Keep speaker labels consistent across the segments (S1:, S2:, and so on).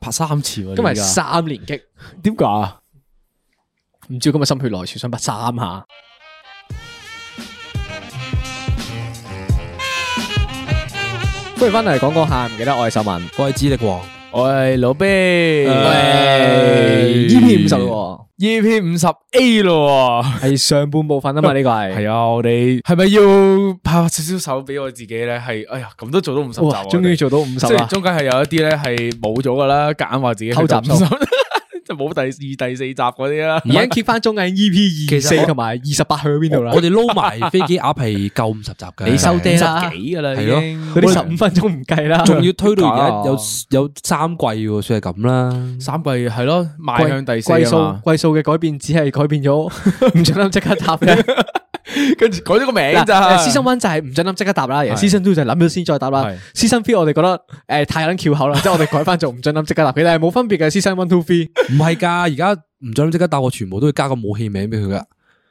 S1: 拍三次喎，
S2: 今日
S1: 而家
S2: 三連擊，
S1: 點
S2: 啊
S1: 解？
S2: 唔知今日心血來潮想拍三下。歡迎翻嚟講講下，唔記得我係秀 文，
S1: 我係智力王，我係老 B
S2: 喂，EP E 五十喎，
S1: ，EP 五十 A 咯喎，
S2: 係上半部分啊 嘛，呢個係
S1: 係啊，我哋係咪要拍少少手俾我自己咧？係，哎呀，咁都做到五十集
S2: 哇
S1: 啊，，
S2: 終於做到五
S1: 我哋
S2: 十
S1: 雖
S2: 啦
S1: 然，中間係有一啲咧係冇咗噶啦，夾硬 話自己
S2: 偷集
S1: 集
S2: 數，
S1: 就冇第二、第四集嗰啲啦。
S2: 而家 keep 翻中眼 EP 二
S3: 其實
S2: 四
S3: 我
S2: 同埋二十八去咗邊度啦？
S3: 我哋撈埋飛機鴨係夠五十集㗎，
S1: 你收
S2: 爹啦
S1: 十幾噶啦，
S3: 係
S1: 已
S3: 咯
S1: 經
S2: 嗰啲十五分鐘唔計啦，
S3: 仲要推到而家
S1: 點
S3: 有
S1: 解啊
S3: 有三季喎，算係咁啦。
S1: 三季係咯，邁向第四
S2: 季
S1: 啊
S2: 數
S1: 嘛，
S2: 季數嘅改變只係改變咗， 唔準諗即刻答嘅。
S1: 跟住改咗個名
S2: 嗱
S1: 咋
S2: ，season one 就係唔准諗即刻答啦，而
S1: 哎係
S2: season two 就係諗咗先再答啦
S1: 係。
S2: season three 我哋覺得誒太撚翹口 啦，即係我哋改翻做唔准諗即刻答，其實係冇分別嘅。season one two three
S3: 唔係㗎，而家唔準即刻答我，全部都要加個武器名俾佢㗎。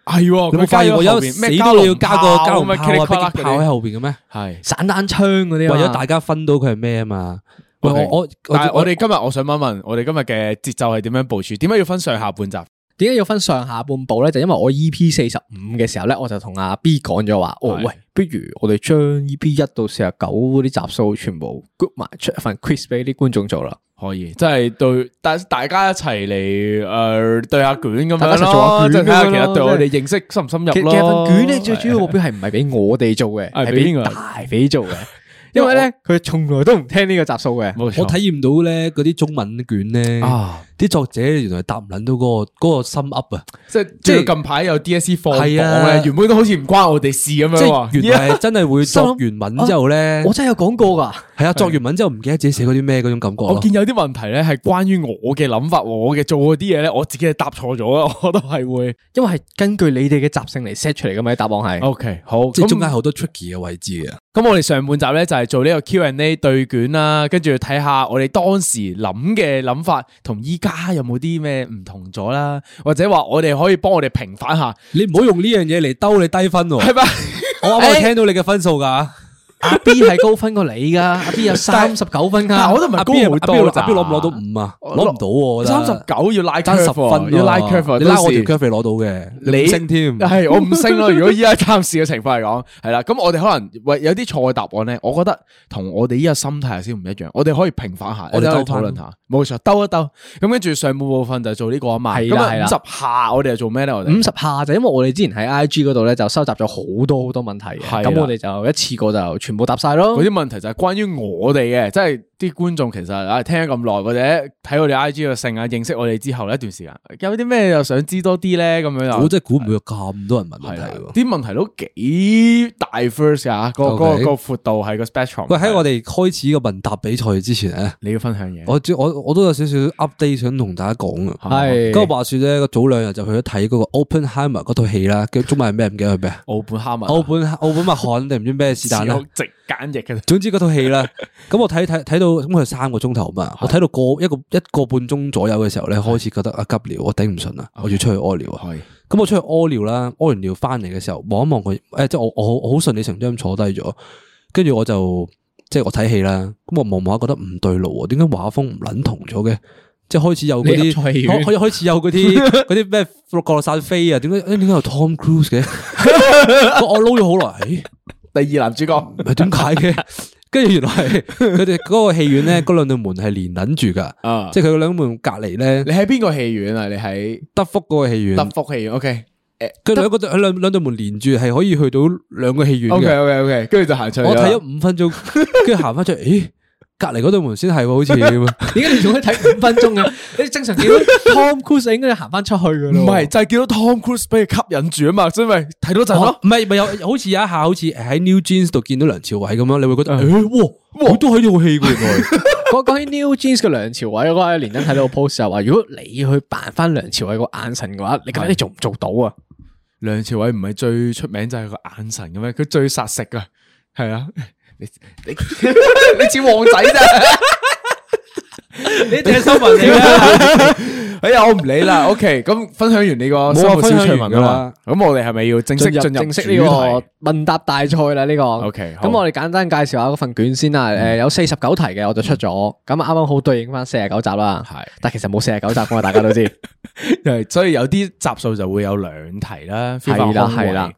S1: 係喎，
S3: 你
S1: 佢
S3: 冇發現我
S1: 加咗後
S3: 有
S1: 面
S3: 死
S1: 咩
S3: 都要加個加
S1: 交
S3: 龍
S1: 龍
S3: 炮啊、迫
S1: 啊
S3: 擊炮喺後邊嘅咩？
S1: 係。
S2: 散彈槍嗰
S3: 為
S2: 啲啊嘛
S3: 咗大家分到佢係咩啊嘛？喂，我
S1: OK
S3: 我
S1: 但係我哋今日我想問一問，我哋今日嘅節奏係點樣部署？點解要分上下半集？
S2: 點解要分上下半部咧？就因為我 EP 四十五嘅時候咧，我就同阿 B 講咗話，哦
S1: 係
S2: 喂，不如我哋將 EP 一到四十九嗰啲集數全部 group 埋出一份 quiz 俾啲觀眾做啦。
S1: 可以，即係對大大家一齊嚟誒對下卷咁
S2: 大家
S1: 樣
S2: 一齊做
S1: 咯，
S2: 下
S1: 即係
S2: 卷
S1: 睇下其
S2: 咁樣
S1: 實
S2: 咯
S1: 對我哋認識深唔深入
S2: 其
S1: 咯。
S2: 其實份卷咧最主要
S1: 係
S2: 目標係唔係俾我哋做嘅，
S1: 係
S2: 係
S1: 俾邊個
S2: 俾大肥做嘅，因為咧佢從來都唔聽呢個集數嘅。
S1: 冇錯
S3: 我體驗到咧嗰啲中文卷咧，
S1: 啊，
S3: 啲作者原來答唔撚到嗰個嗰個心噏啊，
S1: 即係即
S3: 即係
S1: 係近排有 DSE 放榜
S3: 係啊
S1: 咧，原本都好似唔關我哋事咁樣
S3: 即
S1: 喎
S3: 係。原來係真係會作
S2: 心諗啊
S3: 完文之後咧
S2: 我，真係有講過噶，
S3: 係啊，作完文之後唔記得自己寫過啲咩嗰種感覺啊
S1: 我
S3: 咯。
S1: 見有啲問題咧係關於我嘅諗法，我嘅做嗰啲嘢咧，我自己係答錯咗啊， 我都係會。
S2: 因為係根據你哋嘅習性嚟 set 出嚟噶嘛，啲答案係。
S1: OK，好，
S3: 即係
S1: 咁
S3: 中間好多 tricky 嘅位置啊嘅。
S1: 咁我哋上半集咧就係做呢個 Q&A 對卷啦，跟住睇下我哋當時諗嘅諗法同依家有冇啲咩唔同咗啦，或者話我哋可以幫我哋平反下，
S3: 你唔好用呢樣嘢嚟兜你低分喎。
S1: 係咪？
S3: 我啱啱聽到你嘅分數㗎，
S2: 阿 B 係高分過你噶，阿 B 有三十九分
S1: 但
S2: 噶，
S1: 係我都唔
S3: 阿
S1: 係
S3: B
S1: 高
S3: 阿
S1: 好
S3: B 攞
S1: 多
S3: 阿 B 攞唔攞到五啊？攞唔到喎，我覺得
S1: 三十九要拉
S3: 爭十
S1: curve 喎
S3: 分喎，
S1: 要拉 curve，
S3: 你拉我條
S1: 條
S3: curve 攞到嘅，你五星 添。
S2: 嗯
S1: 係我唔升咯。如果依家暫時嘅情況嚟講，係啦，咁我哋可能喂有啲錯嘅答案咧，我覺得同我哋依家心態有少唔一樣，我哋可以平反下，
S3: 我哋
S1: 一陣
S3: 兜
S1: 去討論下，冇錯，兜一兜。咁跟住上半部分就做呢個啊嘛，
S2: 係
S1: 咁
S2: 啦
S1: 啊
S2: 係
S1: 五
S2: 啦
S1: 十下我哋又做咩咧？我哋
S2: 五十下就因為我哋之前喺 I G 嗰度咧就收集咗好多好多問題嘅，
S1: 係啦啊
S2: 咁我哋就一次過就全部答晒咯
S1: 嗰。啲問題就係關於我哋嘅，即係啲觀眾其實啊聽咗咁耐，或者睇我哋 I G 嘅性啊，認識我哋之後呢一段時間，有啲咩又想知多啲咧？咁樣啊
S3: 我，真係估唔到有咁多人問問
S1: 係
S3: 題
S1: 啦
S3: 喎。
S1: 啲問題都幾大 first 啊，個個
S3: OK
S1: 個闊度係個 spectrum。
S3: 喂，喺我哋開始個問答比賽之前咧，
S1: 你要分享嘢，
S3: 我我我都有少少 update 想同大家講啊。
S2: 係
S3: 咁話説咧，早兩日就去咗睇嗰個 Openheimer 嗰套戲啦，叫中文係咩唔記得佢 咩？
S1: 澳本哈密，
S3: 奧本奧本麥漢定唔知咩是但啦
S1: 好。直簡 譯嘅，
S3: 總之嗰套戲 啦，咁我睇睇睇到咁佢三個鐘頭嘛，我睇到個一個一個半鐘左右嘅時候咧，開始覺得啊急尿，我頂唔順啦，
S1: 哦
S3: 我要出去屙尿啊！
S1: 係
S3: 咁我出去屙尿啦，屙完尿翻嚟嘅時候望一望佢，誒即係我我好我好順理成章坐低咗，跟住我就即係我睇戲啦，咁我望望下覺得唔對路喎，點解畫風唔撚同咗嘅？即係開始有嗰
S2: 你入錯戲
S3: 啲，
S2: 院
S3: 開開始有嗰啲 嗰啲咩降落傘飛啊？點解誒點解有 Tom Cruise 嘅？ 我我撈咗好耐。咦
S1: 第二男主角，
S3: 唔係點解嘅？跟住原來係佢哋嗰個戲院咧，嗰兩道門係連撚住噶，
S1: 啊
S3: 即係佢兩道門隔離咧，
S1: 你喺邊個戲院啊？你喺
S3: 德福嗰個戲院，
S1: 德福戲院，OK
S3: 佢兩個佢兩兩道門連住，係可以去到兩個戲院
S1: OK 啊
S3: 嘅。
S1: OK OK，跟住就行出去
S3: 我
S1: 啦
S3: 睇咗五分鐘，跟住行翻出嚟，咦？隔篱嗰对门先系喎，好似咁 啊
S2: 点解你仲可以睇五分鐘嘅？你正常見到 Tom Cruise 應該行翻出去噶咯。
S1: 唔系，就系见到 Tom Cruise 俾佢吸引住啊嘛，所以咪睇到阵
S3: 哦
S1: 咯。
S3: 唔系咪有好似有一下好似喺 New Jeans 度見到梁朝偉咁樣，你會覺得诶、欸哇，佢都喺呢套戲嘅原來。
S2: 講講起 New Jeans 嘅梁朝偉，我喺連登睇到個 post 就話，如果你去扮翻梁朝偉個眼神嘅話，你究竟你做唔做到啊？
S1: 梁朝偉唔係最出名就係個眼神嘅咩？佢最殺食啊，係啊，你你你似旺仔 啫，你定新聞嚟
S2: 啊
S1: 啦？ 哎呀，我唔理啦。OK，咁分享完你個生活小趣聞㗎啦，咁我哋係咪要正式
S2: 進入
S1: 進 入
S2: 正式
S1: 主
S2: 呢
S1: 題
S2: 個問答大賽啦，呢個
S1: OK，好
S2: 咁我哋簡單介紹下嗰份卷先啦。誒，有四十九題嘅，我就出咗，咁啱啱好對應翻四十九集啦。
S1: 係
S2: 但其實冇四十九集噶嘛，大家都知。
S1: 因為所以有啲集數就會有兩題啦，
S2: 係啦係啦，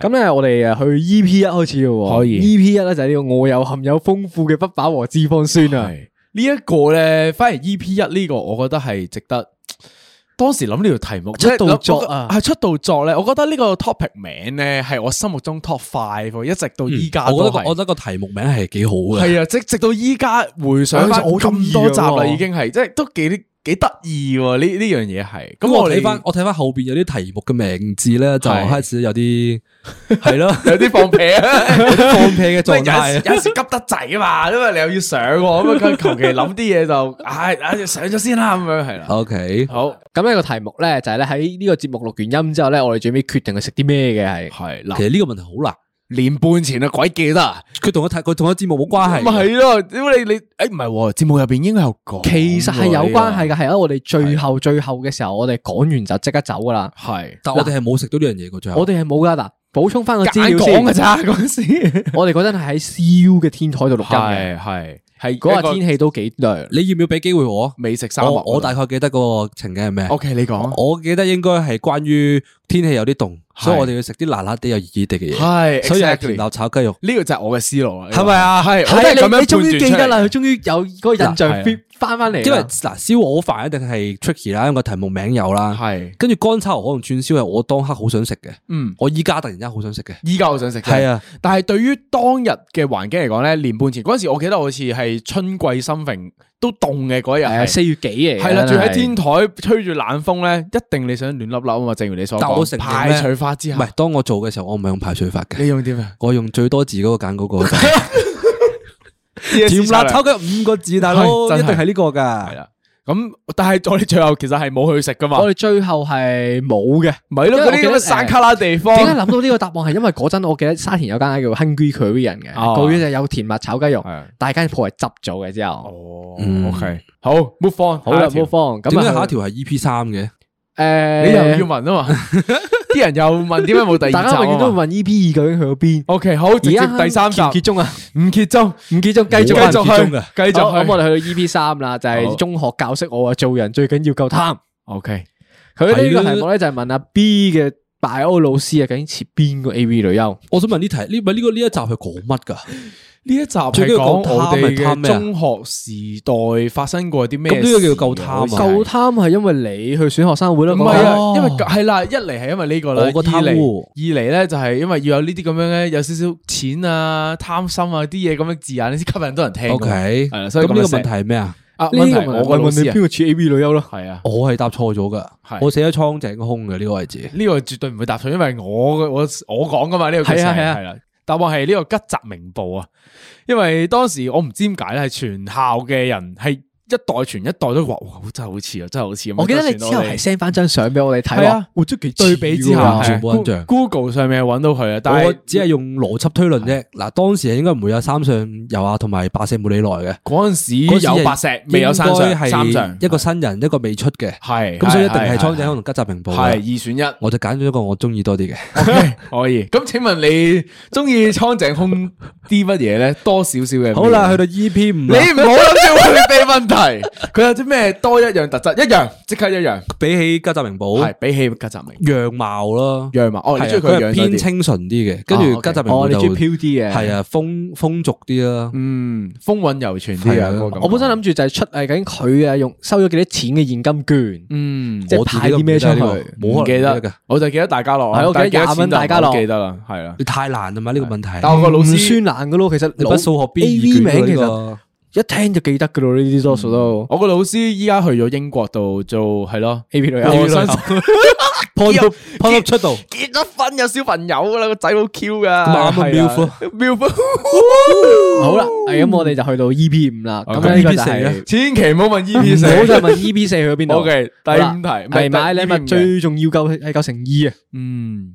S2: 咁咧我哋誒去 E P 一開始嘅喎，
S1: 可以
S2: E P 一咧就係呢個我有含有豐富嘅不飽和脂肪酸啊。
S1: 系呢一個咧，反而 E.P. 一呢個，我覺得係值得。當時諗呢條題目
S2: 出道作啊
S1: 係出道作咧，我覺得呢個 topic 名咧係我心目中 top five，喎一直到 依家
S3: 嗯我覺得
S1: 都
S3: 個我覺得
S1: 係。
S3: 個題目名係幾好嘅。
S1: 係啊，直直到依家回想翻
S2: 我好
S3: 啊
S2: 中意
S1: 咁多集啦，
S2: 喎
S1: 已經係即係都幾幾得意喎。呢呢樣嘢係
S3: 咁
S1: 咁，
S3: 我
S1: 我
S3: 睇
S1: 哋
S3: 翻我睇翻後邊有啲題目嘅名字咧，就
S1: 係
S3: 開始有啲 係咯，
S1: 有啲放屁啊！
S3: 放 屁嘅狀
S1: 即係有
S3: 態
S1: 時。有時急得滯啊嘛，因為你又要上喎，咁啊佢求其 諗啲 嘢就唉，唉上咗先啦，咁樣係啦。
S3: O K，
S1: 好
S2: 咁呢個題目咧就係咧喺呢個節目錄完音之後咧，我哋最尾決定去食啲咩嘅係。
S1: 係嗱
S3: 其，實呢個問題好難，
S1: 年半前啊，鬼記得啊，
S3: 佢同我睇佢同我節目冇關係
S1: 咪
S3: 嘅。
S1: 係咯，屌你你，诶唔係喎，節目入边應該有講喎，
S2: 其實係有關係
S1: 嘅，
S2: 嘅，係啊！我哋最後最後嘅時候，我哋講完就即刻走噶啦。
S1: 系
S3: 但我哋係冇食到呢樣嘢嘅，最後
S2: 我哋係冇噶嗱，補充翻個資料
S1: 硬講㗎
S2: 先。
S1: 咋嗰陣時，
S2: 我哋嗰陣係喺 CU 嘅天台度錄音嘅，
S1: 係系
S2: 嗰日天氣都幾涼。
S3: 你要唔要俾機會我？
S1: 美食沙
S3: 我我大概記得嗰個情景係咩？
S1: ，O K 你講，啊
S3: 我記得應該係關於天氣有啲凍，
S1: 係
S3: 所以我哋要食啲辣辣地又熱熱地嘅嘢，
S1: 係
S3: 所以係
S1: exactly
S3: 甜豆炒雞肉。
S1: 呢個就係我嘅思路啊，
S3: 係咪啊
S1: 系我都
S2: 係
S1: 係咁
S2: 你
S1: 樣
S2: 你終於記得啦，
S1: 判斷
S2: 佢終於有嗰個印象
S1: 嗱係啊
S2: fit 翻翻嚟。啊
S3: 因為嗱燒鵝飯一定係 tricky 啦，因為個題目名有
S1: 出
S3: 啦。
S1: 嚟，係
S3: 跟住乾炒牛河同串燒係我當刻好想食嘅，
S1: 嗯。
S3: 我依家突然間好想食嘅。
S1: 依家我想食啫
S3: 係啊，
S1: 但係對於當日嘅環境嚟講咧，年半前嗰陣時，我記得好似係春季心揈都凍嘅嗰日
S2: 係啊
S1: 係，
S2: 四月幾嚟㗎，
S1: 系啦，住喺
S2: 係
S1: 天台吹住冷風咧，一定你想亂粒粒啊嘛。正如你所
S3: 但我承
S1: 講，
S3: 認
S1: 排除法之
S3: 唔
S1: 下
S3: 係，當我做嘅時候，我唔係用排水法
S1: 你
S3: 嘅，
S1: 用 啲咩？
S3: 我用最多字嗰個揀嗰 個。甜辣炒雞五個字，大佬
S1: 係
S3: 一
S1: 真係啊
S3: 定係呢個
S1: 系
S3: 㗎。
S1: 啦。咁但係我哋最後其實係冇去食噶嘛，
S2: 我哋最後係冇嘅。
S1: 咪咯
S2: 因為
S1: 嗰
S2: 我記
S1: 啲咁
S2: 得
S1: 嘅山卡拉地方，
S2: 點解諗到呢個答案係因為嗰陣我記得沙田有間嗌叫 Hungry Korean 嘅，
S1: 哦
S2: 佢就有甜蜜炒雞肉
S1: 係啊，
S2: 但係間鋪係執咗嘅之後。
S1: 哦
S3: 嗯
S1: ，OK，好，move on，
S2: 好啦，
S1: 下一條
S2: 冇放咁
S3: 點
S2: 啊，
S3: 解下一條係 E P 三嘅？
S2: 誒，
S1: 你又要問啊嘛，啲人又問點解冇第二集
S2: 大家永遠都會問 EP 二究竟去咗邊？
S1: OK，好，直接
S2: 而家
S1: 第三集
S2: 結唔結中啊？
S1: 唔揭盅，
S2: 唔結中，繼
S1: 繼
S2: 續
S3: 結
S2: 啊
S1: 續去
S3: 中㗎，
S1: 繼
S2: 好咁我
S1: 續
S2: 哋
S1: 去
S2: 去到 EP 三啦，就
S1: 好
S2: 係中學教識我啊，做人最緊要夠貪。
S1: ，OK，
S2: 佢呢
S3: 係
S2: 個
S3: 咯
S2: 題目咧就係問阿 B 嘅 bio 老師啊，究竟似邊個 AV 女優？
S3: 我想問呢題，呢咪呢個呢一集係講乜㗎？
S1: 呢一集係
S3: 最緊要
S1: 講
S3: 講貪
S1: 我
S3: 係
S1: 哋
S3: 貪
S1: 嘅
S3: 咩啊
S1: 中學時代發生過啲咩事啊，
S3: 咁呢個叫夠貪啊
S2: 夠貪係因為你去選學生會啦，
S1: 唔
S2: 嗰
S1: 係
S2: 個
S1: 啊，因為係啦，一嚟係因為呢個啦，
S3: 我個貪污
S1: 二嚟二嚟咧就係因為要有呢啲咁樣咧，有少少錢啊、貪心啊啲嘢咁樣字眼，你先吸引到人聽㗎。啊
S3: O K，
S1: 係啦所以
S3: 咁呢個
S1: 咁樣
S3: 問題係咩啊？
S1: 啊，
S2: 呢
S1: 問題
S2: 個問題
S1: 我
S2: 我
S1: 個老
S2: 問你
S1: 師
S2: 邊
S1: 啊，
S2: 個似 AV 女優咯？
S1: 係啊，
S3: 我係答錯咗噶
S1: 係，
S3: 我寫咗蒼井空嘅呢個位置。
S1: 呢個絕對唔會答錯，因為我我我講噶嘛呢個故事
S2: 係啊係啊
S1: 係啦。答案係呢個吉澤明步啊，因為當時我唔知點解咧，係全校嘅人係一代傳一代都話哇，真係好似啊，真係好似咁。
S2: 我記得你
S1: 都
S2: 之
S1: 傳
S2: 後
S1: 到你
S2: 係 send 翻張相俾我哋睇
S1: 係啊
S2: 啊，哇，真係幾
S1: 對比之
S2: 似喎
S1: 下，
S3: 全部印象
S1: 啊 Google 上面揾到佢啊，但
S3: 我
S1: 係
S3: 只係用邏輯推論啫。嗱，當時係應該唔會有三上悠亞同埋白石冇里奈嘅，
S1: 嗰陣時
S3: 嗰時係
S1: 有白石，未有山
S3: 應該
S1: 上，
S3: 係
S1: 三上
S3: 一個新人，一個未出嘅，
S1: 係
S3: 咁所以一定係
S1: 係
S3: 蒼井空同吉澤明步
S1: 係
S3: 嘅。
S1: 二 選一
S3: 我就揀咗一個我中意多啲嘅，
S1: ，OK 可以。咁請問你中意蒼井空啲乜嘢咧？多少少嘅
S3: 好啦，去到 E P 五
S1: 你唔好諗住回避問題，佢有啲咩多一樣特質，一樣即刻一樣，
S3: 比起吉澤明步，
S1: 係比起吉澤明
S3: 樣貌啦，
S1: 樣貌，
S3: 係
S1: 哦你
S3: 啊
S1: 中意
S3: 佢
S1: 佢
S3: 係
S1: 樣多
S3: 偏
S1: 啲，
S3: 清純啲嘅，跟住吉澤明
S2: 哦，
S3: 步
S2: 你中意
S3: 就
S2: 飄啲嘅，
S3: 係啊風風俗啲啊啦，
S1: 嗯，風韻猶存啲啊
S3: 係啊
S1: 嗰個感覺，
S2: 我本身諗住就係出誒，究竟佢啊用收咗幾多錢嘅現金券，
S1: 嗯。
S2: 即係
S3: 我自己
S2: 派
S3: 都唔
S2: 啲咩
S3: 記
S2: 出
S3: 得
S2: 去？
S3: 呢個冇可
S1: 唔
S3: 能
S1: 記
S3: 記得㗎
S1: 得，我就記得大家樂啦，
S2: 係我記得
S1: 但係幾多
S2: 廿蚊
S1: 錢就
S2: 大家
S1: 唔
S2: 樂
S1: 記得啦，係啦。
S3: 你太難啊嘛呢個問題。
S1: 但我個老
S2: 唔
S1: 師
S2: 算難嘅咯，其實
S3: 你筆數學 B
S2: A V
S3: 二卷
S2: 名
S3: 㗎
S2: 其
S3: 呢
S2: 實
S3: 個
S2: 一聽就記得噶咯，呢啲多數
S3: 嗯
S2: 都
S1: 我個老師依家去咗英國度做係咯
S2: A P 女
S1: 我
S2: 友
S1: 新
S3: 破到破到出道，
S1: 結咗婚有小朋友啦，個仔好 Q 噶，
S3: 咁啱啊
S1: 係
S3: MILF 啊
S1: MILF
S2: 好啦，係咁我哋就去到 E P 五啦。咁呢
S1: OK，
S2: 個就
S3: EP 四
S2: 係
S3: 啊
S1: 千祈唔好問 E P
S2: 唔
S1: 四。
S2: 好再問 E P 四去 咗邊度。
S1: OK，第五題
S2: 係
S1: 唔係
S2: 買
S3: E
S1: 第
S2: 禮
S1: EP 五
S2: 物
S1: 嘅
S2: 最重要夠係夠成 E 啊。
S1: 嗯，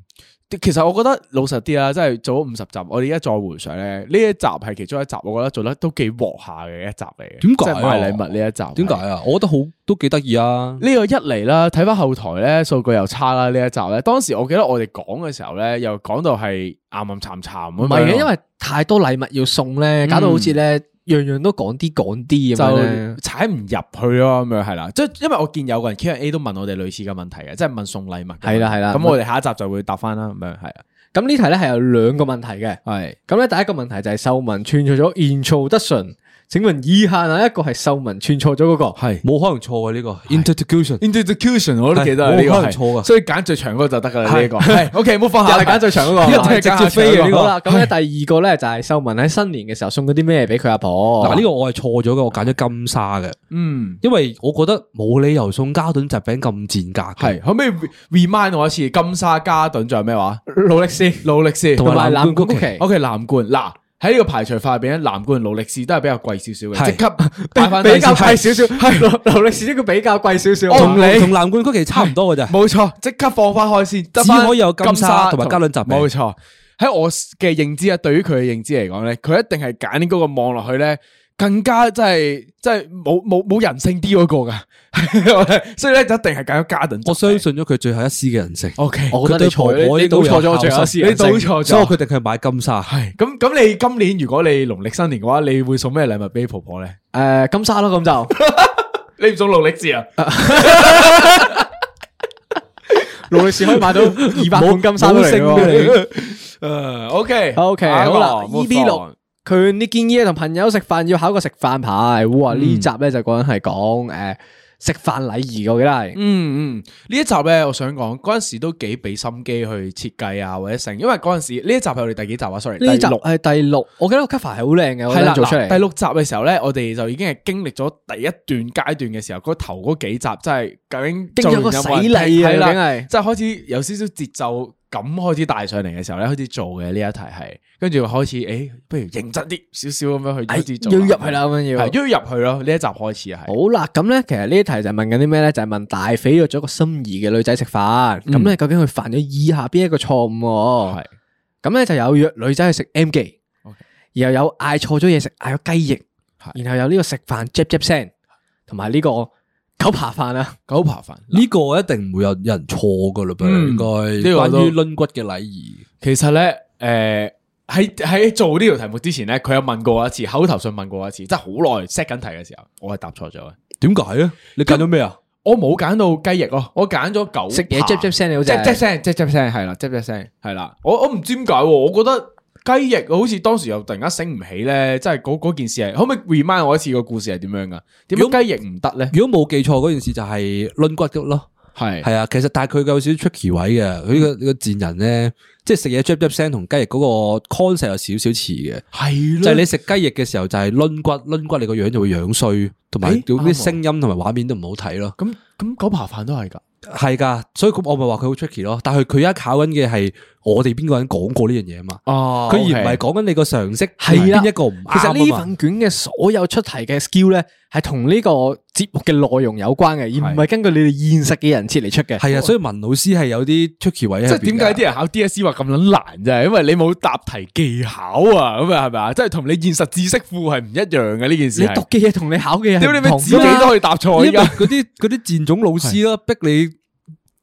S1: 其實我覺得老實啲啦，即係做咗五十集，我哋而家再回想咧，呢一集係其中一集，我覺得做得都幾鑊下嘅一集嚟嘅。
S3: 點解
S1: 即
S3: 啊
S1: 係買禮物呢一集？
S3: 點解？啊？我覺得好都幾得意啊！
S1: 呢個一嚟啦，睇翻後台咧數據又差啦，呢一集咧，當時我記得我哋講嘅時候咧，又講到係岩岩沉沉咁樣咯。
S2: 唔係
S3: 啊
S2: 嘅，因為太多禮物要送咧，
S3: 嗯
S2: 搞到好似咧樣樣都講啲講啲咁樣咧
S1: 就。踩唔入去咯，咁樣係啦。即係因為我見有個人 Q&A 都問我哋類似嘅問題嘅，即係問送禮物嘅問題。
S2: 係啦係啦
S1: 咁我哋下一集就會答翻啦，咁樣係啊。
S2: 咁呢題咧係有兩個問題嘅。
S1: 係
S2: 咁咧，第一個問題就係秀文串錯咗 introduction。請問以下哪一個係秀文串錯咗嗰個？
S1: 係
S3: 冇可能錯啊嘅呢個 introduction，
S1: Introduction 我都記得啊
S3: 係
S1: 呢個
S3: 冇可能
S1: 係
S3: 錯㗎
S1: 所以揀最長嗰個就得㗎啦
S3: 係
S1: 呢個。係 OK，冇放下
S2: 又係揀最 長嗰個
S1: 呢個
S2: 係
S1: 直
S2: 直
S1: 接
S2: 接
S1: 飛
S2: 飛
S1: 嘅
S2: 嘅
S1: 呢
S2: 呢
S1: 個。
S2: 個。好啦，咁咧第二個咧就係秀文喺新年嘅時候送咗啲咩俾佢阿婆？
S3: 嗱呢個我係錯咗嘅，我揀咗金沙嘅，
S1: 嗯，
S3: 因為我覺得冇理由送加頓疾餅咁賤格嘅，
S2: 嗯
S1: 係可唔可以 remind 我一次金沙加頓仲有咩話？
S2: 勞力士
S1: 勞力士
S2: 同埋藍
S3: 藍
S2: 罐
S3: 罐
S2: 曲
S3: 曲
S2: 奇。
S1: OK 藍罐嗱。喺呢個排除法入邊咧，藍罐同勞力士都係比較貴少少嘅，
S3: 係
S1: 即 刻
S2: 比
S1: 擺翻
S2: 比較貴少少，係勞勞力士呢個比較貴少少。哦
S1: 同你
S3: 同藍罐曲奇差唔多嘅咋。
S1: 哦冇錯，即刻放翻開先，得
S3: 只
S1: 返
S3: 可以有金沙同埋加侖集
S1: 冇錯，喺我嘅認知啊，對於佢嘅認知嚟講咧，佢一定係揀嗰個望落去咧，更加真係真係冇冇冇人性啲嗰個噶， 所以咧就一定係揀咗加頓。
S3: 我相信咗佢最後一絲嘅人性。
S1: O K，
S2: 我覺得你
S3: 佢
S2: 錯
S3: 對婆婆
S2: 你
S3: 亦
S2: 倒
S3: 都有
S2: 錯咗最後一絲人性
S1: 你倒錯咗
S3: 所以我決定係買金沙。
S1: 係咁咁，你今年如果你農曆新年嘅話，你會送咩禮物俾婆婆咧？
S2: 誒金沙咯，咁就。
S1: 你唔送勞力士啊？
S2: 勞力士可以買到二百
S3: 冇
S2: 罐金沙都嚟
S3: 冇升俾
S2: 喎。
S1: 誒，O K，O
S2: O K，好啦，E B 六，佢呢建議同朋友食飯要考個食飯牌。哇，呢集咧就嗰陣係講誒食飯禮儀嘅，我記得係。
S1: 嗯嗯，呢一集咧，我想講嗰陣時都幾俾心機去設計啊，或者成，因為嗰陣時呢一集係我哋第幾集啊？sorry，
S2: 呢集
S1: 第六
S2: 係第六，我記得個 cover 係好靚嘅，我
S1: 係
S2: 覺得
S1: 啦，
S2: 做出
S1: 嗱第
S2: 嚟。
S1: 六集嘅時候咧，我哋就已經係經歷咗第一段階段嘅時候，嗰頭嗰幾集真係究竟
S2: 經咗個
S1: 做完
S2: 洗
S1: 有冇人聽
S2: 禮啊
S1: 係
S2: 已經係
S1: 即係開始有少少節奏感開始帶上嚟嘅時候咧，開始做嘅呢一題係，跟住開始誒，不如認真啲少少咁樣去開始做，
S2: 哎要入去啦，，咁樣要。
S1: 係要入去咯，呢一集開始係。
S2: 好啦，咁咧，其實呢一題就係問緊啲咩咧？就係、問大肥約咗個心儀嘅女仔食飯，
S1: 嗯
S2: 咁咧、究竟佢犯咗以下邊一個錯誤喎？
S1: 哦係
S2: 咁咧就有約女仔去食 M 記，然後有嗌錯咗嘢食，嗌咗雞翼，然後有呢個食飯 jap jap 聲，同埋呢個狗扒飯啊，
S1: 狗扒飯
S3: 呢個一定唔會有人錯噶啦噃，
S1: 嗯
S3: 應該
S1: 呢個我都
S3: 關於抡骨嘅禮儀。
S1: 其實咧，诶、喺喺做呢條題目之前咧，佢有問過我一次，口頭上問過我一次，即係好耐 set 緊題嘅時候，我係答錯咗嘅。
S3: 點解咧？你揀咗咩啊？
S1: 我冇揀到雞翼咯，我揀咗狗啊
S2: 食嘢
S1: 扒
S2: jap jap 聲你好似係
S1: jap jap 聲，jap jap 聲係啦，jap jap 聲係啦。我我唔知點解喎，我覺得雞翼好似當時又突然間醒唔起咧，即係嗰嗰件事係可唔可以 remind 我一次個故事係點樣噶？點
S3: 如果
S1: 解雞翼唔得咧？
S3: 如果冇記錯嗰件事就係抡骨嘅咯。
S1: 係
S3: 係啊，嗯其實但係佢有少少 tricky 位嘅，佢呢個呢個賤人咧，即係食嘢 jap jap 聲同雞翼嗰個 concept 有少少似嘅，
S1: 係
S3: 就係
S1: 咯，
S3: 你食雞翼嘅時候就係抡骨，抡骨你個樣就會樣衰，同埋
S1: 咦啱
S3: 啲
S1: 喎
S3: 聲音同埋畫面都唔好睇咯。
S1: 咁咁狗扒飯都係㗎。
S3: 係噶，所以咁我咪話佢好 tricky 咯。但係佢而家考緊嘅係我哋邊個人講過呢樣嘢啊嘛。
S1: 哦
S3: 佢而唔係講緊你個常識
S2: 係
S3: 係
S2: 啦
S3: 邊一個唔
S2: 其實呢
S3: 啱啊嘛。
S2: 份卷嘅所有出題嘅 skill 咧，係同呢個節目嘅內容有關嘅，而唔係根據你哋現實嘅人設嚟出嘅。
S3: 係啊，所以文老師係有啲 tricky 位喺
S1: 即係
S3: 入邊啊
S1: 點
S3: 㗎
S1: 解啲人考 DSE 話咁撚難啫？因為你冇答題技巧啊，咁啊係咪啊？即係同你現實知識庫係唔一樣嘅呢件事
S2: 你
S1: 係。
S2: 讀嘅嘢同你考嘅嘢
S1: 屌你
S2: 係唔
S1: 咪
S2: 同
S1: 自己
S2: 㗎嘛
S1: 都可以答
S2: 啊
S1: 錯
S3: 因
S1: 依
S3: 為
S1: 家。
S3: 嗰啲嗰啲賤種老師啦，逼你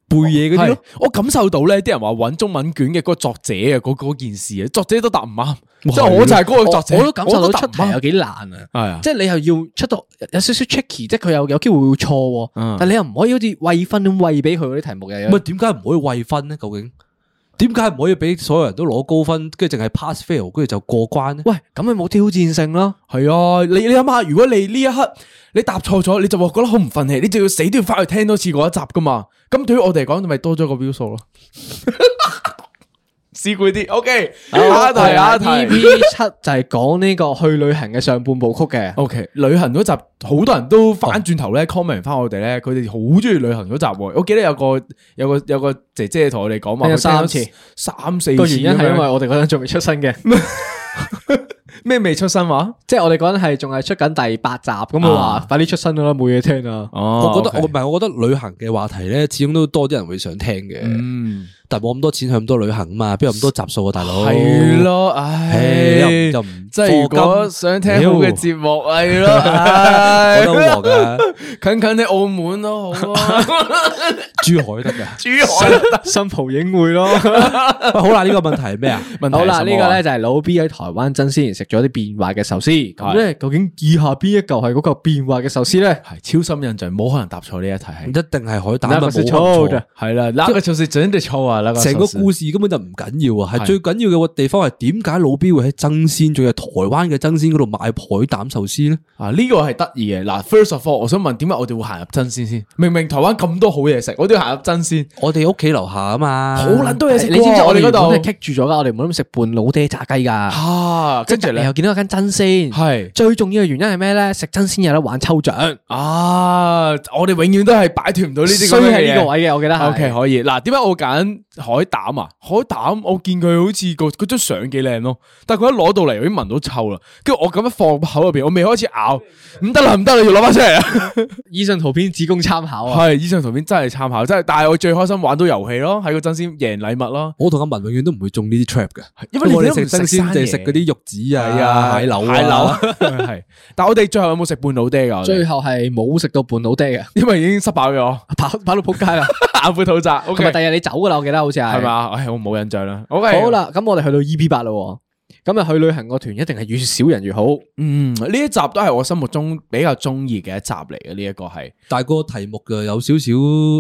S3: 背嘢嗰啲
S1: 係
S3: 咯。
S1: 我感受到咧，啲人話揾中文卷嘅嗰個作者啊，嗰嗰件事啊，作者都答唔啱，即係我就係嗰個作者，
S2: 我我都感受到
S1: 答
S2: 出
S1: 唔
S2: 題有
S1: 啱。
S2: 幾難啊！
S1: 係啊，
S2: 即係你又要出到有少少 tricky，即係佢有有機會會錯喎，
S1: 嗯
S2: 但你又唔可以好似喂分咁喂俾佢嗰啲題目又有
S3: 唔係啊點解唔可以喂分咧？究竟點解唔可以俾所有人都攞高分，跟住淨係 pass fail，跟住就過關咧？
S2: 喂，咁咪冇挑戰性咯。
S1: 係啊，你你諗下，如果你呢一刻你答錯咗，你就話覺得好唔忿氣，你就要死都要翻去 聽多次嗰一集噶嘛。咁對於我哋嚟講，咪多咗個 view 數咯。市儈啲。OK，下一
S2: 好啊
S1: 題，下一題
S2: EP E 七就係講呢個去旅行嘅上半部曲嘅。
S1: O、k 旅行嗰集好多人都反轉頭
S2: 哦
S1: 咧 comment 翻我哋咧，佢哋好中意旅行嗰集喎。我記得有個有個有個姐姐同我哋講話，
S2: 聽咗
S1: 佢聽咗
S2: 啊三次
S1: 三四次
S2: 個原因係因為
S1: 為
S2: 我哋嗰陣仲未出身嘅，
S1: 咩未出生話？
S2: 即係我哋嗰陣係仲係出緊第八集，咁佢話快啲出身啦，冇嘢聽啊啦。
S1: 哦
S3: 我覺得我唔係，我覺得旅行嘅話題咧，始終都多啲人會想聽嘅。
S1: 嗯
S3: 但冇咁多錢去咁多旅行啊嘛，邊有咁多集數啊，大佬？
S1: 係，咯，唉，
S3: 唉又唔又唔
S1: 即係如果
S3: 課金
S1: 想聽好嘅
S3: 妖
S1: 節目係咯，
S3: 我
S1: 唉
S3: 覺得好和啊噶，
S1: 近近啲澳門咯，好啊，
S3: 珠海得噶。
S1: 珠海。
S2: 新蒲影會咯。
S3: 喂，好啦，呢 個問題係咩啊？
S1: 問題係
S2: 好啦，
S1: 什麼
S2: 呢
S1: 啊
S2: 個咧就係老 B 喺台灣真先食咗啲變壞嘅壽司。咁
S1: 係
S2: 咧，究竟以下邊一嚿係嗰嚿變壞嘅壽司咧？
S1: 系超深印象，冇可能答錯呢一題
S3: 唔一
S1: 係。
S3: 定係海膽啊，
S2: 那個
S3: 冇
S2: 是
S3: 咁
S2: 錯
S3: 錯
S2: 的。
S1: 系啦，那個就是真的錯啊！那個
S3: 成個
S1: 壽司
S3: 故事根本就唔緊要啊，
S1: 係
S3: 係最緊要嘅地方係點解老 B 會喺爭鮮，仲係台灣嘅爭鮮嗰度買海膽壽司咧？
S1: 啊，呢個係得意嘅。嗱，first of all，我想問點解我哋會行入真鮮先？明明台灣咁多好嘢食，我都要行入真鮮，
S3: 我哋屋企樓下啊嘛，
S1: 好撚多嘢食
S2: 你知唔知
S1: 喎
S2: 我哋
S1: 哋
S2: 嗰度
S1: 嗰度
S2: 係棘住咗噶？我哋唔好咁食半老爹炸雞噶。
S1: 啊，跟住
S2: 你
S1: 咧
S2: 又見到有間真鮮，
S1: 係
S2: 最重要嘅原因係咩咧？食真鮮有得玩抽獎，
S1: 啊，我哋永遠都係擺脱唔到呢哦啲咁
S2: 衰
S1: 樣
S2: 係呢個
S1: 嘅嘢。
S2: 位嘅，我記得係。
S1: O K，可以嗱，點解我揀海膽啊？海膽我見佢好似個嗰張相幾靚咯，但係佢一攞到嚟，我已經聞到臭啦。跟住我咁樣放入口入邊，我未開始咬，唔得啦，唔得啦，要攞翻出嚟啊！
S2: 以上圖片只供參考啊。
S1: 系以上圖片真係參考，真係。但係我最開心玩到遊戲咯，喺個真先贏禮物咯。
S3: 我同阿文永遠都唔會中呢啲 trap 嘅，
S1: 因為你哋
S3: 我哋
S1: 都唔
S3: 食
S1: 食
S3: 爭鮮
S1: 生
S3: 就
S1: 嘢
S3: 係食嗰啲玉子
S1: 係
S3: 啊、蟹柳
S1: 蟹柳
S3: 啊
S1: 啊。係但我哋最後有冇食半老爹噶？我哋
S2: 最後係冇食到半老爹嘅，
S1: 因為已經失飽咗，
S2: 跑跑到仆街啦。
S1: 眼背肚窄。O
S2: 同埋第
S1: K，
S2: 二日你走噶啦，我記得好似係。
S1: 係嘛？唉，我冇印象啦。O K，
S2: 啊好，啦，咁我哋去到 E P 八啦喎，咁啊去旅行個團一定係越少人越好。
S1: 嗯，呢一集都係我心目中比較中意嘅一集嚟嘅。呢一個係
S3: 但係個題目嘅有少少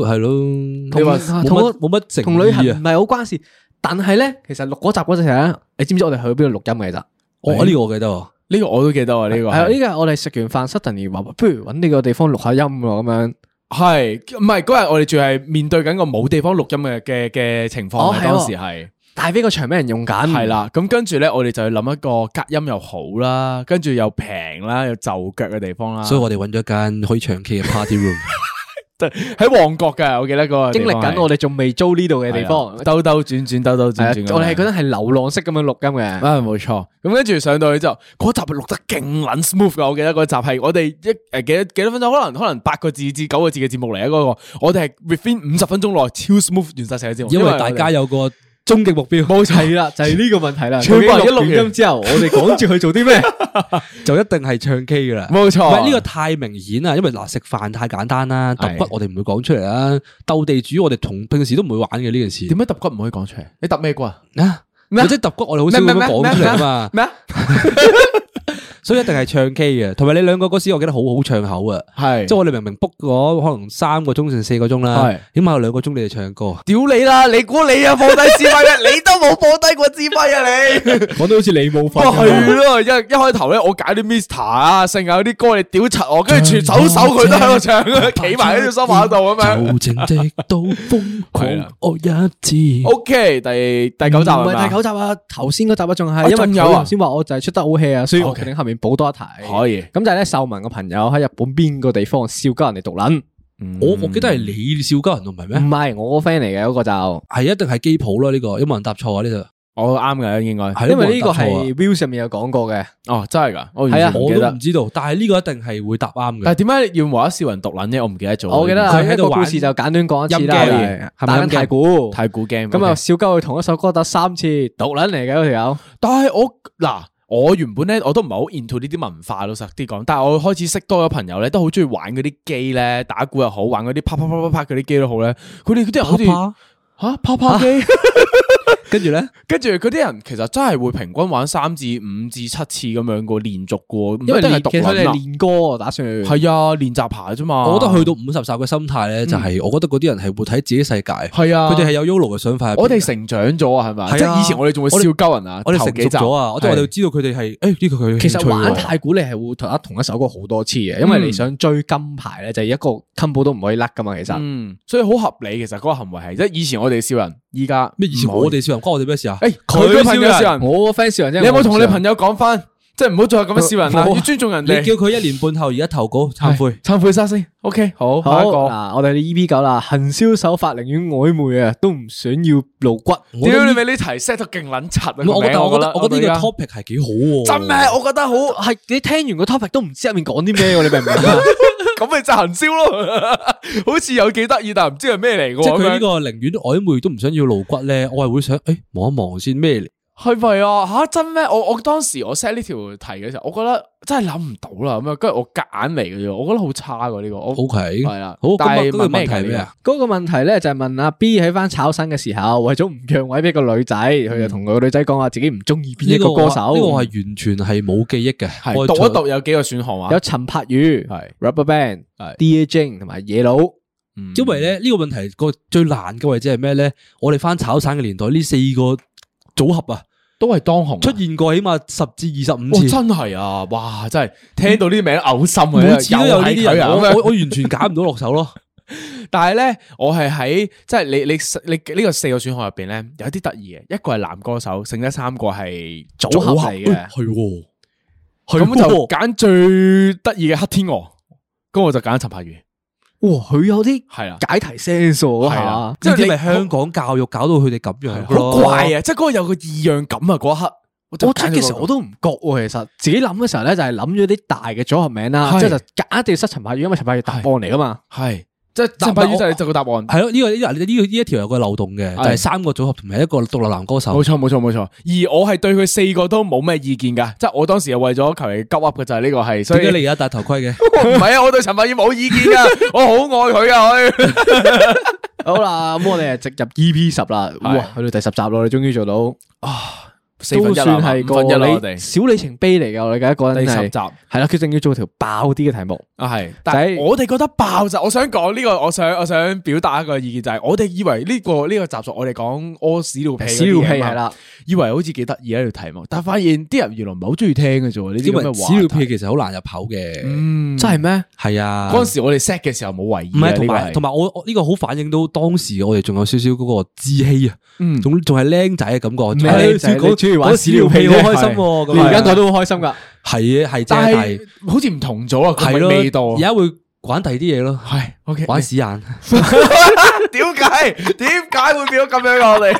S3: 係咯，你
S2: 話
S3: 冇
S2: 同
S3: 乜
S2: 我
S3: 冇乜正
S2: 同旅行
S3: 意
S2: 唔
S3: 啊？
S2: 係好關事，但係咧，其實錄嗰集嗰陣時咧，你知唔知我哋去咗邊度錄音嘅？其實
S3: 哦我呢個我記得喎，
S1: 呢個我都記得啊。呢個
S2: 係啊，呢個係我哋食完飯 suddenly 話，不如揾呢個地方錄下音啊喎，咁樣。
S1: 係唔係嗰日我哋仲係面對緊個冇地方錄音嘅嘅嘅情況
S2: 哦
S1: 嘅？
S2: 係喎
S1: 當時係。
S2: 大飛個場俾人用緊，
S1: 系。啦，咁跟住咧，我哋就去諗一個隔音又好啦，跟住又平啦，又就腳嘅地方啦。
S3: 所以我哋揾咗間可以唱 K 嘅 party room，
S1: 喺旺角嘅，我記得嗰個
S2: 經歷緊我
S1: 哋
S2: 哋仲未租呢度嘅地方，
S1: 兜兜轉轉，兜兜轉
S2: 係
S1: 轉咁
S2: 啊
S1: 樣。
S2: 我哋係嗰陣係流浪式咁樣錄音嘅。
S1: 啊，冇錯。咁跟住上到去之後，嗰集錄得勁撚 smooth 噶。我記得嗰集係我哋一诶幾多幾多分鐘，可能可能八個字至九個字嘅節目嚟嘅嗰個，我哋係 within 五十分鐘內超 smooth 完晒成個節目，
S3: 因
S1: 為
S3: 為大家
S1: 有
S3: 有個終極目標，
S2: 冇係啦，就係呢個問題啦。
S1: 全部人
S2: 究竟
S1: 一錄
S2: 錄
S1: 完
S2: 完音之後，我哋趕住去做 啲咩？
S3: 就一定係唱 K 噶啦。
S1: 冇
S3: 唔
S1: 錯。
S3: 係呢個太明顯啊啦，因為嗱食飯太簡單啦，
S1: 係
S3: 揼骨我哋唔會講出嚟啦，鬥地主我哋同平時都唔會玩嘅呢件事。
S1: 點解揼骨唔可以講出嚟？你揼咩骨啊？
S3: 啊？
S1: 咩
S3: 即係揼骨我哋好少咁樣講出嚟啊嘛，
S1: 咩啊？
S3: 所以一定係唱 K 嘅。同埋你兩個嗰時我記得好好唱口啊，
S1: 係
S3: 即係我哋明明 book 咗可能三個鐘定四個鐘啦
S1: 係，
S3: 起碼有兩個鐘你哋唱歌，啊
S1: 屌你啦！你估你啊放低指揮 咩？你都冇放低過指揮啊 你！
S2: 講到好似你冇份
S1: 哇，係咯！一一開頭咧，我揀啲 Mister 啊，剩啊啲歌你屌柒我，跟住全手手佢都喺度唱，啊 企埋喺條梳化度咁 樣。
S3: 就正直到瘋狂
S1: 係啦，啊
S3: 我一次。
S1: O K，第第九集
S2: 唔係
S1: 嗯係咪
S2: 第九集啊，頭先嗰集啊，仲
S1: 啊
S2: 係因為
S1: 仲
S2: 佢
S1: 有啊
S2: 頭先話我就係出得好 hea 啊，所以我
S1: OK
S2: 決定後面補多一題。
S1: 可以
S2: 咁就係咧，秀文個朋友喺日本邊個地方笑鳩人哋毒撚？
S3: 我
S1: 嗯
S3: 我記得係你笑鳩人，唔係
S2: 唔
S3: 咩？
S2: 係我個 friend 嚟嘅嗰個就，
S3: 係一定係基普啦，呢個有冇人答錯啊？呢度
S1: 我哦啱嘅應該
S3: 係
S2: 因為
S3: 為
S2: 呢個係 Will 上面有講過嘅，
S1: 哦，真係㗎，我
S2: 係
S1: 完
S2: 啊
S1: 全唔
S3: 我
S1: 記
S3: 都唔
S1: 得。
S3: 知道，但係呢個一定係會答啱嘅
S1: 但。係點解要無啦啦笑人獨撚啫？我唔記得咗。
S2: 我記得
S3: 佢
S2: 啊，
S3: 喺
S2: 一
S3: 度
S2: 個
S3: 玩
S2: 故事就簡短講一次啦，
S1: 音機
S2: 係
S1: 係咪
S2: 打
S1: 音
S2: 緊
S1: 機
S2: 太古，
S1: 太古 game
S2: 咁啊
S1: OK
S2: 笑鳩佢同一首歌得三次，毒撚嚟嘅嗰條友，
S1: 但係我嗱。我原本咧我都唔係好 into 呢啲文化，老實啲講。但係我開始識多咗朋友咧，都好中意玩嗰啲機咧，打鼓又好，玩嗰啲啪啪啪啪啪嗰啲機都好咧。佢哋嗰啲人好似
S3: 啪啊
S1: 吓啪啪機，
S3: 跟住咧，
S1: 跟住嗰啲人其實真係會平均玩三至五至七次咁樣個連續個，
S2: 因為
S1: 係
S2: 練
S1: 獨
S2: 其實佢哋
S1: 撚啊。
S2: 練歌打算係
S1: 係啊，練習牌啫嘛。
S3: 我覺得去到五十集嘅心態咧，就係我覺得嗰啲人係活喺自己世界，佢
S1: 係啊，
S3: 哋係有 YOLO 嘅想法入邊嘅。
S1: 我哋成長咗啊，係咪？
S3: 係啊
S1: 即係以前我哋仲會笑鳩人啊，
S3: 我哋
S1: 頭
S3: 成
S1: 幾
S3: 熟
S1: 集
S3: 咗啊，我哋我哋知道佢哋係誒呢個佢
S2: 其
S3: 實
S2: 實玩太古你係會同一同一首歌好多次嘅，因為你想追金牌咧，就係一個 combo 都唔可以甩噶嘛。其實
S1: 嗯，所以好合理。其實嗰個行為係即係以前我哋笑人，依家哎
S3: 咩？以前
S1: 唔可以
S3: 我哋笑人關我哋咩事啊？
S1: 诶，佢
S3: 佢
S1: 嘅朋友
S3: 燒
S1: 笑人，
S2: 我個 friend 笑人啫，
S1: 你有冇
S2: 我唔
S1: 同你
S2: 笑
S1: 朋友讲翻？即系唔好再咁样笑人啦，
S2: 冇啊
S1: 要尊重人
S3: 你
S1: 哋。哎
S3: 叫佢一年半後而家投稿
S1: 係
S3: 忏悔，
S1: 忏悔沙先。OK，好，
S2: 好
S1: 下一个。
S2: 嗱，我哋 E B 九啦，行销手法寧願曖昧啊，都唔想要露骨。
S3: 我覺
S1: 屌
S3: 得
S1: 你
S3: 呢
S1: 咪呢题 set 到勁撚柒啊！
S3: 唔係我覺
S1: 覺
S3: 得我覺得我覺得呢
S1: 個
S3: 個 topic 係幾好喎。
S1: 真咩？我覺 得好
S2: 係你聽完個 topic 都唔知入面講啲咩喎，你明唔明 啊？
S1: 咁咪就行燒咯， 好似有幾得意，但係唔知係咩嚟嘅
S3: 即係
S1: 喎。
S3: 佢呢
S1: 咁樣
S3: 個寧願曖昧都唔想要露骨咧，我係會想诶望一望先咩嚟？
S1: 係咪啊？吓真咩？我我當時我 set 呢條題嘅時候，我覺得真係諗唔到啦。咁樣跟住我夾硬嚟嘅啫，我覺得好差㗎呢個。我
S3: O K，
S1: 係啊
S3: 好，
S1: 但係
S3: 咁個
S1: 問咩
S3: 問題
S1: 㗎
S3: 咩啊？
S2: 嗰個問題咧就係問阿 B 喺翻炒新嘅時候，為咗唔讓位俾個女仔，佢就同個女仔講話自己唔中意邊一嗯個歌手。
S3: 呢個係完全係冇記憶嘅。
S1: 係
S3: 我
S1: 讀一讀有幾個選項啊？
S2: 有陳柏宇、
S1: 係
S2: Rubberband
S1: 係、
S2: D A J 同埋野佬。
S1: 嗯
S3: 因為咧呢個問題個最難嘅位置係咩咧？我哋翻炒散嘅年代，呢四個組合啊，
S1: 都係當紅啊
S3: 出現過起碼十至二十五
S1: 哇！
S3: 次，
S1: 真係啊！哇！真係聽到啲名嘔心啊！
S3: 每次都有呢
S1: 又
S3: 啲
S1: 係佢
S3: 人，
S1: 啊
S3: 我
S1: 咁樣
S3: 我我完全揀唔到落手咯。
S1: 但系咧，我系喺即系你你你呢个四个选项入边咧，有啲得意嘅，一个系男歌手，剩得三个系组合嚟嘅，
S3: 係喎，
S1: 咁就拣最得意嘅黑天鹅，咁我就拣陈柏宇，
S2: 哇，佢有啲
S1: 系啦，
S2: 解題 sense 喎嗰
S1: 係
S2: 下
S1: 啊。
S3: 即
S1: 即係
S3: 係
S1: 你
S3: 咪香港教育搞到佢哋咁樣㗎
S1: 好
S3: 咯
S1: 怪！啊！即系嗰个有个异样感啊，嗰一刻我
S2: 我出嘅時候我都唔覺喎，其實自己諗嘅時候咧就係諗咗啲大嘅組合名啦，
S1: 係
S2: 即係就夾硬一定要塞陳柏宇，因為陳柏宇答案嚟噶嘛。
S1: 系即系陈柏宇就係就个答案，
S3: 係咯，呢個呢個呢個呢一條有個漏洞嘅，就係三個組合同埋一個獨立男歌手
S1: 冇。错冇错冇错。而我系对佢四个都冇咩意见噶，即系我当时系为咗求其急 up 嘅就系呢个系，所
S3: 點解
S1: 以
S3: 你而家戴頭盔嘅？
S1: 唔系啊，我对陈柏宇冇意见噶，我好爱佢啊佢。
S2: 好啦，咁我哋就直入 EP 十啦，
S1: 係
S2: 哇，去到第十集咯，你終於做到，
S1: 四
S2: 都
S1: 分一啦
S2: 算係
S1: 五分一啦我
S2: 個
S1: 哋
S2: 里小里程碑嚟嘅，我哋而家嗰
S1: 第
S2: 陣
S1: 十
S2: 係
S1: 集。
S2: 係啦，佢仲要做條爆啲嘅題目，
S1: 啊系，但系
S2: 仔
S1: 我哋覺得爆就，我想講呢個，我想我想表達一個意見就係，我哋以為呢個呢個集數我哋講屙屎尿屁嗰
S2: 屎
S1: 啲嘢啊
S2: 尿
S1: 嘛，
S2: 屁係啦，
S1: 以為好似幾得意一條題目，但係發現啲人原來唔係好中意聽嘅啫喎，呢啲
S3: 因為
S1: 咁嘅話
S3: 屎尿屁其實好難入口嘅，
S1: 嗯，
S2: 真係咩？
S3: 係啊。
S1: 嗰阵时我哋 set 嘅時候冇為意
S3: 唔
S1: 啊，
S3: 係，同埋同
S1: 埋
S3: 埋我我呢個好反映到當時我哋仲有少少嗰個稚氣啊，
S1: 嗯
S3: 仲仲係僆仔嘅感覺。哎
S2: 咩
S3: 係
S2: 僆仔
S3: 少講
S2: 你中意玩
S3: 講
S2: 屎尿屁
S3: 好
S2: 啫
S3: 開心喎。
S2: 你
S3: 咁
S2: 而家
S3: 樣
S2: 講都好開心㗎，
S3: 係啊，係啫，
S1: 但
S3: 但
S1: 係
S3: 係
S1: 好似唔同咗啊，
S3: 係咯，
S1: 係咯味道
S3: 而家會玩第二啲嘢咯，
S1: 係 OK，
S3: 玩屎眼。
S1: 點解點解會變咗咁樣嘅 我哋？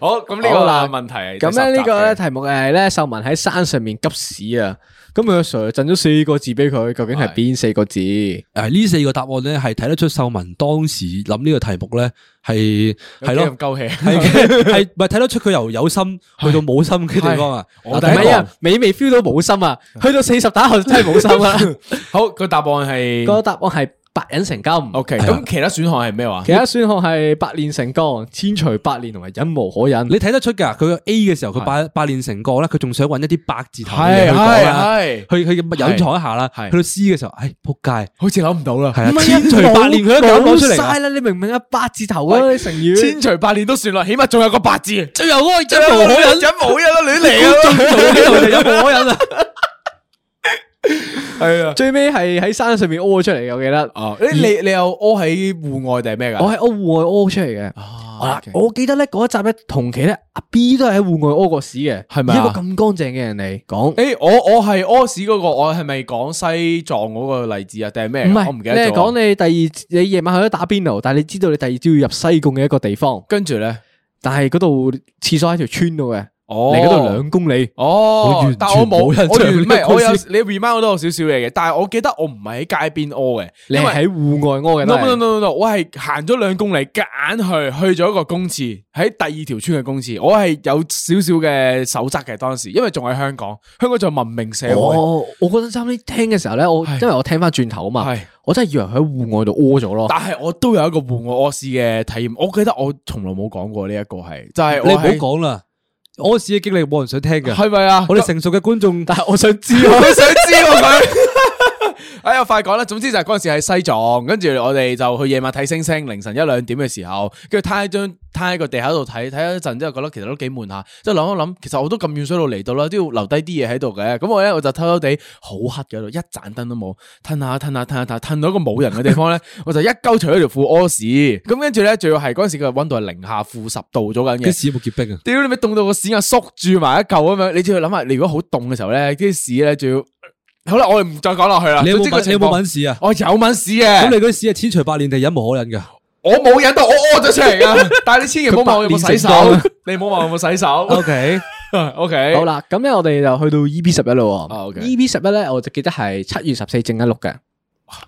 S1: 好，咁呢
S2: 好
S1: 個
S2: 啦
S1: 啦問題第十集嘅，
S2: 咁咧呢個咧題目係咧，秀文喺山上面急屎啊，咁佢個 Sir 贈咗四個字俾佢，究竟係
S1: 係
S2: 邊四個字？
S3: 诶，呢四個答案咧係睇得出秀文當時諗呢個題目咧係係
S1: 有
S3: 咯
S1: 幾咁。鳩氣，
S3: 係係咪睇得出佢由有心去到冇心嘅地方啊？ 嗱
S1: 我第
S2: 唔
S1: 一
S2: 係
S1: 個
S2: 啊，你未 feel 到冇心 啊，去到四十打後真係冇心啦。
S1: 好個答案係
S2: 個答案係白人成金。
S1: O K，
S3: 係啊
S1: 咁其他選項係咩話
S2: 其？他選項係百煉成鋼、千錘百煉同埋忍無可忍。
S3: 你睇得出噶，佢 A 嘅時候，佢百百練成個咧，佢仲想揾一啲百字頭嘅嘢
S1: 係
S3: 去講啦，
S1: 係係，
S3: 去去隱藏一下啦。
S1: 係
S3: 去到 C 嘅時候，唉，仆街，
S1: 好似諗唔到啦，
S3: 係啊，
S2: 唔係啊
S3: 千錘百煉佢都咁講出
S2: 冇
S3: 嚟
S2: 晒
S3: 啊，
S2: 啦！你明唔明啊？八字頭啊，啲成語
S1: 千錘百煉都算啦，起碼仲有個八字，
S3: 最後嗰個忍無可忍，
S1: 忍無可忍啦，亂嚟
S3: 做呢度就忍無可忍啦。
S1: 啊，係啊，
S2: 最尾係喺山上面屙出嚟嘅，我記得。
S1: 哦，誒你你有屙喺戶外定係咩㗎？
S2: 我喺屋户外屙出嚟嘅。好啦
S1: 啊 OK
S2: 我記得咧嗰一集咧，同期咧阿 B 都係喺户外屙過屎嘅，
S1: 係咪啊
S2: 以一個咁乾淨嘅人嚟講，
S1: 誒，我我係屙屎嗰個，我係咪講西藏嗰個例子啊？定係咩
S2: 唔係
S1: 㗎？我唔記
S2: 你
S1: 得
S2: 係
S1: 咗。
S2: 講你第二你夜晚去咗打邊爐，但係你知道你第二朝要入西貢嘅一個地方，
S1: 跟住咧，
S2: 但係嗰度廁所喺條村度嘅，
S1: 哦，
S2: 離嗰度兩公里。
S3: 我完
S1: 哦
S3: 全，
S1: 但我冇，
S3: 冇印象
S1: 我完唔
S3: 呢
S1: 係
S3: 個
S1: 我有
S3: 故
S1: 你 remind 我都有少少嘢嘅，但係我記得我唔係喺街邊屙嘅，
S2: 你
S1: 因為
S3: 啊
S2: 係喺户外屙嘅都
S1: no
S2: 係，
S1: no no no no，我係行咗兩公里，夾硬去去咗一個公廁，喺第二條村嘅公廁，我係有少少嘅守則嘅當時，因為仲喺香港，香港仲係文明社
S3: 哦
S1: 會，
S2: 我我嗰陣差唔多聽嘅時候咧，我
S1: 係
S2: 因為我聽翻轉頭啊嘛
S1: 係，
S2: 我真係以為佢喺户外度屙咗咯。
S1: 但係我都有一個戶外屙屎嘅體驗，我記得我從來冇講過呢一個係，就係
S3: 你
S1: 我
S3: 唔好
S1: 喺
S3: 講啦，屙屎嘅經歷冇人想聽嘅。
S1: 係咪啊？
S3: 我哋成熟嘅觀眾，但係我想知
S1: 我想知喎佢。哎呀，快講啦！總之就係嗰阵时喺西藏，跟住我哋就去夜晚睇星星，凌晨一兩點嘅時候，跟住攤喺張摊喺個地下度睇，睇一陣之後覺得其實都幾悶下，即係諗一諗，其實我都咁遠水路嚟到啦，都要留低啲嘢喺度嘅。咁我咧我就偷偷地好黑嘅喺度，一盞燈都冇，褪下褪下褪下褪下，褪到一個冇人嘅地方咧，我就一鳩除咗條褲屙屎。咁跟住咧，仲要係嗰陣時嘅温度係零下負十度咗緊嘅
S3: 啲。屎有冇结冰啊？
S1: 屌你咪凍到個屎眼縮住埋一嚿咁樣，你仲要諗下，你如果好凍嘅時候咧，啲屎咧仲要，好啦，我哋唔再講落去啦。
S3: 你有冇
S1: 總之個
S3: 搵你
S1: 情
S3: 有冇
S1: 況
S3: 搵屎啊？
S1: 我哦有搵屎
S3: 咁
S1: 嘅，
S3: 你嗰啲屎係千锤百炼定忍無可忍噶？
S1: 我冇忍到，我屙咗出嚟 噶。但係你千祈唔好問我有冇
S3: 佢
S1: 洗
S3: 百煉成
S1: 手，你唔好問我有冇洗手。O K O K，
S2: 好，啦，咁咧我哋就去到 E B 十一咯
S1: 啊，OK。
S2: E B 十一咧，我就記得係七月十四正一六嘅，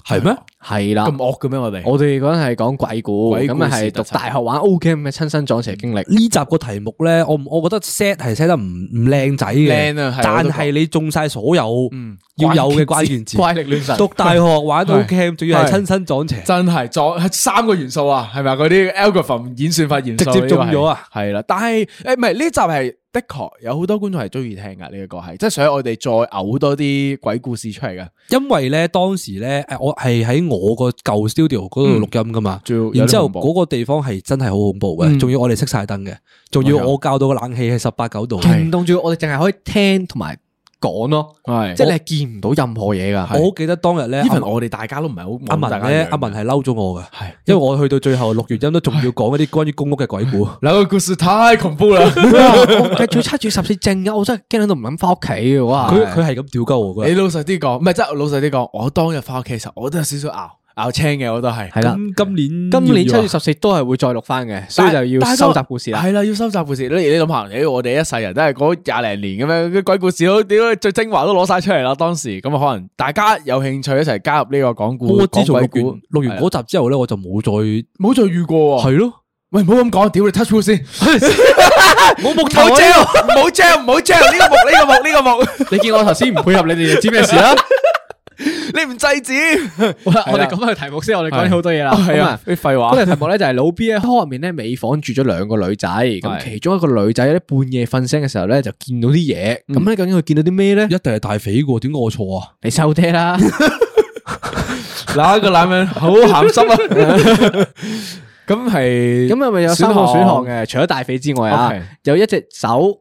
S3: 係咩？
S2: 係啦
S3: 啊
S1: 咁。惡嘅咩我哋？
S2: 我哋嗰陣係講鬼故，
S1: 鬼
S2: 咁
S1: 故
S2: 啊係
S1: 事
S2: 讀
S1: 特輯嗯
S2: 大學玩 O game 嘅親身撞邪經歷。
S3: 呢集個題目咧，我唔我覺得 set 係 set 得唔唔靚仔嘅，
S1: 靚啊係
S3: 但
S1: 我都覺
S3: 係你中晒所有
S1: 嗯
S3: 要有嘅關鍵字，
S2: 怪力亂神
S3: 讀大學玩到
S1: 係
S3: cam，仲要係
S1: 係
S3: 親身撞邪，
S1: 真係撞三個元素啊，係咪啊嗰啲 algorithm 演算法元素
S3: 直接中咗啊！
S1: 係啦，但係诶唔係呢集係的確有好多觀眾係中意聽噶呢一個係，即係想我哋再嘔多啲鬼故事出嚟噶。
S3: 因為咧當時咧，誒我係喺我個舊 studio 嗰度錄音噶嘛，
S1: 嗯仲要有啲
S3: 然之後
S1: 恐怖嗯
S3: 嗰個地方係真係好恐怖嘅，仲要我哋熄晒燈嘅，仲
S1: 哎
S3: 要我校到個冷氣係十八九度。嗯
S2: 行動住，我哋淨係可以聽同埋講咯，
S1: 係
S2: 即係你係見唔到任何嘢㗎。
S3: 我好記得當日咧，
S1: even
S3: 阿
S1: 我哋大家都唔係好
S3: 阿
S1: 冇大
S3: 文
S1: 家
S3: 咧
S1: 樣，
S3: 阿文係嬲咗我嘅，
S1: 係
S3: 因為我去到最後錄完音都仲要講一啲關於公屋嘅鬼故。
S1: 兩個故事太恐怖啦！
S2: 哇我係最七月十四正嘅，我真係驚喺度唔諗翻屋企嘅哇！
S3: 佢佢係咁屌鳩我嗰日
S1: 你老實啲講，唔係即係老實啲講，我當日翻屋企其實我都有少少拗拗青嘅，我都係
S2: 係
S3: 咁
S2: 啦，
S3: 嗯今年
S2: 啊今年七
S3: 要唔要啊
S2: 月十四都係會再錄翻嘅，所以就要收集故事 啦。
S1: 系啦，要收集故事。你你諗下，誒我哋一世人都係嗰廿零年咁樣，啲鬼故事都屌最精華都攞晒出嚟啦。當時咁啊，可能大家有興趣一齊加入呢個講故
S3: 我自
S1: 講
S3: 從
S1: 鬼
S3: 錄
S1: 故
S3: 完，錄完
S1: 係啦
S3: 嗰集之後咧，我就冇再係
S1: 冇再遇過喎。
S3: 咯。
S1: 喂，唔好咁講，屌你 touch wood 先，
S3: 我木
S1: 唔好 jam，唔好 jam，唔好 jam，呢個木，呢個木，呢個木，
S2: 你見我頭先唔配合你哋，就知咩事 啦？
S1: 你唔制 止。
S2: 好啦，我哋
S1: 啦
S2: 講翻個題目先，我哋講咗好多嘢啦。
S1: 係
S2: 咁
S1: 啊
S2: 啊，，
S1: 啲廢
S2: 嗰
S1: 話
S2: 個。題目咧就係老 B 喺開入面咧尾房住咗兩個女仔，咁
S1: 係
S2: 其中一個女仔咧半夜瞓醒嘅時候咧就見到啲嘢，咁咧究竟佢見到啲咩咧
S3: 一？定係大肥嘅，點解我錯啊？
S2: 嗯你收爹 啦！
S1: 嗱，個男人好鹹濕啊！咁係
S2: 咁啊咪有三個選項嘅，除咗大肥之外啊
S1: OK，
S2: 有一隻手、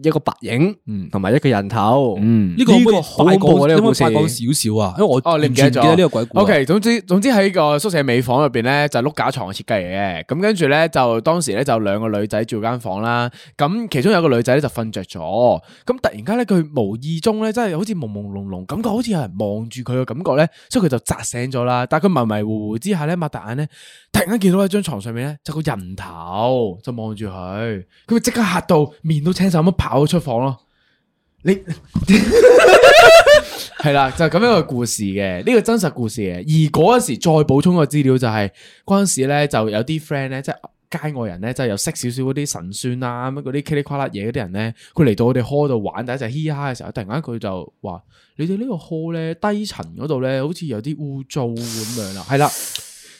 S2: 一個白影
S1: 嗯，
S2: 同埋一個人頭。
S1: 嗯
S3: 呢個可唔可以
S2: 呢個好
S3: 快
S2: 恐怖
S3: 講
S2: 啊呢個
S3: 可唔可以
S2: 故事
S3: 快講少少啊，因為我
S1: 哦，你唔
S3: 完
S1: 記得
S3: 全唔
S1: 咗？
S3: 記得呢個鬼故啊。
S1: O K，總之總之喺個呃宿舍尾房入邊咧，就碌架床嘅設計嚟嘅。咁跟住咧，就當時咧就兩個女仔住間房啦。咁其中有一個女仔咧就瞓着咗。咁突然間咧，佢無意中咧，真係好似朦朦朧朧，感覺好似有人望住佢嘅啊感覺咧，所以佢就扎醒咗啦。但係佢迷迷糊糊之下咧，擘大眼咧，突然間見到喺張床上面咧就個人頭就望住佢，佢即刻嚇到面都青晒咁樣跑咗出房咯。你系啦，就咁、樣样嘅故事嘅，呢、個真實故事嘅。而嗰陣時再補充個資料就係嗰陣時咧，就有啲 friend 咧，即係街外人咧，就有識少少嗰啲神算啊，咁嗰啲噼里呱啦嘢嗰啲人咧，佢嚟到我哋 hall 度玩，第一就嘻哈嘅時候，突然間佢就話：你哋呢個 hall 咧低層嗰度咧，好似有啲污糟咁樣啦，係啦。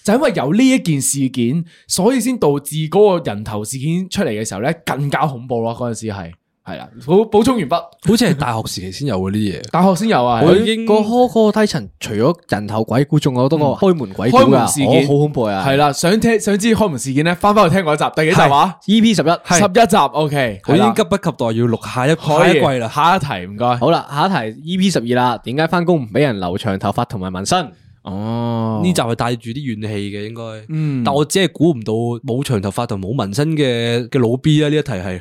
S1: 就因為有呢一件事件，所以先導致嗰個人頭事件出嚟嘅時候咧，更加恐怖咯。嗰陣時係係啦，好補充完畢，
S3: 好似係大學時期先有嘅呢啲嘢。
S1: 大學先有啊。係
S2: 我
S1: 啊
S2: 已經個殼嗰個低層，除咗人頭鬼故，仲有好多個開門鬼故
S1: 開
S2: 噶，
S1: 門事件
S2: 哦好恐怖啊！
S1: 系啦，想听想知開門事件咧，翻翻去聽嗰集第幾集話？
S2: ，E.P. E 十一
S1: 十一集，OK，
S3: 我已
S1: 係
S3: 經
S1: 啦
S3: 急不及待要錄下一
S1: 可
S3: 下一
S1: 以
S3: 季啦。
S1: 下一題唔該。
S2: 好啦，下一題 E.P. 十二啦，點解翻工唔俾人留長頭髮同埋紋身？
S1: 哦嗯
S3: 呢集係帶住啲怨氣嘅，應該。但我只係估唔到冇長頭髮同冇紋身嘅嘅老 B 啊！呢一題係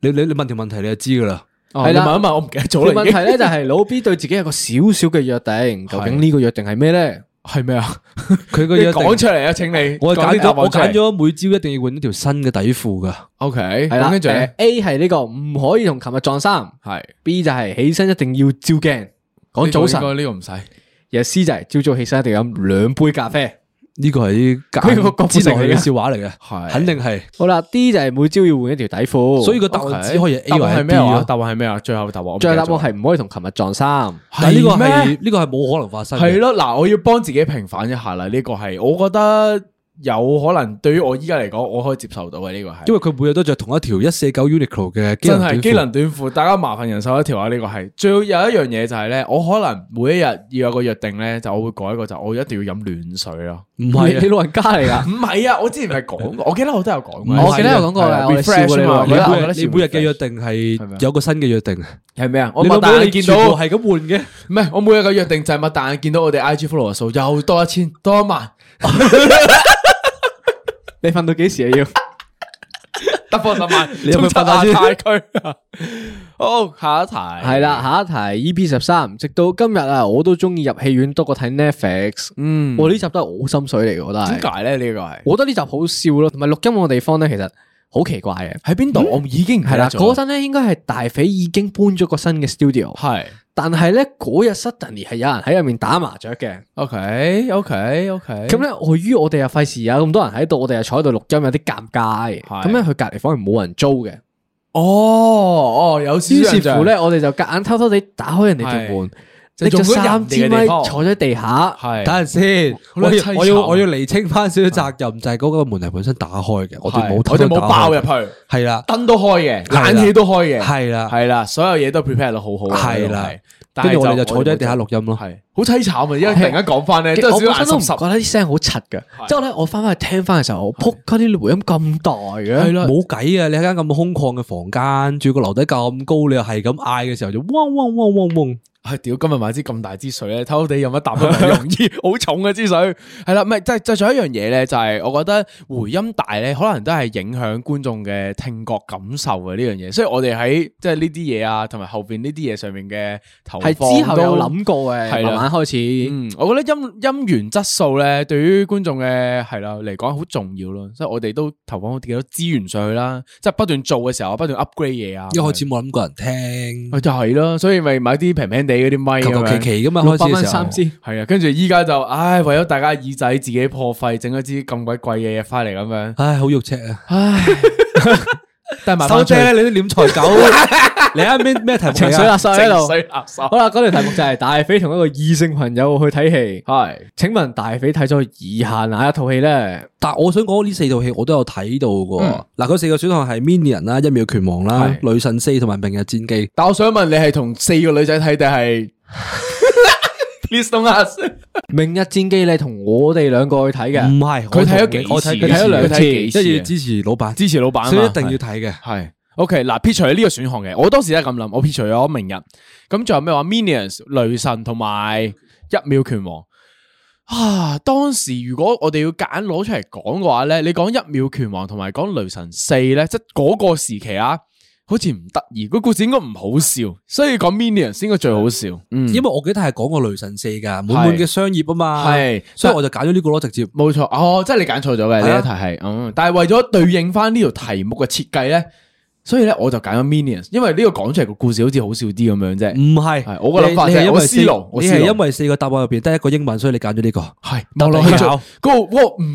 S3: 你你你問條問題你就知噶啦。
S1: 係
S2: 係
S1: 啦，
S2: 啦
S1: 哦你問一問，我唔記得
S2: 個
S1: 咗啦。
S2: 問
S1: 已經
S2: 題咧就係老 B 對自己有個少少嘅約定，究竟呢個約定係咩咧？
S1: 係咩啊？
S3: 佢個
S1: 你
S3: 嘢
S1: 講出嚟啊，請你
S3: 我
S1: 講
S3: 揀
S1: 啲答
S3: 咗
S1: 案
S3: 我
S1: 出嚟
S3: 揀。咗每朝一定要換一條新嘅底褲噶。
S1: OK，
S2: 係
S1: 係
S2: 啦，
S1: 跟住
S2: 誒
S1: 咧
S2: A 係呢個唔可以同琴日撞衫
S1: 係
S2: ，B 就係起身一定要照鏡講早晨
S1: 呢，個應該呢個唔使。
S2: 然後 C 就係朝早起身一定要飲兩杯咖啡。
S3: 呢個係啲
S2: 佢個郭
S3: 揀
S2: 富
S3: 之
S2: 城嚟嘅
S3: 內嘅笑話嚟嘅，
S1: 係
S3: 肯定係。
S2: 好啦，D 就係每朝要換一條底褲，
S3: 所以個答案只可以 A
S1: 答
S3: 或
S1: 案
S3: 者
S1: 係
S3: B
S1: 咩話？
S3: 咯。
S1: 答案係咩啊？最後答案，
S2: 最後答案係唔可以同琴日撞衫。
S3: 但係呢個
S1: 係咩
S3: 係呢個係冇可能發生嘅。
S1: 系咯，嗱，我要幫自己平反一下啦。呢個係我覺得有可能對於我依家嚟講，我可以接受到嘅呢個係，
S3: 因為佢每日都着同一條一四九 Uniqlo 嘅機
S1: 真
S3: 能
S1: 係
S3: 短
S1: 機能
S3: 褲，
S1: 短褲，大家麻煩人手一條啊！呢個係最有一樣嘢就係咧，我可能每一日要有個約定咧，就我會改一個就我一定要飲暖水咯。
S3: 唔 係啊
S2: 你老人家嚟噶，
S1: 唔係啊，我之前咪講過，我記得我都有講過。
S2: 我記得有講過啊啦我哋笑過
S1: 啊 refresh
S2: 你
S1: 嘛，
S2: 話
S1: 我覺得我覺
S3: 啊
S1: 得
S3: 你每日嘅約
S1: 約
S3: 定
S1: 係咪啊
S3: 係有個新嘅約定，
S1: 係咩啊？我
S3: 你
S1: 擘
S3: 老
S1: 大
S3: 母
S1: 眼
S3: 你
S1: 見
S3: 見到
S1: 到
S3: 係咁換嘅。
S1: 唔係，我每日嘅約定就係擘大眼見到我哋 I G follower 數又多一千，多一萬，
S2: 你瞓到幾時啊？要
S1: 得翻十萬，
S2: 你有冇
S1: 衝
S2: 發
S1: 出
S2: 達先
S1: 亞太區。好，下一題
S2: 係啦，下一題 E.P. 十三，直到今日啊，我都中意入戲院多過睇 Netflix。
S1: 嗯，
S2: 我呢集都係我心水嚟嘅，我覺得係。
S1: 點解咧？呢個係
S2: 我覺得呢集好笑咯，同埋錄音嗰個地方咧，其實好奇怪嘅。
S1: 喺邊度？我已經
S2: 係啦，嗰
S1: 陣
S2: 陣咧應該係大肥已經搬咗個新嘅 studio，
S1: 係
S2: 但係咧嗰日 suddenly 係有人喺入面打麻雀嘅。
S1: OK OK OK。
S2: 咁咧，礙於我哋又費事有咁多人喺度，我哋又坐喺度錄音，有啲尷尬嘅。
S1: 係
S2: 咁咧，佢隔離房係冇人租嘅，
S1: 哦哦，有少
S2: 於
S1: 少印
S2: 是
S1: 象
S2: 乎，咧，我哋就夾硬偷偷地打開人哋條門，
S1: 就
S2: 拎咗
S1: 用咗
S2: 三
S1: 人哋嘅
S2: 支
S1: 地
S2: 咪
S1: 方
S2: 坐咗喺地下。
S1: 係
S3: 等陣先，
S1: 好啦
S3: 我要
S1: 淒
S3: 我要
S1: 慘啊
S3: 我要厘清翻少少責任，就係嗰個門係本身打開嘅，我哋冇
S1: 係我哋冇爆入
S3: 嘅，
S1: 去，
S3: 係啦，
S1: 燈都開
S3: 係啦
S1: 嘅，冷氣都開嘅，
S3: 係啦
S1: 系啦，所有嘢都 prepare 到好好嘅，
S3: 係啦
S1: 都
S3: 跟
S1: 係，
S3: 住我哋就坐咗喺地下錄音咯。
S1: 系好凄慘啊！因為突然間講翻咧，
S2: 其
S1: 都
S2: 實我
S1: 有
S2: 本
S1: 少少
S2: 身
S1: 眼
S2: 都唔
S1: 濕
S2: 覺
S1: 濕。
S2: 得啲聲好柒嘅，之後咧我翻返去聽翻嘅時候，我撲街啲回音咁大嘅，
S3: 冇計啊！你喺間咁空曠嘅房間，住個樓底咁高，你又係咁嗌嘅時候就嗡嗡嗡嗡嗡，
S1: 係屌，今日買支咁大支水咧，偷偷地飲一啖都唔容易， 好重嘅支水。係啦，唔係，即係就仲有一樣嘢咧，就係我覺得回音大咧，可能都係影響觀眾嘅聽覺感受嘅呢樣嘢。所以我哋喺即係呢啲嘢啊，同埋後邊呢啲嘢上面嘅投放
S2: 係之後有
S1: 都
S2: 諗過嘅，
S1: 係
S2: 慢
S1: 啦
S2: 慢開始。
S1: 嗯，我覺得音音源質素咧，對於觀眾嘅係啦嚟講好重要咯，所以我哋都投放好幾多資源上去啦，即係不斷做嘅時候，不斷 upgrade 嘢啊。
S3: 一開始冇諗過人聽，
S1: 啊就係咯，所以咪買啲平平地嗰啲咪
S3: 求
S1: 咁
S3: 求
S1: 樣
S3: 其其咁啊，
S2: 六百
S3: 開始
S2: 蚊
S3: 嘅時候
S2: 三支，
S1: 係啊，跟住依家就唉，為咗大家耳仔自己破費，整一支咁鬼貴嘅嘢翻嚟咁樣，
S3: 唉，好肉赤啊！
S1: 唉，但係慢
S3: 收
S1: 慢
S3: 姐咧，你都斂財狗， 你啱咩咩題目
S2: 情緒
S3: 嚟
S2: 垃
S3: 啊？
S2: 圾喺度。
S1: 水垃
S2: 好
S1: 圾
S2: 啦，嗰條題目就係大肥同一個異性朋友去睇戲。
S1: 係
S2: 請問大肥睇咗以下哪一套戲咧？
S3: 但我想講呢四套戲我都有睇到嘅
S1: 嗯。
S3: 嗱，嗰四個選項係 Minion 啦、一秒拳王啦、
S1: 係
S3: 女神四同埋明日戰記。
S1: 但我想問你係同四個女仔睇定係 ？Please don't ask。
S2: 明日戰記你同我哋兩個去睇
S3: 唔
S2: 嘅，
S3: 係，
S1: 佢睇咗幾
S3: 幾，
S1: 次
S3: 我睇
S2: 佢睇咗兩次
S3: 一
S1: 次
S3: 定要支持老闆，
S1: 支持老闆啊嘛
S3: 所以一定要睇嘅。
S1: 系，OK 嗱，撇除呢個選項嘅，我當時都係咁諗，我撇除咗明日，咁仲有咩話 Minions、雷神同埋一秒拳王啊？當時如果我哋要夾硬攞出嚟講嘅話咧，你講一秒拳王同埋講雷神四咧，即係嗰個時期啊，好似唔得意，個故事應該唔好笑，所以講 Minions 應該最好笑，嗯
S3: 因為我記得係講過雷神四噶，滿滿嘅商業啊嘛，
S1: 係
S3: 所以我就揀咗呢個咯，直接
S1: 冇錯，哦，即係你揀錯咗嘅
S3: 係啊
S1: 呢一題係，嗯，但係為咗對應翻呢條題目嘅設計咧，所以咧我就揀咗 Minions，因為呢個講出嚟個故事好似好笑啲咁樣啫，
S3: 唔係
S1: 係我個諗法
S3: 你你係
S1: 啫
S3: 因
S1: 我
S3: 為
S1: 思路我
S3: 你
S1: 思
S3: 係
S1: 路哦
S3: 因為四個答案入邊得一個英文，所以你揀咗呢個。
S1: 係望落去
S3: 特別
S1: 就
S3: 搞
S1: 嗰個嗰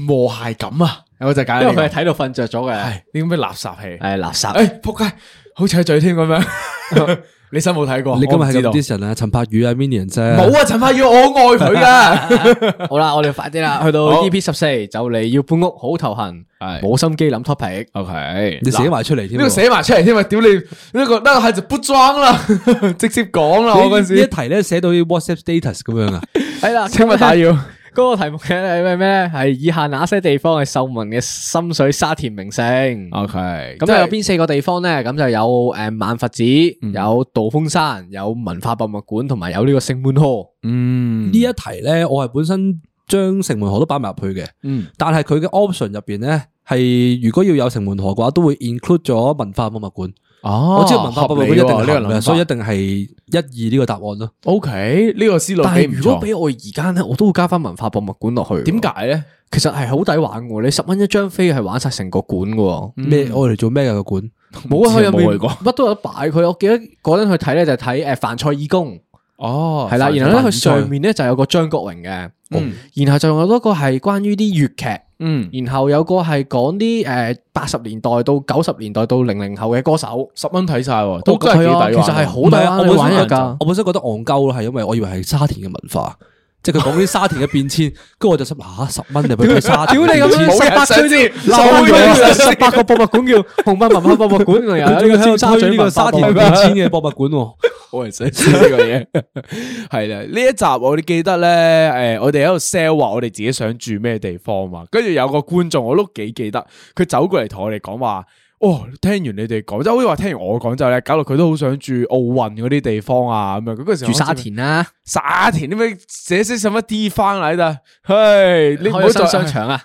S1: 個唔和諧感啊，我就揀
S2: 因為
S1: 咗呢個
S2: 佢係睇到瞓着咗嘅，
S1: 係呢個咩垃圾戲，
S2: 係垃圾。
S1: 誒仆街，好似喺嘴添咁 樣， 你真冇睇過，
S3: 你今日
S1: 我唔
S3: 係
S1: 知
S3: 咁
S1: 道
S3: diss 啊，陳柏宇啊，Minion 啫。
S1: 冇啊，陳柏宇，我好愛佢 噶，
S2: 好啦，我哋快啲 啦，去到
S1: 好
S2: E.P. 十四就嚟要搬屋，好頭痕，
S1: 係
S2: 冇心機諗 topic。
S1: ，OK，
S3: 你寫
S1: 嗱
S3: 埋出嚟添
S1: 呢
S3: 喎。
S1: 個寫埋出嚟添啊，屌你呢個呢個係就不裝啦， 直接講啦，我嗰陣
S3: 呢一
S1: 時，嗯
S3: 題咧寫到啲 WhatsApp status 咁樣啊，
S2: 係啦，
S1: 請勿打擾。
S2: 嗰個題目嘅係咩咩咧？係以下哪些地方係秀文嘅心水沙田名勝？
S1: O K，
S2: 咁就有邊四個地方咧？咁就有誒萬佛寺、有道風山、有文化博物館，同埋有呢個聖門河。
S1: 嗯
S3: 呢一題咧我係本身將城門河都擺埋入去嘅，
S1: 嗯
S3: 但係佢嘅 option 入邊咧係如果要有城門河嘅話，都會 include 咗文化博物館。
S1: 哦
S3: 我知道文化博物館一定
S1: 合理喎
S3: 係
S1: 呢個諗
S2: 啊
S1: 法
S3: 嘅，所以一定係一二呢個答案咯。
S1: O K，呢個思路
S2: 但
S1: 幾
S2: 係
S1: 唔
S2: 哎如果
S1: 錯。
S2: 俾我而家咧，我都會加翻文化博物館落去。
S1: 點？解咧？
S2: 其實係好抵玩嘅喎，你十蚊一張飛係玩晒成個館嘅喎。
S3: 咩？我嚟做咩嘅個館？
S2: 冇啊，佢入面
S1: 嗯冇去過
S2: 乜都有得擺佢。我記得嗰陣去睇咧就係睇誒飯菜義工。
S1: 哦
S2: 系啦，然後咧佢上
S1: 面
S2: 面咧就有個張國榮嘅，
S1: 嗯
S2: 然後就有多個係關於啲粵
S1: 嗯
S2: 劇，然後有個係講啲誒八十年代到九十年代到零零後嘅歌手，
S1: 十蚊睇晒喎，
S2: 都
S1: 都真係幾
S2: 係啊
S1: 抵玩喎。
S2: 其實係好
S3: 唔
S2: 抵
S3: 係啊
S2: 玩
S3: 我
S2: 你
S3: 本
S2: 玩
S3: 身
S2: 日
S3: 覺得
S2: 㗎。
S3: 我本身覺得戇鳩咯，係因為我以為係沙田嘅文化，即係佢講啲沙田嘅變遷，跟住我就心嗱十蚊就俾佢沙田
S2: 屌
S3: 嘅
S2: 你
S3: 變遷。
S2: 咁樣
S1: 冇
S2: 十
S1: 人
S2: 八
S1: 想
S2: 歲
S1: 知
S2: 先，
S1: 冇人
S2: 留十八個博物館叫紅白文化博物館，又有呢
S3: 佢
S2: 個
S3: 仲啊喺
S2: 尖
S3: 度
S2: 沙咀
S3: 推呢個沙
S2: 文化博
S3: 田
S2: 物館
S3: 變遷嘅博物館喎。
S1: 我係想知呢個嘢， 係啦。呢一集我哋記得咧，诶，我哋喺度 sell 話我哋自己想住咩地方嘛，跟住有個觀眾我都幾記得，佢走過嚟同我哋講話。哦，聽完你哋講，即係好似話聽完我講之後咧，搞到佢都好想住奧運嗰啲地方啊，咁樣嗰陣時
S2: 住沙田啦，
S1: 沙田啲咩寫些什麼地方啊嚟的？唉，你唔好
S2: 開
S1: 再
S2: 心商，場啊，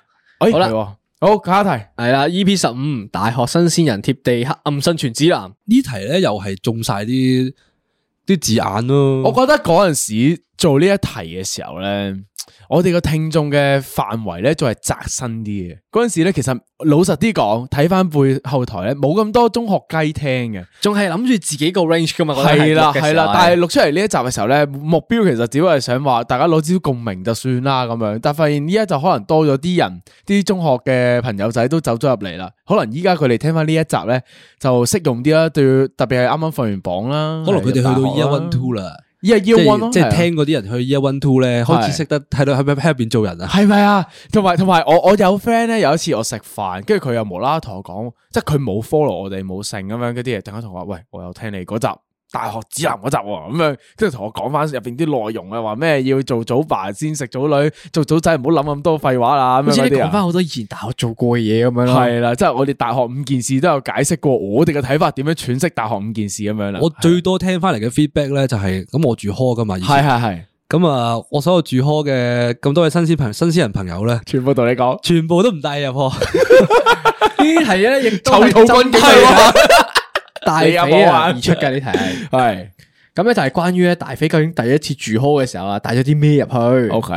S2: 好
S1: 哎，好
S2: 啦
S1: 啦，好下一題，
S2: 係啦，EP 十五大學新鮮人貼地黑暗生存指南，
S3: 呢題咧又係中晒啲啲字眼咯。
S1: 我覺得嗰陣時做呢一題嘅時候咧，我哋個聽眾嘅範圍咧仲係窄身啲嘅。嗰陣時咧，其實老實啲講，睇翻背後台咧，冇咁多中學雞聽嘅。
S2: 仲係諗住自己個 range 噶嘛，
S1: 係啦係啦，但係
S2: 係
S1: 錄出嚟呢一集嘅時候咧，目標其實只不過係想話大家攞少少共鳴就算啦咁樣，但發現依家就可能多咗啲人，啲中學嘅朋友仔都走咗入嚟啦，可能依家佢哋聽翻呢一集咧就適用啲啦，對，特別係啱啱放完榜啦，
S3: 可能佢哋去到 Year One Two
S1: 啦
S3: 啦，
S1: ，Year
S3: 即
S1: Year One 咯
S3: 啊係即係
S1: 係啊
S3: 聽嗰啲人去 Year One Two 咧，開始識得睇到喺喺喺入邊做人啊。
S1: 係咪啊？同埋同埋，我我有 friend 咧，有一次我食飯，跟住佢又無啦啦同我講，即係佢冇 follow 我哋冇剩咁樣嗰啲嘢，突然間同我話：喂，我有聽你嗰集。大學指南嗰集喎，咁樣跟住同我講翻入邊啲內容啊，話咩要做早爸先食早女，做早仔唔好諗咁多廢話啦，咁
S2: 好似
S1: 樣嗰
S2: 你
S1: 啲
S2: 講翻
S1: 啊。
S2: 好多以前大學做過嘅嘢咁 樣咯，
S1: 係啦，即係我哋大學五件事都有解釋過我哋嘅睇法，點樣詮釋大學五件事咁樣啦。
S3: 我最多聽翻嚟嘅 feedback 咧就係咁，我住 hall 噶嘛，以
S1: 係
S3: 前
S1: 係係，
S3: 咁啊，我所有住 hall 嘅咁多位新鮮朋新鮮人朋友咧，
S1: 全部同你講，
S3: 全部都唔帶入 hall，
S2: 呢題咧亦都
S1: 臭
S2: 係
S1: 土軍警嚟啊
S2: 大
S1: 你有
S2: 肥
S1: 冇
S2: 啊
S1: 玩
S2: 而出嘅呢題係。
S1: 係
S2: 咁咧就係關於咧大肥究竟第一次住 hall 嘅時候啊，帶咗啲咩入去？
S1: OK，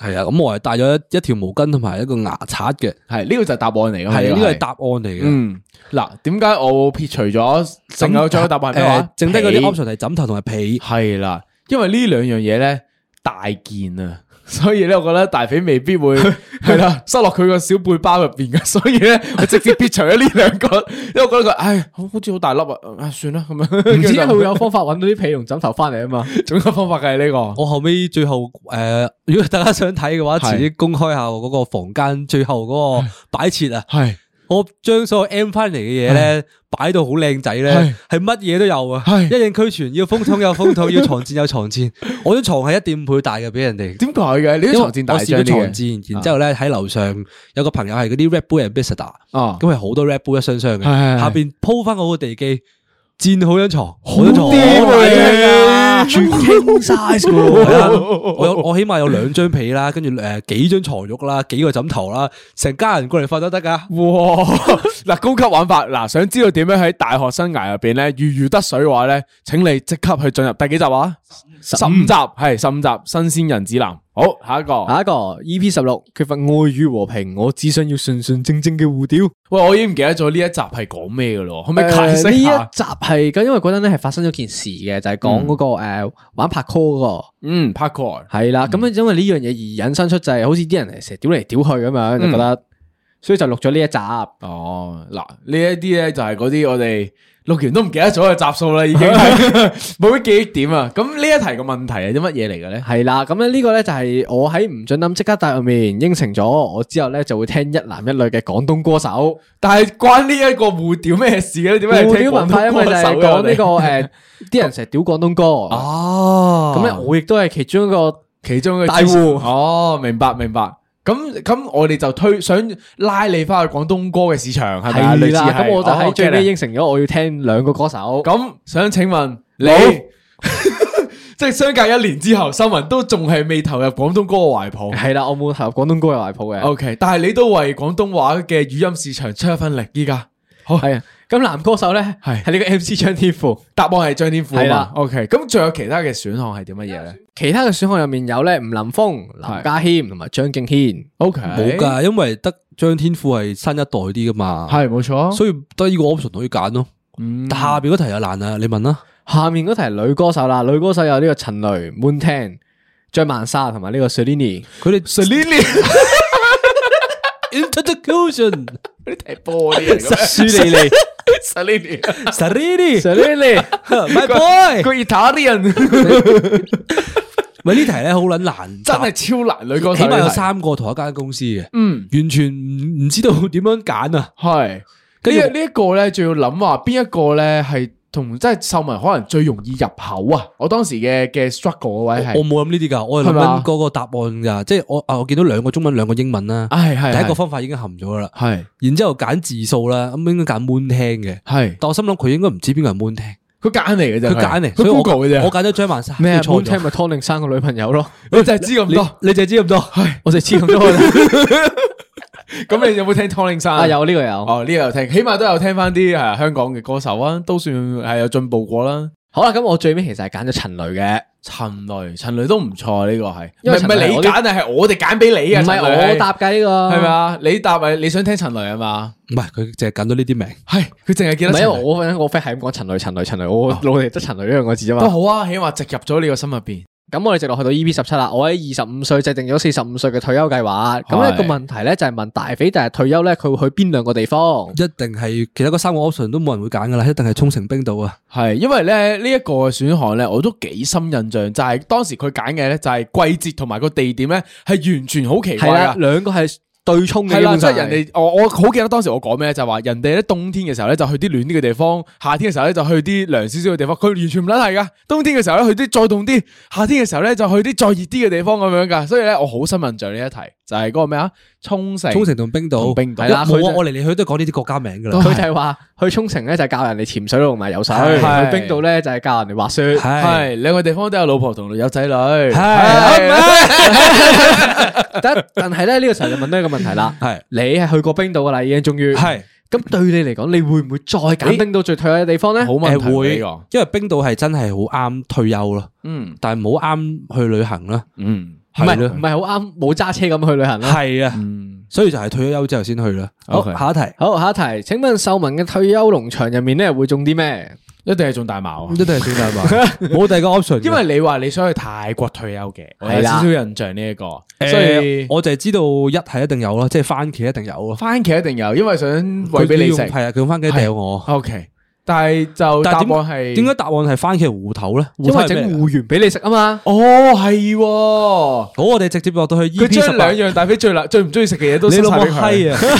S3: 係啊，咁我係帶咗一一條毛巾同埋一個牙刷嘅，
S1: 係呢個就係答案嚟嘅，
S3: 係啊呢個係
S1: 係
S3: 答案嚟嘅。
S1: 嗯，嗱，點解我撇除咗剩有咗答案係咩
S3: 誒
S1: 話？
S3: 剩低嗰啲 option
S1: 被
S3: 係枕頭同埋被，
S1: 係啦，因為呢兩樣嘢咧大件啊， 所以咧我覺得大肥未 必會係啦，塞落佢個小背包入邊嘅， 所以咧我直接撇除咗呢兩個，因為我覺得佢唉好好似好大粒啊，啊算啦咁樣，
S2: 唔知佢會
S1: 佢
S2: 有方法揾到啲被同枕頭翻嚟啊嘛？
S1: 總有方法嘅呢個。
S3: 我後尾最後诶、呃如果大家想睇嘅話，
S1: 係
S3: 遲啲公開下我嗰個房間最後嗰個擺設啊。
S1: 係
S3: 我將所有 M 翻嚟嘅嘢咧，擺到好靚仔
S1: 係
S3: 咧，係乜嘢都有啊，
S1: 係
S3: 一應俱全，要風筒有風筒，要床墊有床墊。我張床係一點五倍大嘅，俾人哋。
S1: 點解嘅？你啲
S3: 因為
S1: 床墊大
S3: 我試
S1: 張
S3: 過
S1: 啲
S3: 床
S1: 嘅
S3: 墊，然之後咧喺樓上有個朋友係嗰啲 Red Bull Ambassador，
S1: 啊
S3: 咁，係好多 Red Bull 一箱箱嘅，
S1: 係係係
S3: 下邊鋪翻好個地基，墊好張床，好張床
S1: 癲喎
S3: 好大張
S1: 你
S3: 㗎
S2: 全
S1: 啊
S2: 傾晒
S3: 係啊
S2: 嘅
S3: 我有我起碼有兩張被啦，跟住誒幾張床褥啦，幾個枕頭啦，成家人過嚟瞓都得㗎。
S1: 哇！哦 嗱，高級玩法，嗱，想知道點樣喺大學生涯入邊咧如魚得水嘅話咧，請你即刻去進入第幾集話？十五集係十五集新鮮人指南。好，下一個。
S2: 下一個 EP 十六缺乏愛與和平，我只想要純純正正嘅胡屌。
S1: 喂，我已經唔記得咗呢一集係講咩嘅咯，可唔可以解
S2: 誒呢
S1: 釋
S2: 一
S1: 下？
S2: 集係咁，因為嗰陣咧係發生咗件事嘅，就係講嗰個誒玩拍 call 嗰個。
S1: 嗯 p a r k o r
S2: 係啦，咁啊，因為呢樣嘢而引申出就係好似啲人成日屌嚟屌去咁樣，就覺
S1: 嗯
S2: 得，所以就錄咗呢一集。
S1: 哦，嗱，呢一啲咧就係嗰啲我哋錄完都唔記得咗嘅集數啦，已經 係 冇乜記憶點啊。咁呢一題嘅問題係啲乜嘢嚟嘅咧？
S2: 係啦，咁咧呢個咧就係我喺唔准諗即刻大入面應承咗，我之後咧就會聽一男一女嘅廣東歌手。
S1: 但係關呢一個互屌咩事嘅咧？點解你
S2: 互
S1: 聽
S2: 屌文化，因為
S1: 為
S2: 就係講呢個誒，啲人成日屌廣東歌。啊
S1: 哦
S2: 咁咧，我亦都係其中一個。
S1: 其中嘅
S2: 大
S1: 招
S2: 戶
S1: 哦，明白明白。咁咁，我哋就推想拉你翻去廣東歌嘅市場，係咪啊？類
S2: 係
S1: 似
S2: 啦，
S1: 係
S2: 咁我就
S1: 哦
S2: 喺最
S1: get
S2: 尾
S1: 啦
S2: 應承咗，我要聽兩個歌手。
S1: 咁想請問你
S2: 冇，
S1: 即係相隔一年之後，秀文都仲係未投入廣東歌嘅懷抱。
S2: 係啦，我冇投入廣東歌嘅懷抱嘅。
S1: O K，但係你都為廣東話嘅語音市場出一分力。依家好
S2: 係啊，咁男歌手咧
S1: 係
S2: 係呢個 MC 張天賦。
S1: 答案係張天賦啊
S2: 係
S1: 嘛
S2: 啦。
S1: O K，咁仲有其他嘅選項係點乜嘢咧
S2: 其他嘅選項入面有咧，吳林峰、林家謙同埋張敬軒。
S1: ？O K，
S3: 冇，噶，因為得張天賦係新一代啲噶嘛，
S1: 係嗯冇錯。
S3: 所以得呢個 option 可以揀咯。但下邊嗰題就難啦，啊你問啦。
S2: 下面嗰題係女歌手啦，女歌手有呢個陳雷、Moon Tan、張曼莎同埋呢個 Selina。
S3: 佢哋
S1: Selina，
S3: introduction
S1: 你踢波啲嚟 嘅
S2: 舒莉莉
S1: ，Selina。
S3: s a r i n i
S2: ，Selina，
S3: my boy，
S1: 佢 Italian，
S3: 咪呢題咧好撚難答，
S1: 真系超难女歌手
S3: 起
S1: 呢題。
S3: 碼有三個同一間公司嘅，
S1: 嗯，
S3: 完全唔唔知道點樣揀啊！
S1: 系。跟
S3: 跟住
S1: 住呢一個咧，仲要諗話邊一個咧係同即係秀文可能最容易入口啊！我當時嘅嘅 struggle 嗰位
S3: 我
S1: 係，
S3: 冇諗呢啲㗎，我係諗
S1: 係嘛
S3: 緊嗰個答案㗎，即係我啊，我見到兩個中文兩個英文啦，
S1: 係啊係
S3: 第一個
S1: 係
S3: 方法已經含咗㗎啦，
S1: 係
S3: 然之後揀字數啦，咁應該揀 moon 聽嘅，
S1: 係
S3: 但我心諗佢應該唔知邊個係 moon 聽，
S1: 佢揀嚟嘅啫，
S3: 佢揀嚟，所
S1: 佢
S3: 以我
S1: Google 嘅啫，
S3: 我揀咗張曼珊，
S2: 咩
S3: 佢
S2: 啊？
S3: 錯
S2: 冇
S3: 咗
S2: 聽咪湯定生個女朋友咯，
S1: 你就係知咁多，
S3: 你你就係知咁多，
S2: 我就知咁多啦。
S1: 咁你有冇聽湯令山
S2: 啊，有呢個有。
S1: 哦，呢個有聽，起碼都有聽翻啲誒香港嘅歌手啊，都算係有進步過啦。
S2: 好啦，啊咁我最尾其實係揀咗陳雷嘅，
S1: 陳雷，陳雷都唔錯呢個係，唔
S2: 因為
S1: 係唔
S2: 陳
S1: 係
S2: 雷
S1: 你
S2: 我啲
S1: 揀啊，係我哋揀俾你啊，
S2: 唔係
S1: 陳雷
S2: 我答㗎呢個，
S1: 係咪？啊？你答係你想聽陳雷係嘛？
S3: 唔係佢淨係揀咗呢啲名。
S1: 係佢淨係記
S2: 唔
S1: 得
S2: 係啊哦因為
S1: 陳雷
S2: 我份我 friend 係咁講陳雷、陳雷、陳雷，我腦嚟得陳雷呢兩個字啫
S1: 都
S2: 嘛。
S1: 好啊，起碼植入咗你個心入邊。
S2: 咁我哋直落去到 E.P. 十七啦，我喺二十五歲制定咗四十五歲嘅退休計劃。咁
S1: 係
S2: 呢個問題咧就係問大肥第日退休咧，佢會去邊兩個地方？
S3: 一定係其他嗰三個 option 都冇人會揀噶啦，一定係沖繩冰島啊！
S1: 係，因為咧呢一個選項咧，我都幾深印象，就係當時佢揀嘅咧，就係季節同埋個地點咧，係完全好奇怪
S2: 係啦
S1: 噶，。
S2: 兩個係對沖嘅，
S1: 系啦，
S2: 基本
S1: 即
S2: 上
S1: 係人哋，我我好記得當時我講咩就係話，人哋咧冬天嘅時候咧就去啲暖啲嘅地方，夏天嘅時候咧就去啲涼少少嘅地方，佢完全唔撚係噶。冬天嘅時候咧去啲再凍啲，夏天嘅時候咧就去啲再熱啲嘅地方咁樣噶。所以咧我好深印象呢一題，就係嗰個咩啊，沖繩，
S3: 沖繩同冰島，
S1: 同冰島
S3: 係啦，
S2: 係啦
S3: 冇
S2: 佢
S3: 啊！
S2: 就
S3: 我嚟嚟去去都係講呢啲國家名噶啦，
S2: 佢就係話去沖繩咧就係教人哋潛水同埋游水，
S1: 係
S2: 去冰島咧就係教人哋滑雪。
S3: 係
S1: 係兩個地方都有老婆同有仔女，係
S3: 係
S2: 但但係咧呢個時候就問到一個問題啦，
S3: 係
S2: 你係去過冰島噶啦，已經終於
S3: 係
S2: 咁對你嚟講，你會唔會再揀冰島最退休嘅地方咧？
S1: 好
S3: 誒
S1: 問題啊
S3: 會
S1: 呢個，
S3: 因為冰島係真係好啱退休咯，
S1: 嗯
S3: 但係唔好啱去旅行啦，
S1: 嗯
S2: 唔係
S3: 係咯
S2: 唔係好啱冇揸車咁去旅行啦。
S3: 係啊，
S1: 嗯，
S3: 所以就係退咗休之後先去啦。好，
S1: OK
S3: 下一題
S2: 好，下一題，請問秀文嘅退休農場入面咧會種啲咩？
S1: 一定係中大矛啊
S3: 一。定係轉大 馬，冇第二個 option 㗎。
S1: 因為你話你想去泰國退休嘅，我有
S2: 係
S1: 少
S2: 啦
S1: 少印象呢一個，所
S3: 誒，
S1: 以
S3: 我就係知道一係一定有咯，即係番茄一定有咯。
S1: 番茄一定有，因為想喂俾你食。
S3: 係啊，佢用番茄掉我。
S1: O K，但係就答
S3: 但
S1: 案
S3: 係
S1: 係
S3: 點點解答案係番茄芋頭咧？芋
S2: 因
S3: 頭
S2: 為
S3: 係咩
S2: 整
S3: 嚟㗎
S2: 芋圓俾你食啊嘛。
S1: 哦係喎，
S3: 好，我哋直接落到去 E
S1: 佢
S3: P 十
S1: 將
S3: 八
S1: 兩。樣大肥最辣最唔中意食嘅嘢都
S3: 你
S1: 塞
S3: 老
S1: 晒
S3: 母
S1: 俾佢。
S3: 閪啊！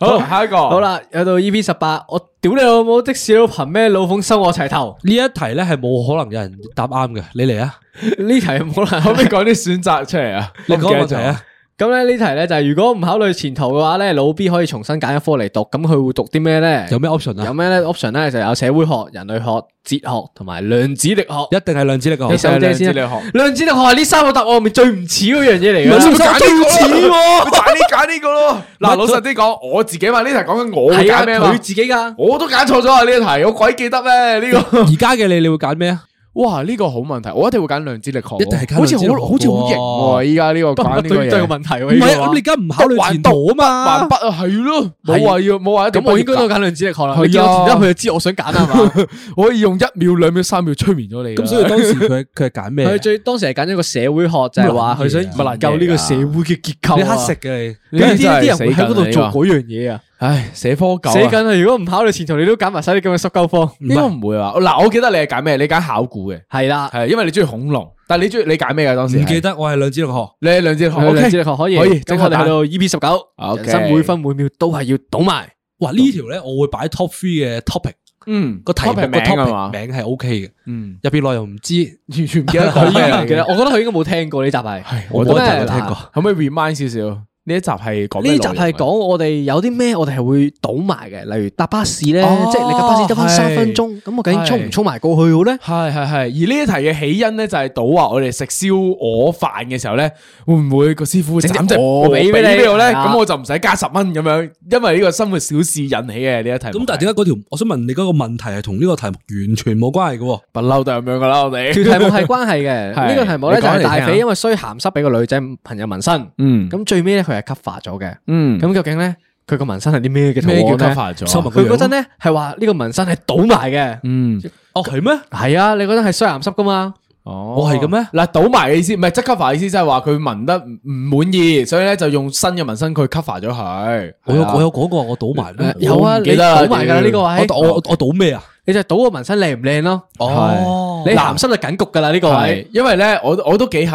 S1: 好，下一個
S2: 好，啦，有到 E P 十八，我屌你老母，的士佬憑咩老奉收我齊頭？
S3: 呢一題咧係冇可能有人答啱嘅，你嚟啊！
S2: 呢題冇啦
S1: 可。唔可以講啲選擇出嚟啊？
S3: 你
S1: 我唔
S3: 講個問
S1: 記
S3: 題
S1: 得咗！
S3: 啊！
S2: 咁咧呢題咧就係如果唔考慮前途嘅話咧，老 B 可以重新揀一科嚟讀，咁佢會讀啲咩咧？
S3: 有咩 option
S2: 有
S3: 啊？
S2: 咩咧 option 咧就有社會學、人類學、哲學同埋量子力學。
S3: 一定哦係量子力
S2: 你
S3: 學。
S2: 手遮先
S1: 量子
S2: 啦
S1: 力學。
S2: 量子力學係呢三個答案入面最唔似嗰樣嘢嚟
S1: 咪
S2: 嘅。
S1: 揀呢個
S2: 最唔似
S1: 咯，咪揀呢揀呢個咯。嗱，老實啲講，我自己嘛呢題講緊我會
S2: 係啊，
S1: 揀咩嘛
S2: 佢，自己噶。
S1: 我都揀錯咗啊呢一題，我鬼記得咩呢 個？
S3: 而家嘅你，你會揀咩啊？
S1: 哇！呢個好問題，我一定會揀量子力學喎，
S3: 一定係揀
S1: 好似
S3: 量子力學
S1: 好好似好型
S3: 喎
S1: 喎！依家呢個
S2: 不
S1: 揀呢
S2: 不
S1: 個
S2: 對
S1: 嘢
S2: 對個問題
S3: 唔
S2: 喎。
S3: 係
S2: 呢個
S3: 啊，
S2: 話
S3: 咁你而家唔考慮前途啊
S1: 還
S3: 嘛？
S1: 筆啊，係咯，冇話要冇話一定
S2: 咁我
S1: 要
S2: 應該
S1: 揀
S2: 都揀量子力學啦。
S1: 係啊
S2: 你見我填得佢就知我想揀啦係嘛。
S1: 我可以用一秒、兩秒、三秒催眠咗你㗎。
S3: 咁所以當時佢佢係揀咩？
S2: 佢最當時係揀咗個社會學，就係話佢想研究呢個社會嘅結構啊。
S3: 你黑食嘅你
S2: 呢啲
S1: 你真係
S2: 啲人
S1: 死
S2: 會
S1: 緊
S2: 喺
S1: 啊
S2: 嗰度
S1: 呢
S2: 做
S1: 個
S2: 嗰樣嘢啊，
S1: 唉，寫科九啊
S2: 死緊啊！如果唔考慮前途，你都揀埋晒啲咁嘅濕鳩科。
S1: 應該唔會啊。嗱，我記得你係揀咩？你揀考古嘅，
S2: 係啦，
S1: 係因為你中意恐龍，但係你中意你揀咩嘅當時？
S3: 唔記，得，我係量子力學。
S1: 你係梁志豪，
S2: 量子力學可以。
S1: 可以即
S2: 咁
S1: 刻
S2: 我哋
S1: 打
S2: 去到 E.P. 十九，
S1: OK
S2: 人生每分每秒都係要賭埋。
S3: 哇！呢條咧，我會擺 top three 嘅 topic
S1: 嗯，
S3: 個題目
S1: topic
S3: 個
S1: 名啊
S3: topic
S1: 嘛，
S3: 名係 OK 嘅，
S1: 嗯，
S3: 入邊內容唔知。
S1: 完全唔記得講咩嚟
S2: 唔記得，
S1: 嘅。
S2: 我覺得佢應該冇聽過呢集係。
S3: 我都
S2: 咁咧
S3: 係聽過
S2: 嗱。
S1: 可唔可以 remind 少少？呢一集係講咩
S2: 呢集係
S1: 內
S2: 講
S1: 容啊
S2: 我哋有啲咩，我哋係會倒埋嘅，例如搭巴士咧，
S1: 哦
S2: 即係你架巴士得翻三分鐘，咁我究竟衝唔衝埋過去好咧？
S1: 係係係，而呢一題嘅起因咧就係賭話我哋食燒鵝飯嘅時候咧，會唔會個師傅斬隻
S2: 鵝
S1: 鵝
S2: 髀
S1: 髀
S2: 俾你
S1: 俾我咧？
S2: 係啊
S1: 咁我就唔使加十蚊咁樣，因為呢個生活小事引起嘅呢一題。
S3: 咁但係點解嗰條？我想問你嗰個問題係同呢個題目完全冇關係嘅喎。
S1: 不嬲都係咁樣噶啦？我哋
S2: 條題目係關係嘅，呢
S1: 係
S2: 個題目咧
S1: 你
S2: 就
S1: 講嚟
S2: 係大
S1: 聽下
S2: 肥因為衰鹹濕俾個女仔朋友紋身，
S1: 嗯
S2: 咁最尾咧佢係 cover 咗嘅。
S1: 嗯
S2: 咁究竟咧佢個紋身係啲咩嘅圖案
S1: 咩
S2: 咧？
S1: 叫 cover 咗
S3: 收埋個
S2: 佢
S3: 樣
S2: 嗰陣咧係話呢個紋身係倒埋嘅，
S1: 嗯
S3: 哦，係咩？
S2: 係啊，你嗰陣係衰鹹濕噶嘛？
S1: 哦
S3: 我係嘅咩
S1: 嗱，倒埋嘅意思唔係即 cover 嘅意思，即係話佢紋得唔滿意，所以咧就用新嘅紋身佢 cover 咗佢。
S3: 我有
S1: 係啊
S3: 我有講過，我倒埋咩？
S2: 有啊，
S1: 唔
S2: 你
S1: 記得啦
S2: 倒埋㗎啦
S1: 屌
S2: 呢個
S3: 我
S2: 位，
S3: 我我我倒咩啊？
S2: 你就倒個紋身靚唔靚咯？
S1: 哦
S2: 你咸濕就緊局噶啦呢個位。
S1: 系，因为咧，我我都几肯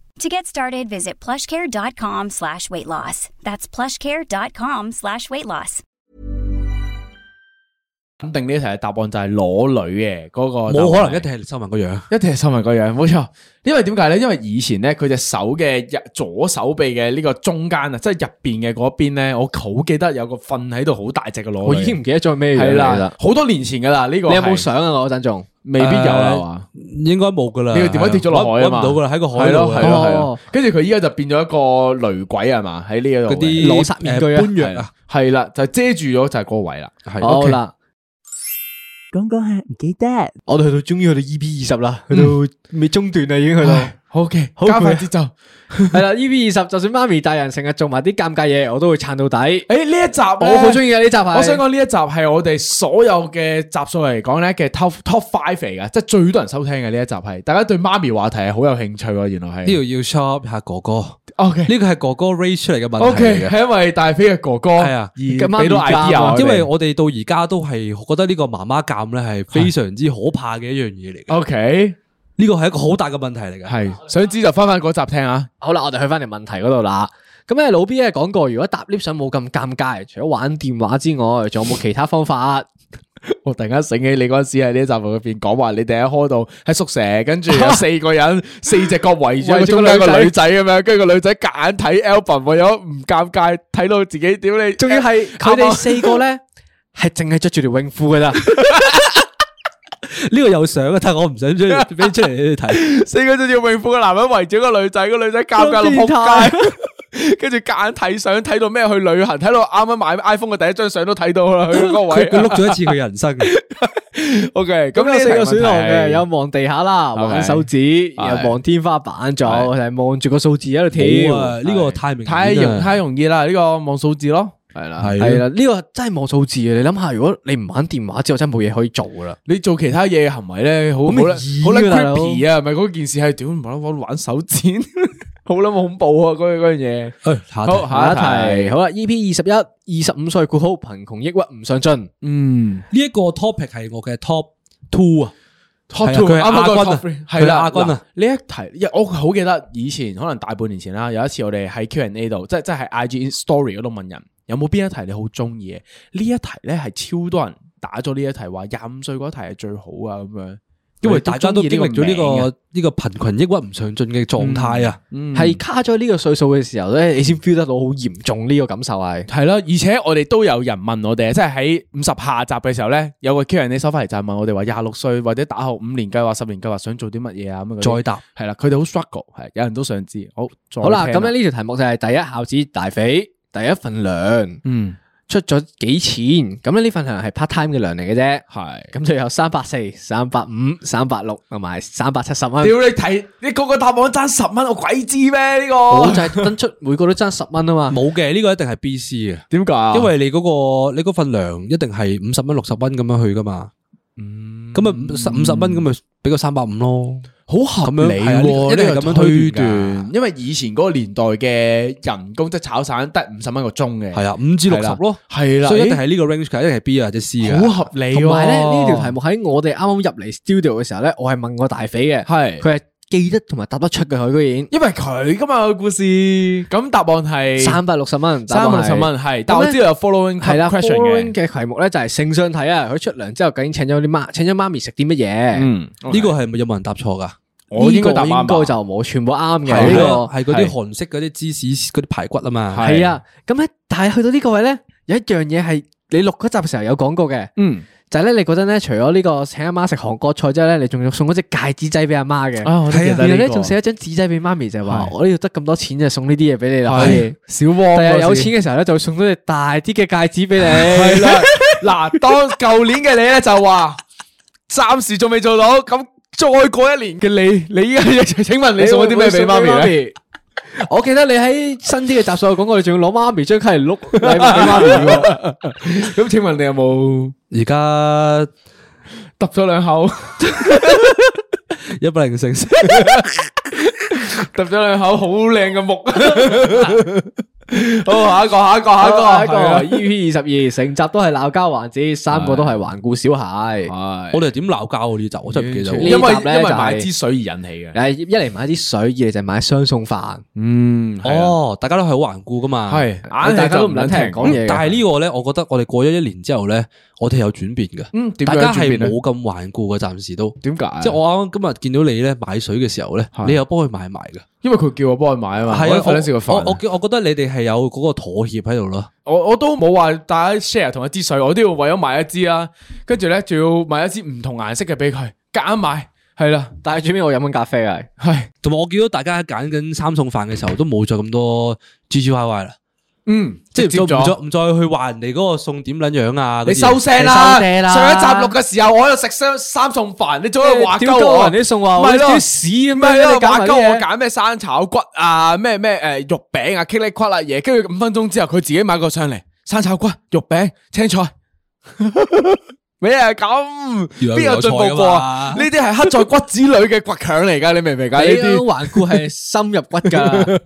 S4: To get started, visit plushcare.com slash weight loss. That's plushcare.com slash weight loss.
S1: 定呢题答案就系裸女嘅嗰个答案係，
S3: 冇可能一定系收埋个样。
S1: 一定系秀文个样，冇错。因为点解咧？因为以前咧，佢只手嘅入左手臂嘅呢个中间啊，即系入边嘅嗰边咧，我好记得有个瞓喺度好大只嘅裸女。
S2: 我已經唔記得咗咩
S1: 系
S2: 嘢
S1: 啦，好多年前噶啦，呢个
S2: 你有冇
S1: 係
S2: 相啊？我嗰陣仲
S1: 未必有啦，係嘛？
S3: 应该冇噶啦。
S1: 你個電話跌咗落海
S3: 搵
S1: 啊
S3: 唔
S1: 嘛，
S3: 到噶啦，喺個海
S1: 係
S3: 度
S1: 咯，係
S3: 啊
S1: 咯，係
S2: 哦
S1: 咯。跟住佢依家就變咗一個雷鬼係嘛，喺呢一
S3: 嗰
S1: 度嘅
S3: 啲
S2: 裸塞面具
S3: 誒
S2: 啊
S3: 搬
S1: 係
S3: 藥啊
S1: 啦，係啦，就遮住咗就係嗰個位啦。
S3: 係
S2: 好
S3: OK
S2: 啦，
S5: 讲讲下唔記得，
S2: 我哋去到終於去到 EP 二十啦，去到未中段啦已經去到。
S1: 好嘅，
S2: 好
S1: 加
S2: 攰
S1: 快
S2: 啊
S1: 節奏。
S2: 係啦，EP 二十就算媽咪大人成日做埋啲尷尬嘢，我都會撐到底。
S1: 誒呢一集
S2: 我好中
S1: 意。
S2: 意啊嘅呢集係，
S1: 我想講呢一集係我哋所有嘅集數嚟講咧嘅 top top five 嚟噶，即係最多人收聽嘅呢一集係，大家對媽咪話題係好有興趣喎，原來
S3: 呢
S1: 係。
S3: 度要 shop 下哥哥，
S1: OK
S3: 呢個係哥哥 raise 出嚟嘅問題
S1: OK，
S3: 嚟嘅。
S1: 係因為大飛嘅哥哥
S3: 係啊
S1: 而俾到
S2: 媽咪監啊
S1: idea，
S3: 因為
S1: 為
S3: 我哋到而家都係覺得呢個媽媽監咧係非常之可怕嘅一樣嘢嚟嘅，
S1: OK
S3: 呢個係一個好大嘅問題嚟嘅。
S1: 係想知就翻翻嗰集聽啊。
S2: 好啦，我哋去翻嚟問題嗰度啦。咁咧，老 B 咧講過，如果搭 lift 上冇咁尷尬，除咗玩電話之外，仲有冇其他方法？
S1: 我突然间醒起你嗰阵时喺呢一集入边讲话，你哋喺開度喺宿舍，跟 住有四個人四隻角圍住一個中間一個女仔咁樣，跟住個女仔夾硬睇 album，為咗唔尷尬，睇到自己屌你，
S2: 仲要係佢哋四個咧， 係淨係着住條泳褲噶咋。
S3: 呢個有相嘅，但係我唔想出嚟俾出嚟你哋睇。
S1: 四個着住泳褲嘅男人圍住個女仔，個女仔尷尬到
S2: 咁變態
S1: 仆街， 跟住夾硬睇相，睇到咩去旅行，睇到啱啱買 iPhone 嘅第一張相都睇到 啦，佢嗰個
S3: 佢佢碌
S1: 位。
S3: 咗一次佢人生，
S1: O K，
S2: 咁
S1: 咁
S2: 有四個
S1: 個
S2: 選項嘅，有
S1: 有
S2: 望地下啦，
S1: OK
S2: 望手指，
S1: 係
S2: 又望天花板，仲有係望住個數字喺度
S3: 冇
S2: 跳。
S3: 啊！呢個太明顯
S1: 太容
S3: 啦
S1: 太容易啦，呢個望數字咯，係啦
S3: 係
S2: 係
S3: 啦，
S2: 啦，呢個真係望數字啊嘅。你諗下，如果你唔玩電話之後，真係冇嘢可以做噶啦。
S1: 你做其他嘢嘅行為咧，好好
S2: 好
S1: 啦，
S2: 易
S1: 好啦
S2: 㗎大佬
S1: creepy 啊，咪嗰件事係屌唔好玩玩手賤， 好啦恐怖啊嗰嗰樣嘢。
S3: 誒下
S1: 好，E
S3: 題
S1: 下一題
S2: 題好啦，E.P. 二十一，二十五歲括號貧窮抑鬱唔上進。
S1: 嗯
S3: 呢一個 topic 係我嘅 top two 啊。係
S1: ，top
S3: 啊
S1: two
S3: 佢係
S1: 啱啱
S3: 亞
S1: 個
S3: 軍啊
S1: top three，係
S3: 佢
S1: 啦
S3: 係亞軍啊
S1: 嗱呢一題，因為我好記得以前可能大半年前啦，有一次我哋喺 Q&A 度，即係即係 IG Story 嗰度問人有冇邊一題你好中意嘅？呢一題咧係超多人打咗呢一題，話廿五歲嗰題係最好啊咁樣，
S3: 因為大家都經歷咗呢
S1: 中意名嘅
S3: 個啊呢個貧困抑鬱唔上進嘅狀態啊，
S1: 嗯
S2: 系卡咗呢個歲數嘅時候咧，你先 feel 得到好嚴重呢個感受係。
S1: 系啦，而且我哋都有人問我哋，即係喺五十下集嘅時候咧，有個 Q&A 收翻嚟就係問我哋話廿六歲或者打後五年計劃、十年計劃想做啲乜嘢啊咁樣嗰啲。
S3: 再答
S1: 係啦，佢哋好 struggle，係有人都想知。好，再
S2: 好啦，
S1: 聽
S2: 咁咧呢條題目就係第一孝子大肥，第一份糧
S1: 嗯
S2: 出咗幾錢？咁咧呢份糧係 part time 嘅糧嚟嘅啫。
S1: 係。
S2: 咁就有三百四、三百五、三百六同埋三百七十蚊。
S1: 屌你睇，你個個答案爭十蚊，我鬼知咩呢
S2: 我
S1: 個？
S2: 就係特登出每個都爭十蚊啊嘛。
S3: 嗯冇嘅呢個一定係 B C 嘅。
S1: 點解？啊
S3: 因為你嗰、個你嗰份糧一定係五十蚊六十蚊咁樣去噶嘛，咁啊五十五十蚊咁咪俾個三百五咯，
S1: 好合理
S3: 咁樣係啊
S1: 喎，
S3: 一定係
S1: 呢個
S3: 咁樣
S1: 推
S3: 推斷
S1: 斷。因為以前嗰個年代嘅人工即係炒散得五十蚊個鐘嘅，
S3: 係啊五至六十咯，
S1: 係啦，
S3: 所以一定
S1: 咦
S3: 係呢個 range 嘅，一定係 B 啊或者 C 嘅，
S1: 好合理喎。
S2: 同埋咧呢條題目喺我哋啱啱入嚟 studio 嘅時候咧，我係問過大肥嘅，
S1: 係
S2: 佢係記得同埋答得出嘅，佢居然
S1: 因为佢噶嘛个故事，咁答案系
S2: 三百六十蚊，
S1: 三百六十蚊系，但我知道有 following
S2: 系啦
S1: question
S2: ，following
S1: 嘅，
S2: 嘅題目咧就係性相睇啊！佢出糧之後究竟請咗啲媽，請咗媽咪食啲乜嘢？
S1: 嗯，
S3: 呢個係咪有冇人答錯噶？
S1: 我應該
S2: 呢個
S1: 答啱
S2: 應該
S1: 吧
S2: 就冇，全部啱
S3: 係啊
S2: 嘅
S3: 係
S2: 呢
S3: 嗰
S1: 係啊
S3: 啲韓式嗰啲芝士嗰啲排骨啊嘛，
S2: 個。
S1: 係
S2: 係啊，咁咧，但係去到呢個位咧，有一樣嘢係你錄嗰集嘅時候有講過嘅，
S1: 嗯
S2: 就係咧你嗰陣咧，除咗呢個請阿媽食韓國菜之後咧，你仲要送嗰隻戒指仔俾阿媽嘅。
S1: 啊，我都記
S2: 然
S1: 得
S2: 後
S1: 呢
S2: 咧
S1: 個
S2: 仲寫一張紙仔俾媽咪，就係話
S1: 係
S2: 我呢度得咁多錢就送呢啲嘢俾你啦。可以
S1: 係小汪
S2: 第
S1: 嗰
S2: 日有
S1: 時
S2: 錢嘅時候咧，就會送到隻大啲嘅戒指俾你。
S1: 系 啦，嗱，当旧年嘅你咧就话暂时仲未做到，咁再过一年嘅你，你依家请问你送咗啲咩俾妈咪咧？
S2: 咧？我記得你喺新啲嘅集數有講過，你仲要攞媽咪張卡嚟碌禮物俾媽咪喎。
S1: 咁请问你有冇
S3: 而家
S1: 揼咗兩口，
S3: 一百零成
S1: 揼咗兩口好靚嘅 木？好，下一個，下一個，下 一個，
S2: 下一個 E.P. 二十二，成集都係鬧交環節，三個都係環顧小孩。
S1: 係
S3: 我哋係點鬧交啊呢集我真係唔記得
S2: 呢
S3: 喎。
S1: 因為
S2: 集
S1: 因
S2: 呢
S1: 為
S2: 就係
S1: 買支水而引起嘅。
S2: 誒，一嚟買啲水，二嚟就買雙餸飯。
S1: 嗯，哦，
S3: 哦，大家都係好頑固噶嘛。
S1: 係，硬係
S2: 大家都
S1: 就
S2: 唔撚聽人講
S1: 嗯
S2: 嘢嘅
S3: 但係呢個咧，我覺得我哋過咗一年之後咧，我哋有轉變嘅。
S1: 嗯點樣
S3: 大家
S1: 轉
S3: 係
S1: 變呢
S3: 冇咁頑固嘅，暫時都。
S1: 點解？啊
S3: 即係我啱啱今日見到你咧買水嘅時候咧，你又幫佢買埋嘅。
S1: 因為佢叫我幫佢買啊嘛，
S3: 係
S1: 我
S3: 啊，
S1: 一份都試過
S3: 我我
S1: 飯。
S3: 我我覺得你哋係有嗰個妥協喺度咯。
S1: 我我都冇話大家 share 同一支水，我都要為咗買一支啦，跟住咧仲要買一支唔同顏色嘅俾佢，夾硬買，係啦，
S2: 但係最尾我飲緊咖啡啊！
S1: 係，
S3: 同埋我見到大家揀緊三餸飯嘅時候，都冇再咁多 G G Y Y 啦，
S1: 嗯，
S3: 即係
S1: 接
S3: 唔再唔再唔再去話人哋嗰個餸點撚樣啊。嗰啲
S1: 你收聲
S2: 你
S1: 啦！
S2: 收聲啦
S1: 上一集錄嘅時候，我喺度食三三餸飯，你仲喺度話鳩我啊
S2: 人啲餸話
S1: 唔
S2: 我
S1: 係咯
S2: 啲屎咁
S1: 咩
S2: 樣，
S1: 啦
S2: 你搞
S1: 話
S2: 埋
S1: 鳩
S2: 啲
S1: 我
S2: 嘢。
S1: 揀咩生炒骨啊，咩咩誒肉餅啊，棘哩骨啦嘢，跟住五分鐘之後佢自己買個上嚟，生炒骨、肉餅、青 菜。咩啊咁？
S3: 要有
S1: 邊有進步
S3: 有菜㗎
S1: 過啊？
S3: 嘛
S1: 呢啲係刻在骨子裏嘅倔強嚟㗎，你明唔明㗎？
S2: 你呢
S1: 呢啲
S2: 環顧係深入骨 㗎。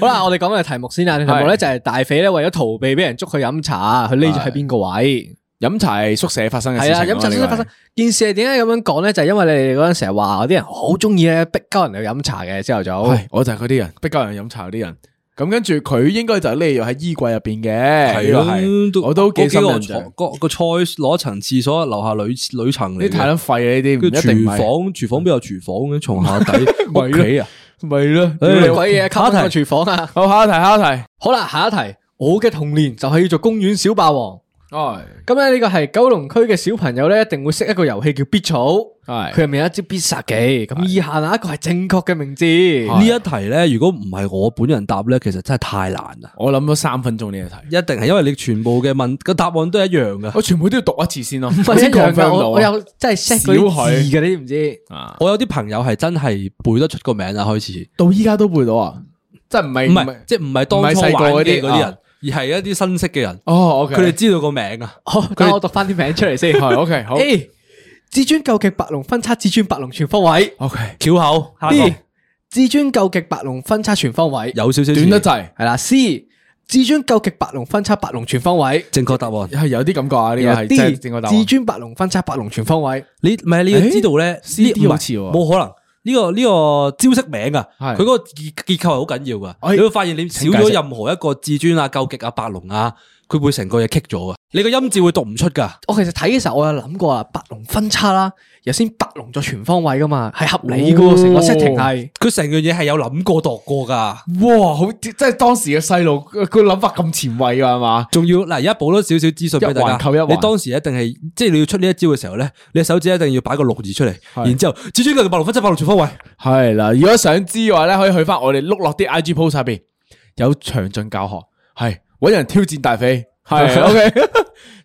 S2: 好啦，我哋講嘅題目先啦。題目咧就係大肥咧為咗逃避俾人捉去飲茶，佢匿咗喺邊個位？
S1: 飲茶係宿舍發生嘅
S2: 係
S1: 事情
S2: 啊，
S1: 咯。
S2: 飲茶先
S1: 呢個係
S2: 發生。件事係點解咁樣講咧？就係因為你哋嗰陣時係話有啲人好中意咧逼鳩人去飲茶嘅朝頭早。
S1: 係，我就係嗰啲人，逼鳩人飲茶嗰啲人。咁跟住佢應該就匿咗喺衣櫃入邊嘅，呢
S3: 係
S1: 個
S3: 咯
S1: 係，我都幾
S3: 嗰幾
S1: 深
S3: 個
S1: 印
S3: 坐
S1: 象。
S3: 個個菜攞層廁所樓下女女層
S1: 你
S3: 嚟
S1: 太
S3: 嘅。
S1: 撚廢啊！呢啲唔
S3: 跟
S1: 一
S3: 住
S1: 定
S3: 廚
S1: 係
S3: 房，廚房邊有廚房嘅？床 下底
S1: 咪
S3: 屋
S1: 咯
S3: 企啊？
S1: 咪咯。
S3: 唉
S2: 咩鬼嘢，卡通個廚房啊！
S1: 好，下一題，下一題。
S2: 好啦，下一題，我嘅童年就係要做公園小霸王。
S1: 哦，
S2: 咁咧呢個係九龍區嘅小朋友咧，一定會識一個遊戲叫必草。
S1: 係
S2: 佢入面有一招必殺技。咁以下哪一個係正確嘅名字？
S3: 呢一題咧，如果唔係我本人答咧，其實真係太難啦。
S1: 我諗咗三分鐘呢一題，
S3: 一定係因為你全部嘅問個答案都一樣噶。
S1: 我全部都要讀一次先咯，
S2: 唔
S1: 我
S2: 係
S1: 先
S2: 一樣
S1: confirm
S2: 㗎我我
S1: 到啊。
S2: 有真係 set 嗰
S1: 少
S2: 啲
S1: 許
S2: 字嘅，你知唔知？
S1: 啊，
S3: 我有啲朋友係真係背得出個名啊，開始
S1: 到依家都背到啊，真係唔係
S3: 唔係即係唔係當初玩
S1: 唔係細個
S3: 嘅
S1: 嗰啲
S3: 嗰啲人
S1: 啊，
S3: 而係一啲新識嘅人，
S1: 哦，OK，哦
S3: 佢哋知道個名啊。
S2: 好，等我讀翻啲名出嚟先。
S1: 係 OK，好
S2: A 至尊究極白龍分叉，至尊白龍全方位。
S1: OK，
S3: 巧口
S2: B 至尊究極白龍分叉全方位，
S3: 有少少似
S1: 短得滯，
S2: 係啦。C 至尊究極白龍分叉白龍全方位。
S3: 正確答案。
S1: 係有啲感覺啊，呢個係真
S2: D
S1: 係正確答案
S2: 至。尊白龍分叉白龍全方位。
S3: 你唔係你要知道咧呢
S1: CD
S3: 唔係
S1: 好似喎
S3: 冇可能。呢個呢個招式名啊，
S1: 係
S3: 佢嗰個結結構係好緊要噶。
S1: 哎
S3: 你會發現你少
S1: 請解
S3: 咗
S1: 釋
S3: 任何一個至尊啊、究極啊、白龍啊，佢會成個嘢棘咗啊。你個音字會讀唔出噶。
S2: 我其實睇嘅時候，我有諗過啊，白龍分叉啦，有先白龍再全方位噶嘛，係合理噶
S1: 哦
S2: 喎，成個 setting 係。
S3: 佢成樣嘢係有諗過度過噶。
S1: 哇，好即係當時嘅細路，佢佢諗法咁前衛㗎係嘛？
S3: 仲要嗱，而家補多少少資訊俾大
S1: 一環
S3: 家。
S1: 扣一環
S3: 你當時一定係，即係你要出呢一招嘅時候咧，你手指一定要擺個六字出嚟，然之後至尊嘅白龍分七白龍全方位。
S1: 係啦，如果想知嘅話咧，可以去翻我哋碌落啲 IG post 入邊有詳盡教學，係搵人挑戰大肥， 係 OK，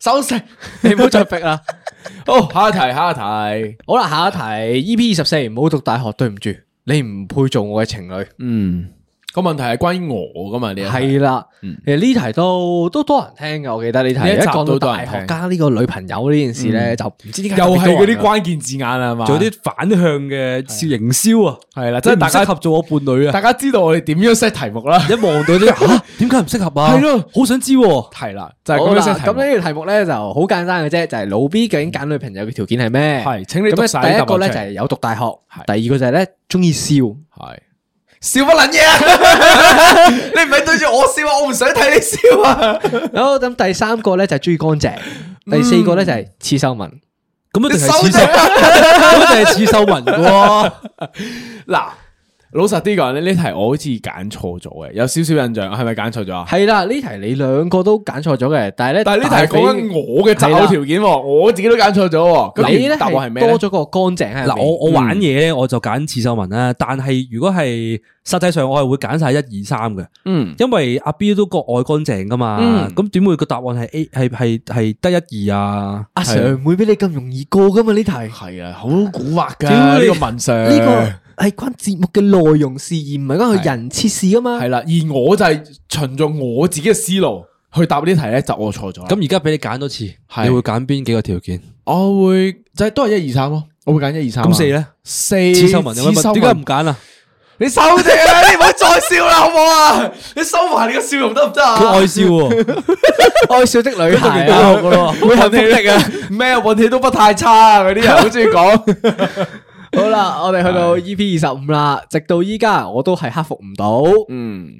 S1: 收聲， 你唔好再逼啦。 好，下一題，下一題，
S2: 好啦，下一題 EP 二十四，唔好讀大學，對唔住，你唔配做我嘅情侶。
S1: 嗯，個問題係關於我噶嘛？呢一題
S2: 係啦，嗯其實呢題都都多人聽嘅，我記得呢題。
S1: 嗯呢一
S2: 一
S1: 集
S2: 講到
S1: 都多
S2: 大
S1: 人
S2: 學
S1: 聽
S2: 加呢個女朋友呢件事咧，就唔知點解
S1: 又係嗰
S2: 特別多人
S1: 啲
S2: 啊
S1: 關鍵字眼啦，係嘛？
S3: 仲有啲反向嘅營銷啊，
S1: 係啦，即係大
S3: 你唔適
S1: 家
S3: 合做我伴侶啊。
S1: 大家知道我哋點樣 set 題目啦。
S3: 一望到 啲吓，點解唔適合啊？
S1: 係咯，
S3: 好想知喎。
S1: 係啦，就係
S2: 好
S1: 咁樣
S2: 啦
S1: set 題
S2: 咁
S1: 目。
S2: 呢個題目咧就好簡單嘅啫，就係老 B 究竟揀女朋友嘅條件係咩？
S1: 係請你讀
S2: 咁
S1: 晒
S2: 咧，第一個
S1: 答
S2: 咧
S1: 案
S2: 就
S1: 出嚟
S2: 係有讀大學，第
S1: 係
S2: 二個就係咧中意笑。
S1: 係笑乜撚嘢啊？你唔係對住我笑啊！我唔想睇你笑啊！嗯
S2: 好，咁第三個咧就係中意乾淨，第四個咧就係黐修文。
S3: 咁一定係
S1: 你
S3: 刺
S1: 收
S3: 繡，咁一定係刺繡紋喎。
S1: 嗱，老實啲講咧，呢題我好似揀錯咗嘅，有少少印象，係咪揀錯咗啊？
S2: 系啦，呢题你两个都拣错咗嘅，但系咧，
S1: 但係呢題係講緊我嘅擇偶條件喎，我自己都揀錯咗喎。
S2: 你
S1: 咁
S2: 咧
S1: 答案係咩呢
S2: 多咗個乾淨喺 入面
S3: 嗱，我
S1: 嗯
S3: 我玩嘢咧，我就揀刺繡紋啦。但係如果係實際上，我係會揀晒一二三嘅，
S1: 嗯，
S3: 因為阿 B 都個愛乾淨噶嘛
S1: 嗯。
S3: 咁點會個答案係 A 係係係得一二啊？
S2: 阿 Sir 唔會俾你咁容易過噶嘛？呢題呢
S1: 係啊，好古惑㗎
S2: 屌
S1: 呢
S2: 你
S1: 個文上
S2: 個係關節目嘅內容事，而唔係關佢人設事噶嘛
S1: 係？啦，而我就係循着我自己嘅思路去答呢題咧，就我錯咗啦。
S3: 咁而家俾你揀多次，
S1: 係
S3: 你會揀邊幾個條件？
S1: 我會就係都係一二三咯，我會揀一二三。啊
S3: 咁四咧？
S1: 四
S3: 刺繡紋有乜
S1: 刺繡
S3: 問？
S1: 紋
S3: 點解唔揀啊？
S1: 你收聲啦！你唔好再笑啦，好唔好啊？你收埋你個笑容得唔得啊？
S3: 佢愛笑喎，
S2: 愛笑的女孩啊，
S1: 咯，會幸福的啊！咩運氣都不太差啊！嗰啲人好中意講。
S2: 好啦，
S1: ờ,
S2: 我哋去到 EP E 二十五啦，直到依家我都係克服唔到。
S1: 嗯，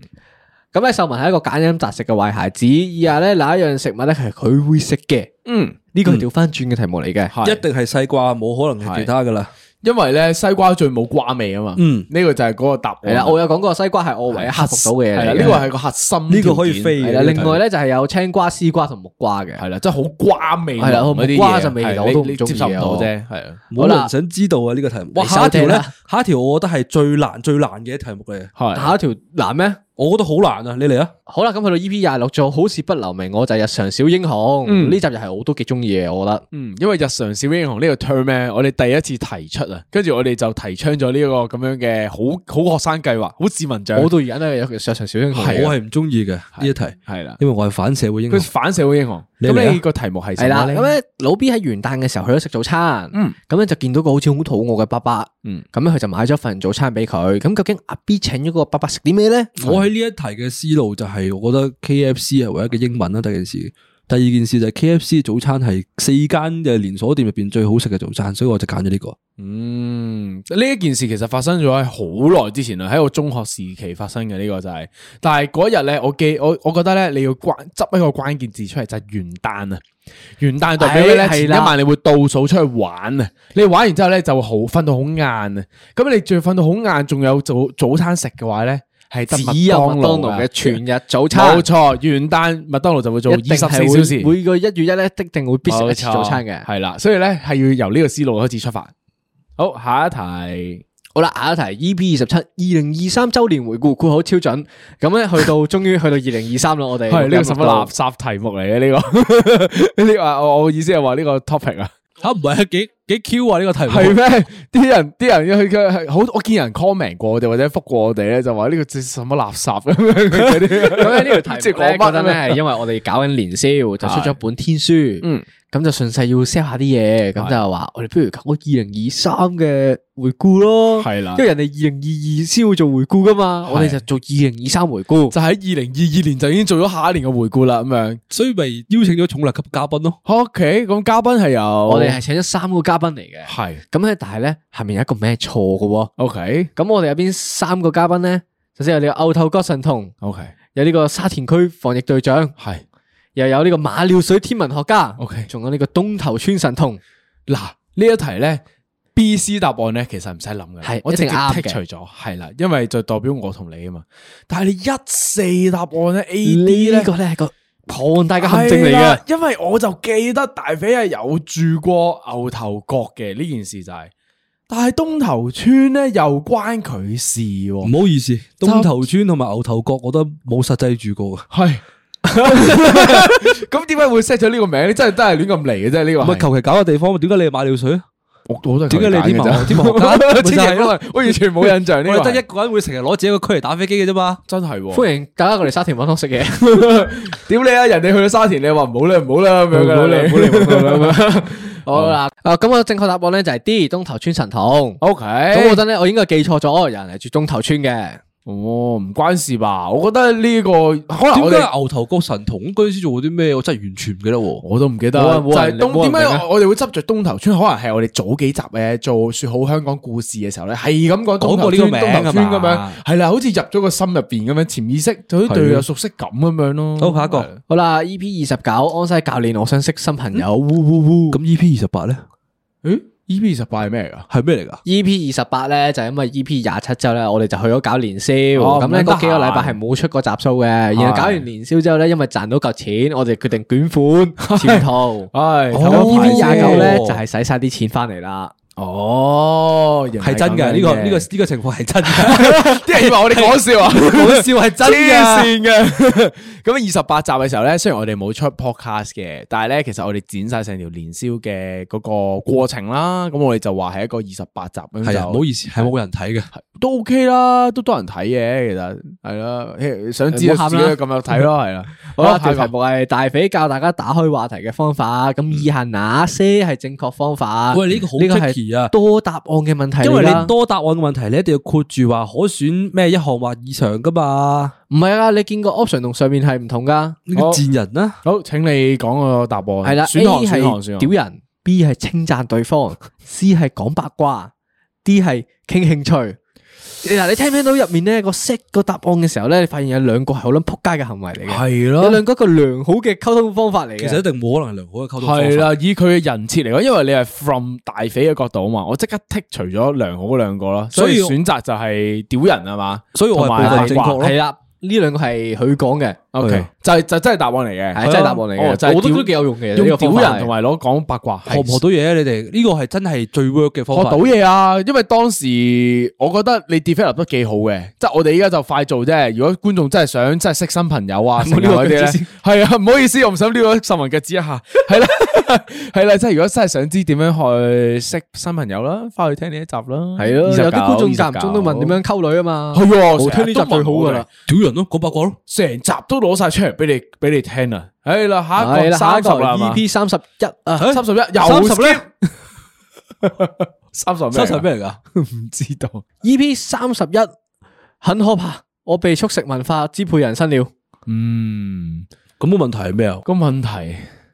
S2: 咁咧，秀文係一個揀飲擇食嘅壞孩子，以下咧哪一樣食物咧係佢會食嘅？
S1: 嗯，
S2: 呢個係調翻轉嘅題目嚟嘅。
S3: 一定係西瓜，冇可能係其他噶啦。
S1: 因為咧西瓜最冇瓜味啊嘛。
S3: 嗯
S1: 呢個就係嗰個答
S2: 係
S1: 案。
S2: 啦，我有講過西瓜係我唯一克服到嘅嘢
S1: 係啦，
S2: 嚟
S1: 呢
S2: 嘅。
S1: 個係個核心。
S3: 呢個可以飛
S2: 係
S3: 嘅
S2: 啦，
S3: 呢個
S2: 另外咧就係有青瓜、絲瓜同木瓜嘅。
S1: 係啦，真係好瓜味。
S2: 係啦
S1: 嗰啲嘢
S2: 瓜就味道
S1: 係
S2: 我都唔
S1: 你你
S2: 中意
S1: 接受唔到
S2: 我
S1: 啫。係啊，
S2: 好
S3: 冇
S2: 啦
S3: 人想知道啊呢個題目。哇，
S2: 你
S3: 下一條
S2: 收
S3: 咧
S2: 嗲啦，
S3: 下一條我覺得係最難最難嘅題目嚟。
S1: 係
S2: 下一條難咩？
S3: 我覺得好難啊！你嚟啊！
S2: 好啦，咁去到 E.P. 廿六做好事不留名，我就係日常小英雄呢、集又係我都幾中意嘅，我覺得
S1: 嗯，因為日常小英雄呢個 term 咧，我哋第一次提出啊，跟住我哋就提倡咗呢個咁樣嘅好好學生計劃，好市民獎。啊
S2: 我到而家都係有日常小英雄
S3: 我
S2: 嘅。
S3: 係唔中意嘅呢一題，
S1: 係啦，
S3: 因為我係反社會英
S1: 佢
S3: 雄。
S1: 反社會英雄。
S3: 你嚟
S1: 咁
S3: 啊
S1: 你個題目
S2: 係
S1: 係什
S2: 啦，
S1: 麼咧
S2: 咁咧老 B 喺元旦嘅時候去咗食早餐，
S1: 嗯
S2: 咁咧就見到個好似好肚餓嘅伯伯，
S1: 嗯
S2: 咁咧佢就買咗份早餐俾佢。咁究竟阿 B 請咗個伯伯食啲咩咧？
S3: 我喺呢一題嘅思路就係，我覺得 K F C 係唯一嘅英文啦。第一件事，第二件事就係 K F C 早餐係四間嘅連鎖店入邊最好食嘅早餐，所以我就揀咗呢個。
S1: 嗯，呢一件事其實發生咗喺好耐之前啦，喺我中學時期發生嘅呢、個就係、但係嗰日咧，我記我我覺得咧，你要關執一個關鍵字出嚟就係、元旦啊，元旦代表咩
S2: 哎
S1: 咧？
S2: 係
S1: 前一
S2: 啦
S1: 晚你會倒數出去玩啊，你玩完之後咧就會好瞓到好晏啊，咁你仲要瞓到好晏，仲有早早餐食嘅話咧，係得
S2: 只有麥當勞
S1: 啊
S2: 啊
S1: 勞
S2: 嘅全日早餐，
S1: 冇錯，元旦麥當勞就會做
S2: 一
S1: 二
S2: 定
S1: 十四
S2: 係
S1: 小時。
S2: 會每個一月一咧，一定會必食一次早餐嘅。
S1: 系啦，所以咧係要由呢個思路開始出發。好，下一題。
S2: 好啦，下一題 E.P. 二十七二零二三周年回顧，括好超準。咁咧 去到終於去到二零二三啦，我哋
S1: 系呢個
S2: 個
S1: 什麼垃圾題目嚟嘅呢個？ 呢個啊我我意思係話呢個 topic 啊，
S3: 吓唔係啊？幾幾 Q 啊？呢個題目
S1: 係咩？ 啲人啲人佢佢係好，我見人 comment 過我哋或者覆過我哋咧，就話呢個即係什麼垃圾咁樣嗰啲。
S2: 咁咧呢條題
S1: 即係
S2: 目咧，
S1: 講
S2: 覺
S1: 乜
S2: 得咧係因為我哋搞緊年宵，就出咗本天書，
S1: 嗯，
S2: 咁就順勢要 sell 下啲嘢，咁就話我哋不如搞個二零二三嘅回顧咯，
S1: 係啦
S2: 因為人哋二零二二先會做回顧噶嘛，我哋就做二零二三回顧。
S1: 就喺二零二二年就已經做咗下一年嘅回顧啦，咁樣。
S3: 所以咪邀請咗重量級嘉賓咯。
S1: 哦 OK，咁嘉賓係由
S2: 我哋係請咗三個嘉賓嚟嘅，
S1: 係
S2: 咁咧但係咧下面有一個咩錯嘅喎，
S1: OK
S2: 咁我哋有邊三個嘉賓咧？首先有呢個牛頭角神童，
S1: OK
S2: 有呢個沙田區防疫隊長，
S1: 係
S2: 又有呢個馬料水天文學家
S1: OK
S2: 仲有呢個東頭村神童。
S1: 嗱呢一題咧。B、C 答案咧，其實唔使諗嘅，
S2: 係
S1: 我
S2: 一
S1: 直
S2: 定
S1: 接
S2: 啱嘅
S1: 剔除咗，係啦，因為就代表我同你啊嘛。但係你一四答案咧，A、D 咧哎
S2: 呢，個咧係個龐大嘅陷阱嚟
S1: 係
S2: 嘅
S1: 啦。因為我就記得大肥係有住過牛頭角嘅呢件事就係、但係東頭村咧又關佢事喎、
S3: 唔好意思，東頭村同埋牛頭角，我都冇實際住過嘅。
S1: 係。 咁點解會 set 咗呢個名？你真係真係亂咁嚟嘅啫，呢個
S3: 唔係
S1: 係
S3: 求其搞個地方，點解你係馬料水啊？
S1: 我我都係
S3: 點解你天文學天文學家？ 咪就
S1: 學
S3: 係咯
S1: 我完全冇印象呢
S3: 我
S1: 個
S3: 哋得
S1: 係
S3: 一個人會成日攞自己個區嚟打飛機嘅啫嘛。
S1: 真係喎。
S2: 歡迎大家過嚟沙田揾湯食 嘢，
S1: 屌你啊！人哋去咗沙田，你話唔好啦，唔好啦咁樣噶 啦，你
S2: 好啦。啊，咁我正確答案咧就係 D 東頭村神童。
S1: O K，
S2: 咁我覺得咧，我應該記錯咗，有人係住東頭村嘅。
S1: 哦，唔關事吧？我覺得呢個可能
S3: 點
S1: 我
S3: 解
S1: 哋
S3: 牛頭角神童嗰陣時做過啲咩？我真係完全唔記得喎。
S1: 我都唔記得
S2: 冇
S1: 啦，
S2: 人
S1: 就
S2: 冇人
S1: 係東
S2: 冇
S1: 點
S2: 人明
S1: 解
S2: 啊
S1: 我哋會執着東頭村？可能係我哋早幾集誒做説好香港故事嘅時候咧，係咁
S3: 講
S1: 講東頭
S3: 過呢
S1: 村、
S3: 個名
S2: 啊
S1: 東頭村咁
S3: 係
S1: 樣
S3: 嘛，
S1: 係啦，好似入咗個心入邊咁樣，潛意識就好似對佢有熟悉感咁樣咯。
S3: 好下一個
S1: 係
S2: 好啦，EP 二十九安西教練，我想識新朋友。嗚嗚嗚。
S3: 咁 E P 二十八咧？
S1: 诶，E.P. 十八系咩嚟噶？
S3: 系咩嚟噶？
S2: E.P. 二十八咧就因為 E.P. 廿七之後咧，我哋就去咗搞年宵，
S1: 哦
S2: 咁咧
S1: 唔得閒
S2: 嗰幾個禮拜係冇出過集數嘅。然後搞完年宵之後咧，因為賺到嚿錢，我哋決定捲款潛逃。
S1: 唉，
S2: 咁
S1: 頭嗰排
S2: E.P. 廿九咧
S1: 啫
S2: 就係使晒啲錢翻嚟啦。
S1: 哦，原來
S3: 系真嘅，
S1: 咁樣
S3: 呢個呢個呢個情況係真嘅，
S1: 啲人以為我哋講 笑啊，
S3: 講笑係真嘅。
S1: 黐線嘅。 咁二十八集嘅時候咧，雖然我哋冇出 podcast 嘅，但係咧其實我哋剪晒成條年宵嘅嗰個過程啦。咁我哋就話係一個二十八集 咁
S3: 係啊，
S1: 就
S3: 唔好意 思，係冇人睇嘅。
S1: 都 OK 啦，都多人睇嘅，其實係啦。嘿想知
S2: 唔好喊
S1: 道自
S2: 啦
S1: 己咁有睇 咯，係啦。
S2: 好啦，
S1: 太
S2: 條題目係大肥教大家打開話題嘅方法。咁以下哪些係正確方法？
S3: 喂啊呢個好
S2: 呢個係
S3: tricky 啊
S2: 多答案嘅問題嚟㗎。
S3: 因為你多答案嘅問題，你一定要括住話可選咩一項或以上噶嘛。
S2: 唔係啊，你見個 option 同上面係唔同噶。
S3: 呢個
S1: 好
S3: 賤人啊啦，
S1: 好，請你講個答案。
S2: 系啦
S1: 選項
S2: ，A
S1: 選項選
S2: 係
S1: 項。
S2: 屌人，B 係稱讚對方，C 係講八卦，D 係傾興趣。嗱，你聽唔聽到入面咧個 set 個答案嘅時候咧，你發現有兩個係好撚扑街嘅行為嚟嘅，
S1: 係
S2: 有兩個一個良好嘅溝通方法嚟
S3: 其實一
S2: 嘅。
S3: 定冇可能係良好嘅溝通方法。
S1: 係啦，以佢嘅人設嚟講，因為你係 from 大肥嘅角度啊嘛，我即刻剔除咗良好嗰兩個啦，所
S3: 所以
S1: 以
S3: 我
S1: 選擇就係屌人啊嘛，
S3: 所以我係
S1: 同
S3: 部
S1: 埋
S3: 分正確咯
S2: 係啦，呢兩個係佢講嘅，
S1: O
S3: 係
S1: K，
S3: 啊
S1: 就係就真係答案嚟嘅，
S2: 係真係答案嚟嘅
S1: 哦就係
S2: 我覺得
S1: 屌
S2: 都幾有用嘅呢個
S1: 用
S2: 方法
S1: 屌
S2: 係
S1: 人同埋攞講八卦，
S3: 學唔學
S1: 學
S3: 到嘢啊？你哋呢個係真係最 work 嘅方法。
S1: 到嘢啊？因為當時我覺得你 develop 得幾好嘅，即係我哋依家就快做啫。如果觀眾真係想真係識新朋友啊，
S2: 唔好
S1: 成
S2: 撩
S1: 啊嗰
S2: 我腳
S1: 啲咧
S2: 趾先，
S1: 係啊，唔好意思，我唔想撩咗十文腳趾一下，係啦，係啦，即係如果真係想知點樣去識新朋友啦，翻去聽呢一集啦，
S2: 係咯，有啲觀眾間唔中都問點樣
S1: 樣。
S2: 溝女啊嘛。
S1: 系喎，
S2: 冇
S1: 成日
S2: 聽呢集
S1: 都問
S2: 最好㗎啦
S1: 我哋，
S3: 屌人咯，講八卦咯。
S1: 成集都攞晒出嚟俾你俾你聽啦。唉啦，下一
S2: 係
S1: 個
S2: 啦，下一
S1: 三十
S2: 個 E
S1: 啦係嘛
S2: EP 三十一啊，
S1: 三十一又
S2: 30咧
S1: skip 啊三十咩？
S3: 三十咩嚟噶？
S1: 唔知道，
S2: EP E 三十一很可怕，我被速食文化支配人生了。
S1: 嗯，
S3: 咁個問題係咩啊？
S1: 個問 題，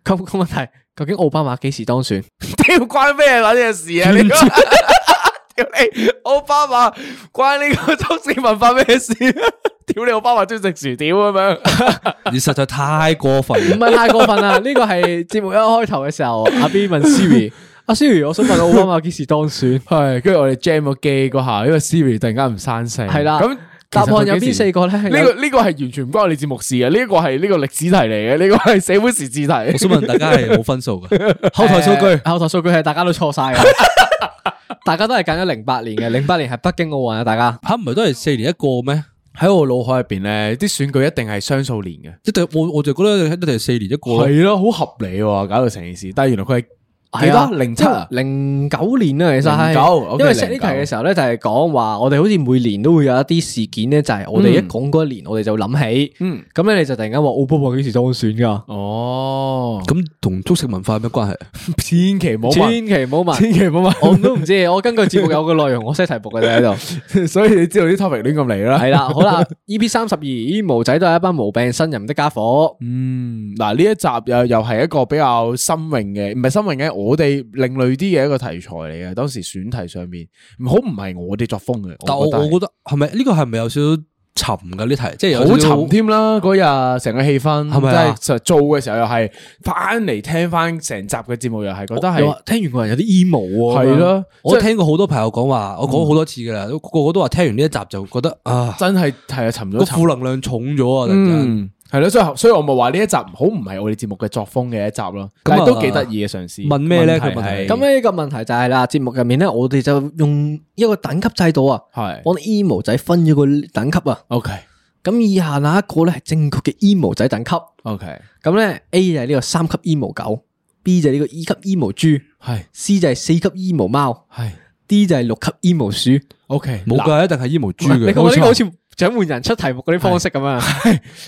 S2: 咁個問題，究竟奧巴馬幾時當選？
S1: 屌關咩撚嘢事啊？你個 屌你奧巴馬關呢個中式文化咩事 啊？屌你奧巴馬中意食薯條咁樣，
S3: 你實在太過分
S2: 唔
S3: 啦。
S2: 係太過分啊啦！呢個係節目一開頭嘅時候，阿 B 問 Siri：阿 Siri，我想問奧巴馬幾時當選？
S1: 係跟住我哋 jam 個機嗰下，因為 Siri 突然間唔生性，
S2: 係啦
S1: 咁
S2: 答案有
S1: 其實佢幾
S2: 邊
S1: 時
S2: 四個咧？
S1: 呢個呢個係完全唔關我哋節目事嘅，呢個係呢個歷史題嚟嘅，呢個係社會時事題。
S3: 我想問大家係冇分數嘅，
S2: 後台數
S1: 據，
S2: 後台數據係大家都錯 晒嘅，大家都係揀咗零八年嘅，零八年係北京奧運啊！大家
S3: 吓唔係都係四年一個咩？
S1: 喺我腦海入邊咧，啲選舉一定係雙數年嘅，
S3: 一定我我就覺得一定係四年一個咯。
S1: 係咯，好合理喎，搞到成件事。但係原來佢係幾多零七啊？
S2: 零九年啊，其實係
S1: 09
S2: 因為
S1: OK，
S2: 寫呢題嘅
S1: 09
S2: 時候咧，就係講話我哋好似每年都會有一啲事件咧，就係我哋一講嗰一年，我哋就諗起，
S1: 嗯
S2: 咁咧你就突然間話奧巴馬幾時當選㗎？
S1: 哦，
S3: 咁同中式文化有咩關係？
S1: 千祈唔好問，
S2: 千祈唔好問，
S1: 千祈唔好
S2: 我都唔知，我根據節目有個內容，我 set 題目嘅啫喺 度。
S1: 問，所以你知道啲 topic 亂咁嚟啦。
S2: 係啦，好啦，EP 三十二，啲毛仔都係一班無病呻吟的家伙。
S1: 嗯，嗱呢一集又又係一個比較新穎嘅，唔係新穎嘅，我哋另類啲嘅一個題材嚟嘅。當時選題上面，唔好唔係我哋作風嘅，
S3: 但我
S1: 覺得係
S3: 我覺得係咪呢個係咪有少少沉㗎呢題？即係有
S1: 好
S3: 少少
S1: 沉添啦，嗰日成個氣氛
S3: 係咪啊
S1: 即係做嘅時候又係翻嚟聽翻成集嘅節目，又係覺得
S2: 又
S1: 係
S2: 話聽完個人有啲 emo 喎，
S1: 係咯，
S3: 我
S1: 即係
S3: 聽過好多朋友講話，我講好多次噶啦，個個都話聽完呢一集就覺得啊，
S1: 真係係啊沉
S3: 個
S1: 咗沉
S3: 負，能量重咗啊！突然間
S1: 嗯係咯，所以所以我咪話呢一集好唔係我哋節目嘅作風嘅一集咯，但係都幾得意嘅嘗試。
S3: 啊問咩咧
S1: 問題
S3: 佢問題
S1: 係
S2: 咁呢個問題就係啦，節目入面咧，我哋就用一個等級制度啊，
S1: 係
S2: 幫 emo 仔分咗個等級啊。
S1: OK
S2: 咁以下那一個咧係正確嘅 emo 仔等級，
S1: OK
S2: 咁咧 A 就係呢個三級 emo 狗，B 就係呢個 E 級 emo 豬
S1: 係
S2: ，C 就係四級 emo 貓
S1: 係
S2: ，D 就係六級 emo 鼠。
S1: OK
S3: 冇
S1: 嗱
S3: 噶，一定係 emo 豬 嘅。
S2: 你覺得呢個好似掌門人出題目嗰啲方式咁啊？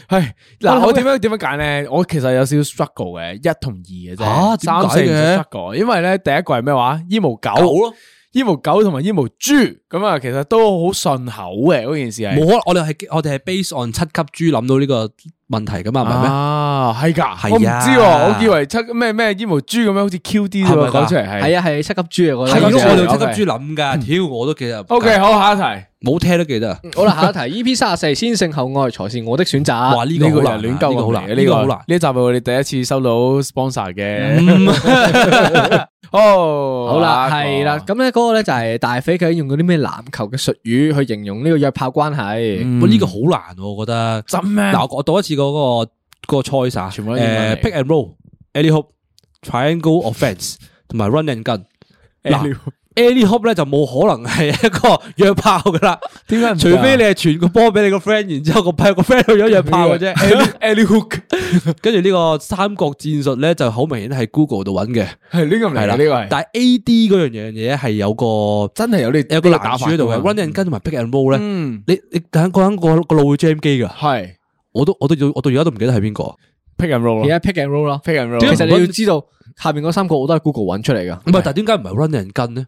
S1: 係
S2: 我
S1: 嗱，
S2: 諗
S1: 我點樣點樣揀咧？我其實有少少 struggle 嘅，一同二嘅啫，
S3: 嚇
S1: 三
S3: 點
S1: 四
S3: 解
S1: 唔
S3: 嘅
S1: struggle，因為咧第一個係咩話？衣毛狗
S3: 狗啊咯，
S1: 衣毛狗同埋衣毛豬咁啊，其實都好順口嘅嗰件事
S3: 冇可
S1: 係。
S3: 能，我哋係我哋係 base on 七級豬諗到呢個問題噶嘛，唔係咩？
S1: 啊，係㗎，
S3: 係啊
S1: 我唔知喎，我以為七咩咩衣毛豬咁樣，好似 Q 啲
S3: 係咪
S1: 喎，
S3: 㗎
S1: 講出嚟係。
S2: 係啊係七級豬啊，我覺
S3: 係
S2: 得
S1: 係
S3: 咯，
S1: 咯
S3: 我哋
S1: 我哋
S3: 七級豬諗噶，挑我都記得。
S1: O K，好，下一題。
S3: 冇聽都記得。
S2: 好啦，下一題 E.P. 三十四，先勝後愛才是我的選
S3: 哇，
S2: 擇。
S3: 呢
S1: 呢
S3: 個
S1: 個
S3: 好難，
S1: 人亂
S3: 呢
S1: 鳩
S3: 個好
S1: 咁嚟
S3: 難，
S1: 嘅
S3: 呢
S1: 呢
S3: 個
S1: 個
S3: 好難。
S1: 呢集係我哋第一次收到 sponsor 嘅，
S3: 嗯
S1: 哦，
S2: 好啦，係啦，
S1: 咁
S2: 咁咧嗰個咧就係大肥佢用嗰啲咩籃球嘅術語去形容呢個約炮關係。
S3: 喂嗯呢個好難喎，我覺得。
S1: 真咩？
S3: 嗱，我我讀一次嗰個嗰個 choice 啊，
S1: 全部都英文
S3: 誒
S1: 嚟
S3: pick and roll，alley hop，triangle offense 同埋 run and gun。嗱 alley hop 咧就冇可能係一個約炮噶啦，
S1: 點解唔
S3: 除
S1: 得啊
S3: 非你係傳個波俾你個 friend，然之後個派個 friend 去咗約炮嘅啫。alley hook，跟住呢個三角戰術咧就好明顯係 Google 度揾嘅，
S1: 係呢個嚟
S3: 係
S1: 嘅
S3: 啦。
S1: 呢個係，
S3: 但係 AD 嗰樣嘢嘢係有個
S1: 真係有啲
S3: 有個
S1: 呢個打
S3: 難
S1: 法
S3: 處喺度嘅
S1: 㗎嘛
S3: ，run and gun 同埋 pick and roll 咧，
S1: 嗯
S3: 你你等嗰陣個個腦會 jam 機噶。
S1: 係
S3: 我都我都我到而家都唔記得係邊個。
S1: pick and roll
S2: 而
S1: 咯
S2: 家 pick and roll 咯，
S1: ，pick and
S2: 其
S1: roll，
S2: 實你要知道下面嗰三個我都係 Google 揾出嚟噶。
S3: 唔係，但係點解唔係 run 人跟咧？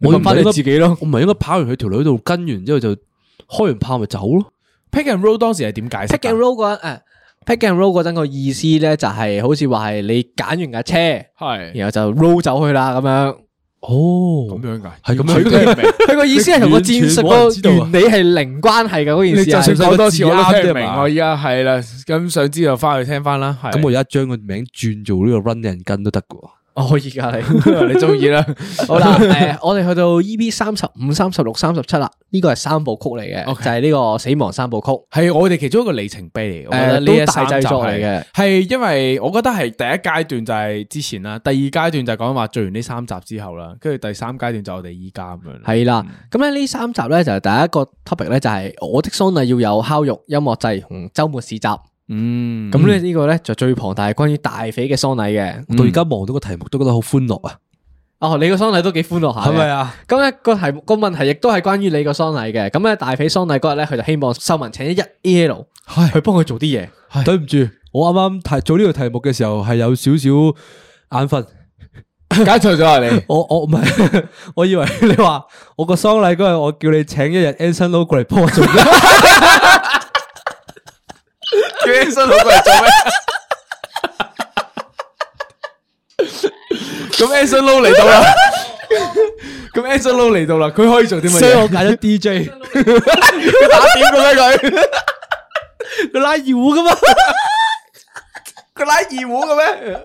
S2: 你
S3: 我
S2: 問翻
S3: 唔係
S2: 你
S3: 應該
S2: 自己咯。
S3: 我唔係應該跑完去條女度跟完之後就開完炮咪走咯？
S1: pick and roll 當時係點解釋㗎
S2: pick and roll 嗰陣誒，pick and roll 嗰陣個意思咧就係好似話係你揀完架車，
S1: 係
S2: 然後就 roll 走佢啦咁樣。
S3: 哦
S1: 咁，樣㗎，
S3: 係咁樣
S1: 佢都明
S2: 佢個意思係同個戰術個原理係零關係嘅嗰件
S1: 啊你
S2: 事啊
S1: 就
S2: 係。
S1: 算講多次我都聽唔明，
S3: 嘛
S1: 我依家係啦，咁想知就翻去聽翻啦。
S3: 咁我而家將個名轉做呢個 run 人跟都得嘅喎。
S2: 我可以噶你。
S1: 我 你中意啦。
S2: 好啦，誒，我哋去到 E.B. 三十五、三十六、三十七啦，呢個係三部曲嚟嘅，就
S1: OK
S2: 係呢個死亡三部曲。
S1: 係我哋其中一個里程碑嚟，我覺
S2: 誒
S1: 得呢一
S2: 都大
S1: 三集
S2: 製作嚟
S1: 係
S2: 嘅
S1: 係因為我覺得係第一階段就係之前啦，第二階段就係講話做完呢三集之後啦，跟住第三階段就我哋依家咁樣啦。
S2: 係啦，咁咧呢三集咧就係第一個 topic 咧就係我的喪禮要有烤肉、音樂祭同周末市集。咁
S1: 嗯，
S2: 咧呢個咧就最龐大係關於大肥嘅喪禮嘅。
S3: 我到而家望到個題目都覺得好歡樂啊！
S2: 哦，你個喪禮都幾歡樂下，
S3: 係咪啊？
S2: 咁咧個題目個問題亦都係關於你個喪禮嘅。咁咧大肥喪禮嗰日咧，佢就希望秀文請一 E L 去幫佢做啲嘢。
S3: 對唔住，我啱啱提做呢個題目嘅時候係有少少眼瞓。
S1: 搞錯咗啊 你。
S3: 我我唔係， 我以為你話我個喪禮嗰日，我叫你請一日 Anson Lo 過嚟幫我 做。
S1: 叫起身老過嚟做咩？咁 Anson Low 嚟到啦，咁 Anson Low 嚟到啦，佢可以做啲乜
S3: 所以我
S1: 嘢？
S3: 揀咗 DJ，
S1: 佢打點嘅咩 佢？
S3: 佢拉二胡噶嘛。
S1: 佢拉二胡嘅咩？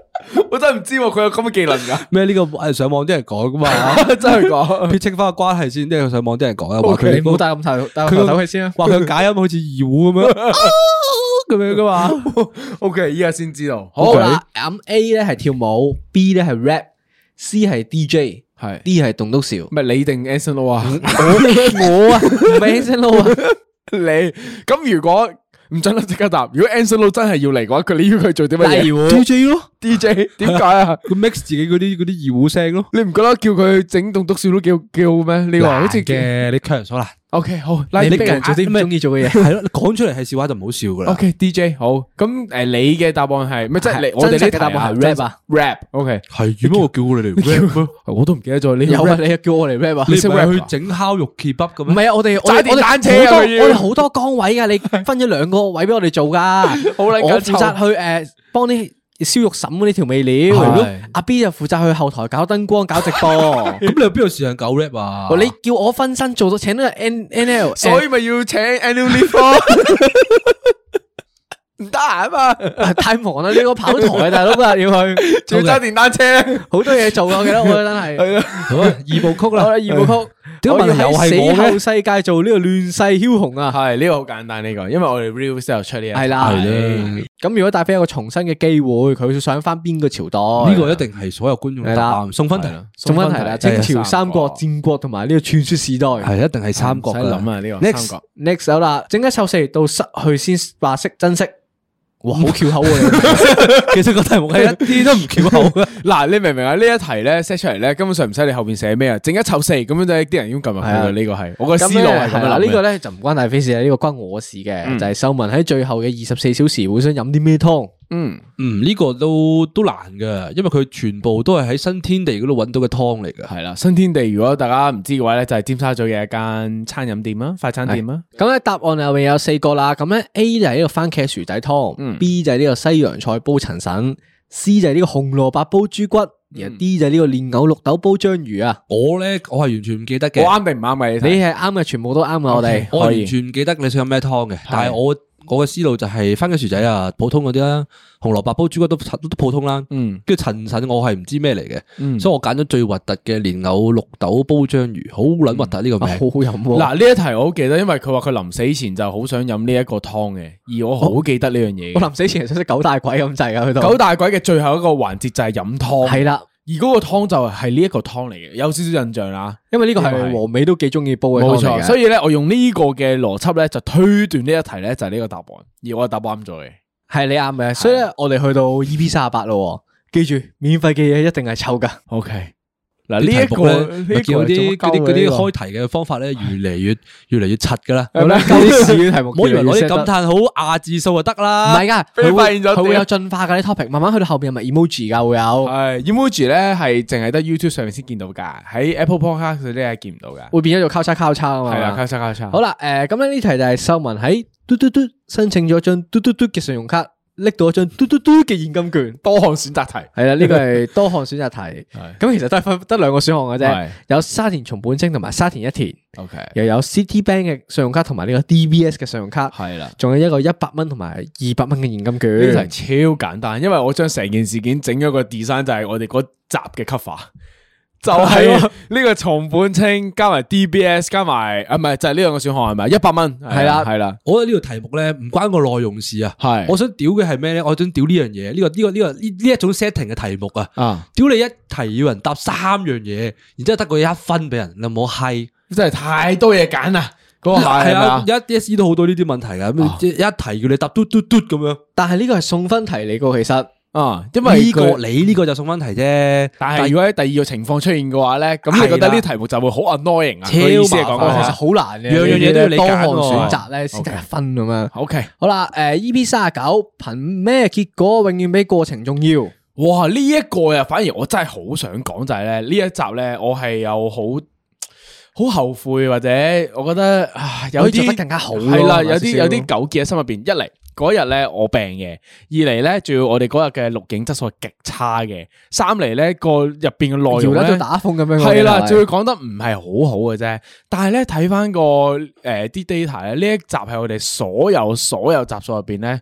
S1: 我真係唔知喎，佢有咁嘅技能噶，
S3: 咩呢個誒上網啲人講噶 嘛？
S1: 真係 講。
S3: 撇清翻個關係先，即係上網啲人講啊，話佢
S2: 你唔好戴咁頭戴
S3: 佢
S2: 個頭盔先啊！
S3: 話佢假音好似二胡咁 樣啊咁樣噶嘛。
S1: O K，依家先知道。
S2: 好啦，咁 A 咧係跳舞，B 咧係 rap，C 係 DJ，
S1: 係
S2: D 係棟篤笑。
S1: 咪你定 Anson Low 啊？
S2: 我我啊，唔係 Anson Lo 啊，
S1: 你咁如果唔准啦，即刻答。如果 Anson Low 真係要嚟嘅話，佢你要佢做啲乜
S2: 例
S1: 嘢
S2: 如
S3: DJ 咯，
S1: ？DJ 點解 啊？
S3: 佢 mix 自己嗰啲嗰啲二胡聲咯。
S1: 你唔覺得叫佢整棟篤笑都幾好幾好咩？呢個好似叫
S3: 嘅，你強人所難。
S1: OK 好，拉
S2: 你
S1: 啲
S2: 逼人做啲唔中意做嘅嘢。
S3: 係咯，你講出嚟係笑話就唔好笑噶啦。
S1: OK DJ 好，咁誒你嘅答案係咪即係
S2: 係
S1: 你我哋
S2: 真
S1: 呢
S2: 實
S1: 題
S2: 嘅答案係 rap 啊
S1: ？rap OK
S3: 係點解我叫你嚟 rap 咩？
S1: 我都唔記得咗呢個
S2: 有啊，
S1: rap
S2: 你又叫我嚟 rap 啊？
S3: 你
S1: 識
S3: 唔係
S1: rap
S3: 去
S1: 啊
S3: 整烤肉 keep up 嘅
S2: 唔
S3: 咩？
S2: 係啊，我哋我
S1: 踩
S2: 哋
S1: 電
S2: 我哋
S1: 單車
S2: 好
S1: 啊
S2: 多
S1: 佢要
S2: 我哋好多崗位噶，你分咗兩個位俾我哋做噶。好
S1: 撚緊湊
S2: 我負責去誒幫啲燒肉嬸嗰啲調味料
S1: 係，
S2: 阿 B 就負責去後台搞燈光、搞直播。
S3: 咁你有邊有時間搞 rap 啊？
S2: 哦你叫我分身做到請到 N N L，
S1: 所以咪要請 annual leave 咯，唔得閒啊嘛，
S2: 太忙啦！你個跑台啊，大佬啊，要去，
S1: 仲要揸電單車。
S2: 好多嘢做啊！我記得我真係。
S3: 好啊二部曲
S2: 好啦，
S3: 啦，
S2: 二部曲，
S3: 點解
S2: 我
S3: 問
S2: 要
S3: 題又係
S2: 喺
S3: 我
S2: 死
S3: 嘅
S2: 後世界做呢個亂世梟雄啊！
S1: 係啊呢個好簡單呢個，因為我哋 real 先有出呢一題
S2: 係啦，
S3: 係啦
S2: 咁如果大飛有個重生嘅機會，佢想翻邊個朝代？
S3: 呢個一定係所有觀眾嘅答
S2: 係
S3: 案。送分題
S1: 係啦
S2: 仲分題啦，清朝、三國、戰國同埋呢個傳說時代。
S3: 啊係一定係三角
S1: 唔
S3: 噶
S1: 使
S3: 啦。
S1: 諗啊呢個
S3: Next
S1: 三角
S2: next 手啦，整一湊四到失去先話識珍惜。哇，好翹口喎！其實個題目
S3: 係一啲都唔翹口嘅。
S1: 嗱，你明唔明啊？呢一題咧 set 出嚟咧，根本上唔使你後邊寫咩啊，整一湊四咁樣就啲人已經撳入去
S2: 係啊
S1: 啦。呢個係我嘅
S2: 咁
S1: 思路
S2: 咧
S1: 係咁
S2: 係
S1: 樣
S2: 啦，
S1: 諗
S2: 呢個
S1: 咧
S2: 咧就唔關大飛事啊，呢個關我事嘅，就係秀文喺最後嘅二十四小時會想飲啲咩湯？
S1: 嗯
S3: 嗯，呢、個都都難嘅，因為佢全部都係喺新天地嗰度揾到嘅湯嚟嘅。
S1: 係啦，新天地如果大家唔知嘅話咧，就係尖沙咀嘅一間餐飲店啊，快餐店啊。
S2: 咁咧答案入面有四個啦，咁咧 A 就係呢個番茄薯仔湯、b 就係呢個西洋菜煲陳腎，C 就係呢個紅蘿蔔煲豬骨，然後 D 就係呢個蓮藕綠豆煲章魚啊！
S3: 我咧，我係完全唔記得
S1: 我
S3: 嘅，
S1: 啱定唔啱嘅？啊
S2: 你
S1: 你
S2: 係
S1: 睇
S2: 啱嘅，全部都啱嘅，我哋
S3: 我係
S2: 可以
S3: 完全唔記得你想飲咩湯嘅。但係我我嘅思路就係番茄薯仔啊，普通嗰啲啦，紅蘿蔔煲豬骨都 都普通啦。
S1: 嗯
S3: 跟住陳腎我係唔知咩嚟嘅，
S1: 嗯
S3: 所以我揀咗最核突嘅蓮藕綠豆煲章魚，好撚核
S1: 嗯
S3: 突呢個
S2: 啊好
S3: 名。
S2: 好飲喎。
S1: 嗱，呢一題我好記得，因為佢話佢臨死前就好想飲呢一個湯嘅，而我好記得呢樣嘢
S2: 哦我
S1: 嘅。
S2: 臨死前想食九大鬼咁滯噶，去到
S1: 九大鬼嘅最後一個環節就係飲湯，
S2: 係啦，
S1: 而嗰個湯就係呢一個湯嚟嘅，有少少印象啊啦。
S2: 因為呢個
S1: 呢個係
S2: 係黃尾都幾中意煲嘅
S1: 冇
S2: 湯嚟
S1: 錯，
S2: 嘅
S1: 所以咧，我用呢個嘅邏輯咧，就推斷呢一題咧就係呢個答案，而我答啱咗嘅。
S2: 係你啱嘅。所以咧，我哋去到 EP 三十八咯喎，記住免費嘅嘢一定係臭噶。
S1: OK，
S3: 啲
S1: 嗱哦呢一
S3: 題目咧
S1: 個
S3: 咪
S1: 呢
S3: 見到啲嗰啲嗰啲
S1: 開
S3: 開題嘅方法咧，越嚟越 越嚟越柒噶啦。
S1: 啊
S2: 咁咧，啲屎題目
S3: 唔好以為
S2: 越嚟
S3: 攞啲
S2: 越識得
S3: 感嘆號亞字數就得
S2: 唔
S3: 啦。
S2: 係噶，
S1: 俾
S2: 佢
S1: 你
S2: 會
S1: 發現咗
S2: 佢會
S1: 屌
S2: 有進化嘅啲 topic，慢慢去到後邊係咪 emoji 噶會有，
S1: 係 emoji 咧係淨係得 YouTube 上面先見到㗎，喺 Apple Podcast 嗰啲係見唔到㗎。
S2: 會變咗做交叉交叉啊嘛。
S1: 係啦，交叉交叉。
S2: 好啦，诶，咁咧呢題就係秀文喺嘟嘟嘟申請咗張嘟嘟嘟嘅信用卡，拎到一張嘟嘟嘟嘅現金券。
S1: 多項選擇題。
S2: 係啦，呢個係多項選擇 題。咁其實都係分得兩個選項嘅啫
S1: 係，
S2: 有沙田松本清同埋沙田一田，
S1: OK，
S2: 又有 Citibank 嘅信用卡同埋呢個 DBS 嘅信用卡，
S1: 係啦。嗯
S2: 仲有一個一百蚊同埋二百蚊嘅現金
S1: 呢
S2: 券。
S1: 題超簡單，因為我將成件事件整咗個 design 就係我哋嗰集嘅 cover，就 係啊呢個松本清加埋 DBS 加埋啊，唔係就係呢兩個選項係咪？一百蚊
S2: 係啦
S1: 係啦，
S3: 我覺得呢個題目咧唔關個內容事啊。
S1: 係
S3: 我想屌嘅係咩咧？我想屌呢樣嘢，呢個呢個呢個呢呢一種 setting 嘅題目啊。
S1: 啊，
S3: 屌你一題要人答三樣嘢，然之後得個一分俾人，你冇閪。
S1: 真係太多嘢揀啦，嗰個
S3: 係
S1: 係
S3: 啊
S1: 啊，，
S3: 一 S E 都好多呢啲問題噶，咁即係一題叫你答嘟嘟嘟咁樣。
S2: 但係呢個係送分題嚟噶，其實
S1: 啊，因為
S3: 呢個
S1: 佢
S3: 你呢個就送分題啫，
S1: 但係如果喺第二個情況出現嘅話咧，咁你覺得呢題目就會好 annoying 啊？
S3: 超
S1: 佢意思係講
S3: 麻煩
S2: 其
S1: 嗰
S2: 實
S1: 個
S2: 好難嘅，
S3: 樣樣嘢都要你
S2: 多
S3: 揀
S2: 項
S3: 喎
S2: 選擇咧先得一分咁樣。
S1: OK，
S2: 好啦，诶，EP 三十九，憑咩結果永遠比過程重要？
S1: 哇！呢一個啊，反而我真係好想講就係咧，呢一集咧，我係有好好後悔或者我覺得啊，有
S2: 可以
S1: 啲
S2: 做得更加好咯
S1: 係啦，有
S2: 有
S1: 啲
S2: 少少
S1: 有啲糾結喺心入邊。一嚟嗰日咧我病嘅，二嚟咧仲要我哋嗰日嘅錄影質素係極差嘅，三嚟咧個入邊嘅內
S2: 搖
S1: 容
S2: 得到
S1: 咧。
S2: 打風咁樣喎。
S1: 系啦，
S2: 真
S1: 仲要
S2: 係
S1: 講得唔係好好嘅啫。但係咧睇翻個诶啲 data 咧，呢一集係我哋所有所有集數入边咧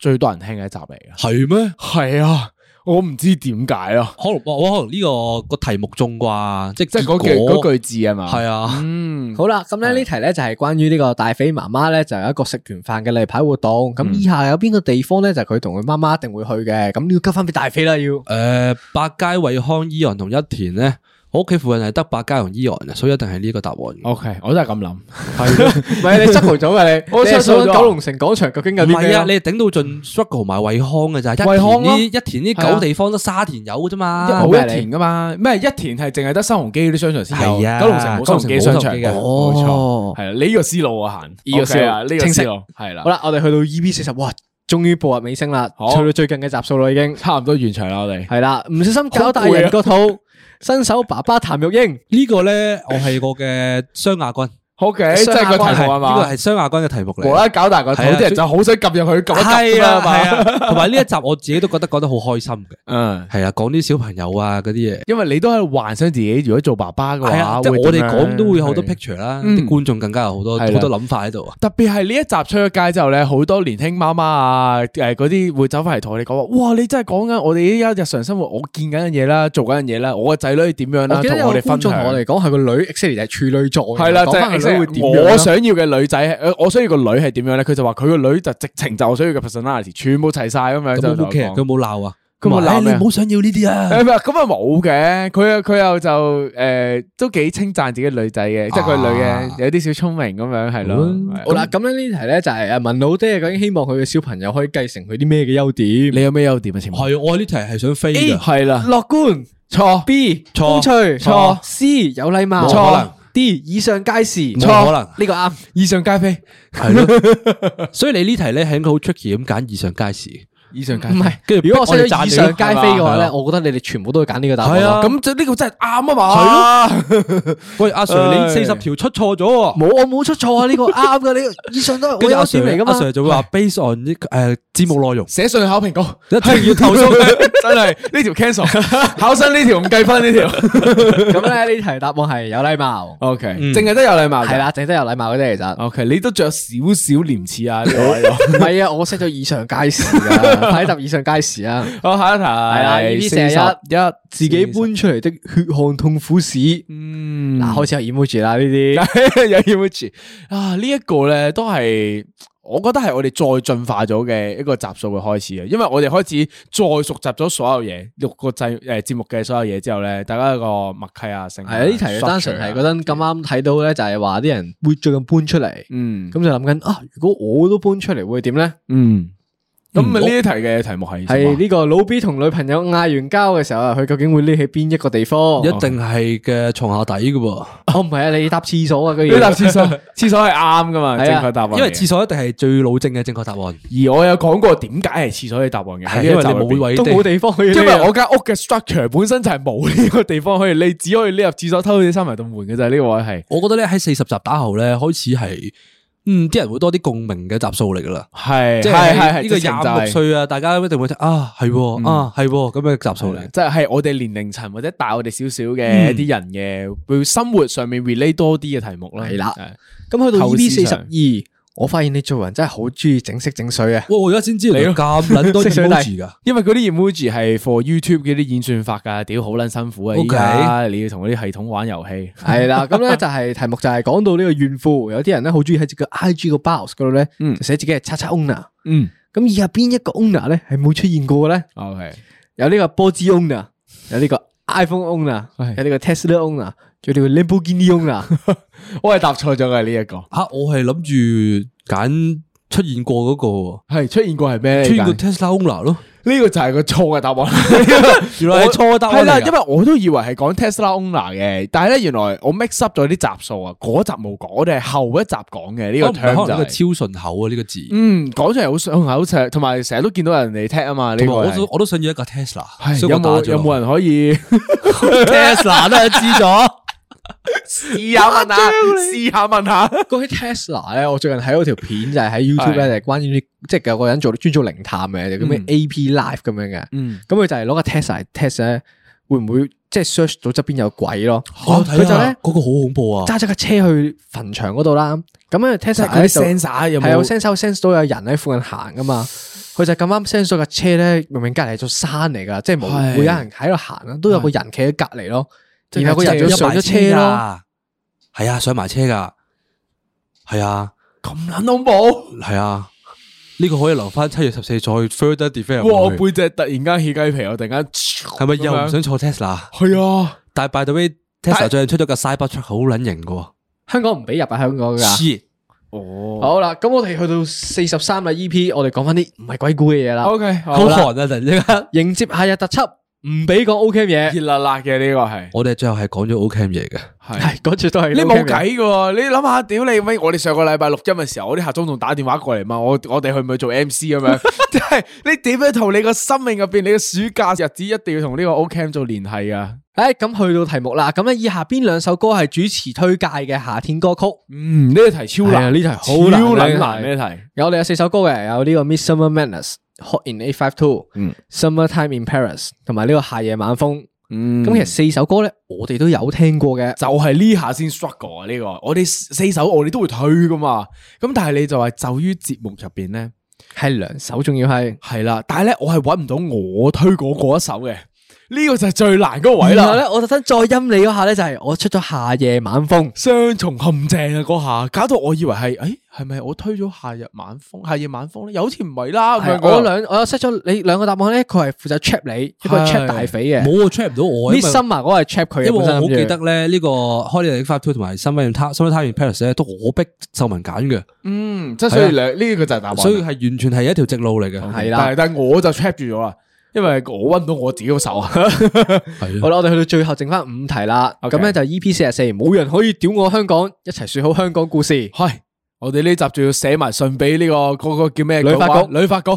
S1: 最多人聽嘅一集嚟嘅。
S3: 係咩？
S1: 係啊，我唔知點解 啊，
S3: 可能我我可能呢個個題目中啩，即
S1: 即係嗰句
S3: 結果
S1: 嗰句字啊嘛。
S3: 係啊，
S1: 嗯，
S2: 好啦，咁咧呢題咧就係關於呢個大肥媽媽咧就有一個食完飯嘅例牌活動。咁以下有邊個地方咧就係佢同佢媽媽一定會去嘅？咁要交翻俾大肥啦，要
S3: 诶，百佳、惠康、伊人同一田咧，我屋企附近係得百佳同伊人嘅，所以一定係呢個答案。
S1: ，OK，我都係咁諗。
S2: 唔係你執糊咗嘅你，
S1: 我
S2: 你係
S1: 執
S2: 想
S1: 糊咗
S2: 九龍城廣場究竟有
S3: 唔
S2: 啲咩
S3: 係啊，
S2: 啊？
S3: 你頂到盡 struggle 埋惠康嘅咋，一
S1: 惠
S3: 田
S1: 康咯
S3: 呢一田呢
S1: 係啊
S3: 九地方得沙田有嘅啫嘛。
S1: 好
S2: 咩嚟
S1: 一田噶嘛，咩一田係淨係得新鴻基嗰啲商場先有，
S3: 係啊
S1: 九龍城冇新鴻基商場
S3: 九龍城冇新鴻基哦
S1: 嘅，
S3: 嘅
S1: 冇錯，係啊，你呢個思路我行，呢個思
S2: OK
S1: 路
S2: 啊
S1: 啊，呢個
S2: 清晰
S1: 思路係啦
S2: 好，啦，我哋去到 EP 四十，哇，終於步入尾聲啦，
S1: 好
S2: 去到最近嘅集數啦已經。
S1: 差唔多完場啦，我哋
S2: 係啦，唔小心搞大人個肚，新手爸爸譚玉英。
S3: 呢個咧，我係我嘅雙亞軍，
S1: ，OK，即係個題目係
S3: 呢個
S1: 嘛，
S3: 係雙亞軍嘅題目嚟
S1: 無。啦啦搞大個肚，
S3: 係啊
S1: 啲人就好想撳入去撳一撳
S3: 係
S1: 啦
S3: 啊，
S1: 嘛
S3: 係，啊，同埋呢一集我自己都覺得講得好開心嘅，
S1: 嗯，
S3: 係啊，講啲小朋友啊嗰啲嘢，
S1: 因為你都係幻想自己如果做爸爸嘅
S3: 係
S1: 話，
S3: 啊，即係
S1: 會
S3: 我哋
S1: 點樣
S3: 講都會有好多 picture 啦，
S1: 嗯
S3: 啲觀眾更加有好多
S1: 係
S3: 好
S1: 啦
S3: 多諗法喺度啊。
S1: 特別係呢一集出咗街之後咧，好多年輕媽媽啊，誒嗰啲會走翻嚟同我哋講話，哇！你真係講緊我哋依家日常生活，我見緊嘅嘢啦，做緊嘅嘢啦，我個仔女點樣 啦，
S2: 我記得
S1: 同
S2: 有
S1: 我
S2: 個
S1: 哋
S2: 觀
S1: 分
S2: 眾同我哋
S1: 享。
S2: 講係個女 exactly 就係處女座嘅，
S1: 係啦，
S2: 講
S1: 即
S2: 翻個女會
S1: 係
S2: 點樣啊
S1: 我
S2: 啦
S1: 想要嘅女仔，誒我想要個女係點樣咧？佢就話佢個女就直情就我想要嘅 personality，全部齊晒咁樣
S3: 咁
S1: 就
S3: 有冇
S1: 同我
S3: care？
S1: 講
S3: 佢有冇鬧啊？
S1: 佢冇鬧
S3: 話哎
S1: 咩
S3: 你唔好想要呢啲
S1: 誒
S3: 啊！
S1: 唔係咁啊冇嘅，佢又佢又就誒都幾稱讚自己女仔嘅，即係佢女
S3: 啊
S1: 嘅有啲小聰明咁樣係咯。係
S2: 好啦，咁樣呢題咧就係誒啊文老爹究竟希望佢嘅小朋友可以繼承佢啲咩嘅優點？啊
S1: 你有咩優點啊？前
S3: 係我呢題係想飛
S1: 係
S3: 嘅，
S1: 係啦。
S2: 樂觀
S1: 錯
S2: B
S3: 錯
S2: 風趣
S1: 錯
S2: C 有禮貌
S3: 冇可能
S2: D 以上皆是
S3: 冇可能
S2: 呢個啱。
S1: 以上皆非，
S3: 係咯。所以你呢題咧係應該好 tricky 咁揀以上皆是，
S1: 以上
S2: 唔係，
S3: 跟住
S2: 如果我
S3: 逼我哋賺
S2: 寫咗以
S3: 料
S2: 上皆非嘅話
S3: 係
S2: 咧，
S3: 啊
S2: 我覺得你哋全部都會揀呢個答案
S3: 係啊
S2: 咯。咁
S1: 咁就呢个真系啱啊嘛。系咯，
S3: 喂，阿 Sir，你四十條出錯咗喎。
S2: 冇，我冇出錯啊！呢個啱嘅，呢 個以上都係
S3: 跟
S2: 我
S3: 住阿
S2: 優先
S3: Sir
S2: 嚟噶
S3: 阿 Sir
S2: 嘛。
S3: 就會話 based on 呢诶節目內容，
S1: 写信考评局，
S3: 一定要投訴 佢。
S1: 真系呢条 cancel，考生呢条唔计分呢条。
S2: 咁咧呢題答案係有禮 貌，
S1: O K，净系得有礼貌
S2: 嗯
S1: 咋。
S2: 係啦，整得有禮貌嗰啲其實。
S1: O K，你都着少少廉耻啊呢個位
S2: 唔
S1: 喎。
S2: 哦係啊，我識咗以上街市 啊，睇答以上街市啊。
S1: 好，下一题
S2: 啦呢啲成日
S1: 一
S2: 自己搬出嚟的血汗痛苦史，
S1: 嗯
S2: 嗱開始有 emoji 啦呢 啲，
S1: 有 emoji 啊！呢一個咧都係，我覺得係我哋再進化咗嘅一個集數嘅開始啊！因為我哋開始再熟習咗所有嘢，六個製誒節目嘅所有嘢之後咧，大家有個默契啊，成
S2: 係啊呢題單純係覺
S1: 得
S2: 得咁啱睇到咧，就係話啲人會最近搬出嚟，
S1: 嗯
S2: 咁就諗緊啊，如果我都搬出嚟會點咧？
S1: 嗯，咁
S2: 嗯
S1: 啊呢一題嘅題目係啊
S2: 係呢個老 B 同女朋友嗌完交嘅時候啊，佢究竟會匿喺邊一個地方？
S3: 一定係嘅床下底嘅喎，
S2: 哦唔係啊，你搭廁所啊，居
S1: 呢
S2: 然
S1: 答廁所，廁所係啱噶嘛？
S2: 係啊
S1: 正確答案嚟嘅，
S3: 因為廁所一定係最老正嘅正確答案，
S1: 而我有講過點解係廁所嘅答案嘅，
S3: 係因為你冇位
S2: 都冇
S3: 地。
S2: 地方去。
S1: 因為我間屋嘅 structure 本身就係冇呢個地方可以匿，你只可以匿入廁所偷啲衫埋度門嘅就係呢個位係。
S3: 我覺得咧喺四十集打後咧，開始係嗯啲人會多啲共鳴嘅集數嚟噶啦。
S1: 系
S3: 即
S1: 系
S3: 係呢
S1: 系
S3: 個廿六，歲啊，大家一定會聽啊，係喎啊，係喎咁嘅集數嚟。
S1: 即係我哋年齡層或者大我哋少少嘅一啲人嘅，會生活上面 relate 多啲嘅題目啦。
S2: 係啦
S1: 係
S2: 咁去到
S1: 後
S2: E B
S1: 思
S2: 四十
S1: 想
S2: 二，我發現你做人真係好中意整色整水啊！
S3: 哇！我而家先知你
S1: 你咯
S3: 咁撚 多
S2: 識水
S3: emoji 噶，
S1: 因為嗰啲 emoji 係 for YouTube 嗰啲演算法㗎，屌好撚辛苦啊！依
S3: OK
S1: 家你要同嗰啲系統玩遊 戲，
S2: 係啦，咁咧就係題目就係講到呢個怨婦，有啲人咧好中意喺自己 I G 個 box 嗰度咧，
S1: 嗯
S2: 就寫自己係叉叉 owner。
S1: 嗯
S2: 咁以下邊一個 owner 咧係冇出現過嘅咧？
S1: ，OK，
S2: 有呢個波子 owner，有呢個 iPhone owner，
S1: 係
S2: 有呢個 Tesla owner，仲有呢個 Lamborghini owner。
S1: 我係答錯咗嘅呢一個，
S3: 吓啊我係諗住揀出現過嗰個喎，
S1: 係出現過係咩？
S3: 出現過 Tesla owner 咯，
S1: 呢個就係個錯嘅答案。
S3: 原來係錯答案
S1: 係啦，
S3: 嚟
S1: 因
S3: 㗎。
S1: 為我都以為係講 Tesla owner 嘅，但係咧原來我 mix up 咗啲集數啊，嗰集冇講，我哋係後一集講嘅呢
S3: 我
S1: 個
S3: 唔係
S1: term
S3: 可
S1: 就
S3: 能呢個
S1: 哦係
S3: 超順口啊呢個字，
S1: 嗯，講出嚟好上口赤，同埋成日都見到人哋踢啊嘛。呢
S3: 同
S1: 個
S3: 埋我都
S1: 係
S3: 我都想要一架 Tesla，
S1: 係
S3: 所以
S1: 有
S3: 我打
S1: 冇
S3: 咗
S1: 有冇人可以
S3: Tesla 都係知咗？
S1: 試下問下，試下問 下。
S2: 講起 Tesla 咧，我最近睇嗰條片就係喺 YouTube 咧，就係關於即係有個人做專做靈探嘅，叫咩
S1: 嗯
S2: AP Live 咁樣嘅。
S1: 嗯，
S2: 咁佢就係攞個 Tesla 嚟 test 咧，會唔會即係 search 到側邊有鬼咯？哦
S3: 我睇
S2: 佢就
S3: 下
S2: 咧
S3: 嗰個好恐怖啊！
S2: 揸咗架車去墳場嗰度啦。咁啊
S1: 即係
S2: Tesla
S1: 嗰
S2: 咧
S1: 啲
S2: 就
S1: sensor 有
S2: 係有
S1: 冇？
S2: sense 到 sense 到有人喺附近行噶嘛。佢就咁啱 sense 到架車咧，明明隔離係座山嚟噶，即係冇
S1: 係
S2: 會有人喺度行啊啦，都有個人企喺隔離咯。
S1: 即係
S2: 然後個人就
S1: 有
S2: 上咗車
S1: 啊
S2: 咯，
S3: 咯，係啊，上埋車噶，係啊。
S1: 咁撚恐怖！
S3: 系啊，呢、個个可以留翻七月十四再 further develop
S1: 哇！
S3: 落
S1: 我
S3: 去。
S1: 背脊突然間起雞皮，我突然間
S3: 系
S1: 係
S3: 咪又唔想坐 Tesla？
S1: 係啊，
S3: 但系 by the way，Tesla 最近出咗架 Cybertruck 好撚型噶。
S2: 香港唔俾入啊，香港㗎。
S3: Shit，
S1: 哦
S2: 好啦，咁我哋去到四十三啦，E.P. 我哋講翻啲唔係鬼故嘅嘢啦，
S1: ，OK，
S3: 好
S1: 好
S2: 啦
S3: 寒啊！突然之間，
S2: 迎接夏日特輯，唔俾講 O.K. 嘢
S1: 熱，辣辣嘅呢個係
S3: 我哋最後係講咗 Ocam 嘢嘅，
S1: 係。
S2: 係 嗰次都係
S1: 你
S2: OK
S1: 冇
S2: 嘅
S1: 計嘅喎，你諗下，屌你喂！我哋上個禮拜錄音嘅時候，我啲客中仲打電話過嚟問我我哋去唔去做 MC 咁樣， 即係你點樣同你個生命入邊，你嘅暑假日子一定要同呢個 Ocam 做聯繫啊！
S2: 诶，咁去到題目啦，咁咧以下邊兩首歌係主持推介嘅夏天歌曲？
S1: 嗯，呢個題超
S2: 係啊
S1: 難，
S2: 呢題好難
S1: 超撚
S2: 呢
S1: 難
S2: 題
S1: 呢題。
S2: 有我哋有四首歌嘅，有呢個《Miss Summer Madness》、《Hot in A Five Two》、《Summer
S3: 嗯
S2: Time in Paris》同埋呢個《夏夜晚風》。
S1: 嗯
S2: 咁其實四首歌咧，我哋都有聽過嘅。
S1: 就係呢下先 struggle 啊！呢、個我哋四首我哋都會推噶嘛，咁但係你就係就於節目入邊咧，
S2: 係兩首，仲要係
S1: 係啦，但係咧我係揾唔到我推嗰嗰一首嘅，呢、個就係最難嗰個位
S2: 然後
S1: 啦
S2: 咧，。我特登再音你嗰下咧，就係我出咗《夏夜晚風》。
S1: 雙重陷阱啊！嗰下搞到我以為係，誒係咪我推咗夏日晚風、夏夜晚風咧？又好似唔係啦咁
S2: 係
S1: 樣
S2: 啊。我
S1: 嗰個。
S2: 兩我有 set 咗你兩個答案咧，佢係負責 trap 你，一個
S1: 係
S2: trap 大肥嘅。
S3: 冇我 check 唔到我，啊因
S2: Miss
S3: 為
S2: Summer 嗰個係 trap 佢
S3: 因
S2: 嘅，
S3: 為
S2: 本
S3: 我
S2: 身
S3: 好
S2: 諗住
S3: 記得咧，呢個開你 Five Two 同埋 Summer in Ta- Summer Time in Paris 咧，都我逼秀文揀嘅，
S1: 嗯，即係所以兩呢個就係答案啦。
S3: 所以係完全係一條直路嚟嘅。
S2: 係
S1: 但係
S2: 啦。
S1: 但係我就 trap 住咗啦，因為我揾唔到我自己個 手啊。
S3: 係
S2: 好
S3: 啊，
S2: 啦，我哋去到最後剩翻五題啦。
S1: OK
S2: 咁咧就 E.P. 四十四，冇人可以屌我香港，一齊説好香港故事。
S1: 係，我哋呢集仲要寫埋信俾呢個嗰個叫咩
S2: 旅發
S1: 嗰個
S2: 局
S1: 旅發局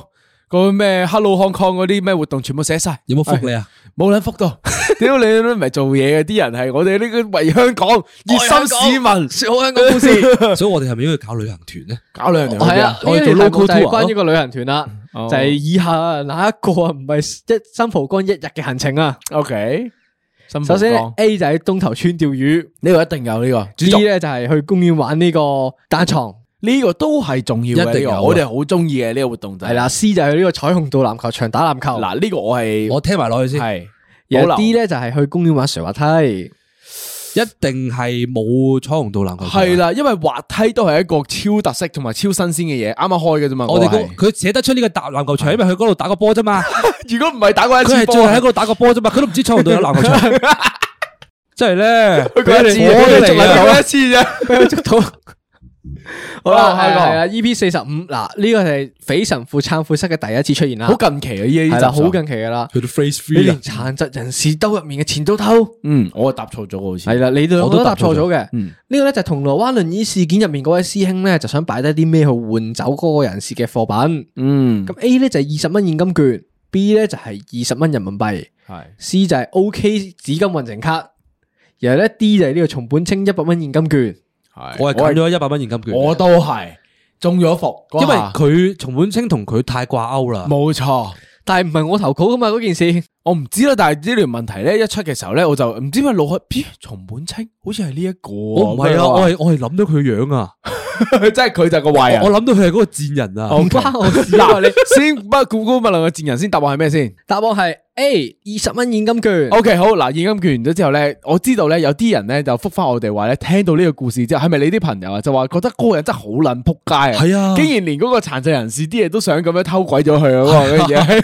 S1: 個咩 Hello Hong Kong 嗰啲咩活動全部寫 晒，
S3: 有冇覆你 啊？
S1: 冇捻覆到，屌你都唔係做嘢嘅，啲人係我哋呢個為香港熱心市民，
S2: 说好香港故事。
S3: 所以我哋系咪應該搞旅行團咧？
S1: 搞兩樣
S2: 系啊，
S1: 哦我哋做
S2: 呢個題目
S1: local
S2: 就係
S1: tour
S2: 關於
S1: 咯
S2: 個旅行團啦，
S1: 哦
S2: 就係以下哪一個唔係一新蒲崗一日嘅行程啊？
S1: OK，新
S2: 首先
S1: 蒲崗
S2: A 就喺東頭村釣魚
S1: 呢個一定有呢個主
S2: b
S1: 軸，
S2: 咧就係去公園玩呢個單床，
S1: 呢個都係重要
S3: 一
S1: 嘅，
S3: 定
S1: 呢個
S3: 有啊
S1: 我哋好中意嘅呢個活動就係
S2: 係啦，C 就去呢個彩虹道籃球場打籃球，
S1: 嗱呢個我係
S3: 我聽埋落去先，
S1: 係
S2: 然
S1: 保留
S2: 後 D 咧就係去公園玩水滑梯。
S3: 一定係冇彩虹道籃球場啊
S1: 係，啦，因為滑梯都係一個超特色同埋超新鮮嘅嘢，啱啱開嘅啫嘛。
S3: 我哋
S1: 嗰個係
S3: 個佢寫得出呢個打籃球場，因為佢嗰度打過波啫 嘛，
S1: 如果唔係打過一次
S3: 佢係
S1: 波
S3: 最後喺嗰度打過波啫嘛，佢都唔知彩虹道有籃球場， 真係咧，
S1: 佢嗰一次
S3: 我
S1: 我
S3: 哋
S1: 哋
S3: 捉
S1: 捉
S3: 撚
S1: 撚
S3: 到
S1: 到一次啫，
S2: 俾佢捉到。好啦，
S1: 下一
S2: 係
S1: 個
S2: 啦係啦，EP 四十五嗱，呢個係匪神父懺悔室嘅第一次出現啦，
S1: 好近嗯期啊！依
S2: 係
S1: 家
S2: 啦，
S1: 呢集
S2: 好近期噶啦。
S3: 佢到 phrase
S2: 你
S3: three 啦
S2: 連。殘疾人士兜入面嘅錢都偷，
S1: 嗯，我答錯咗好似
S2: 係啦，你兩
S3: 我
S2: 個
S3: 都
S2: 都
S3: 答
S2: 答錯
S3: 錯
S2: 咗
S3: 咗
S2: 嘅。
S1: 嗯
S2: 呢個咧就係銅鑼灣輪椅事件入面嗰位師兄咧，就想擺低啲咩去換走嗰個人士嘅貨品。
S1: 嗯
S2: 咁 A 咧就係二十蚊現金券，B 咧就係二十蚊人民幣
S1: 係
S2: ，C 就係 OK 紙巾運程卡，然後咧 D 就係呢個松本清一百蚊現金券。
S1: 係
S3: 我係揀咗一百蚊現金券，
S1: 我都係中咗伏，
S3: 因為
S1: 嗰下
S3: 佢松本清同佢太掛鈎啦，
S1: 冇錯。
S2: 但係唔係我投稿噶嘛嗰件事，
S1: 我唔知啦，但係呢條問題咧一出嘅時候咧，我就唔知點解腦海，咦，松本清好哦似係呢一個喎，
S3: 我唔係啊，我係我係諗到佢樣啊，
S1: 係真係佢就係個啊壞人
S3: 我。諗到佢係嗰個賤人啊，
S2: 唔關我事啊！
S1: 嗱
S2: 你，
S1: 先不估估問兩個賤人先，答案係咩先
S2: 答案係 A 二十蚊現金券，
S1: ？OK，好嗱，現金券完咗之後咧，我知道咧有啲人咧就覆翻我哋話咧，聽到呢個故事之後，係咪你啲朋友啊就話覺得嗰個人真係好撚撲街啊？
S3: 係啊
S1: 竟然連嗰個殘疾人士啲嘢都想咁樣偷鬼咗佢啊！嗰 樣嘢，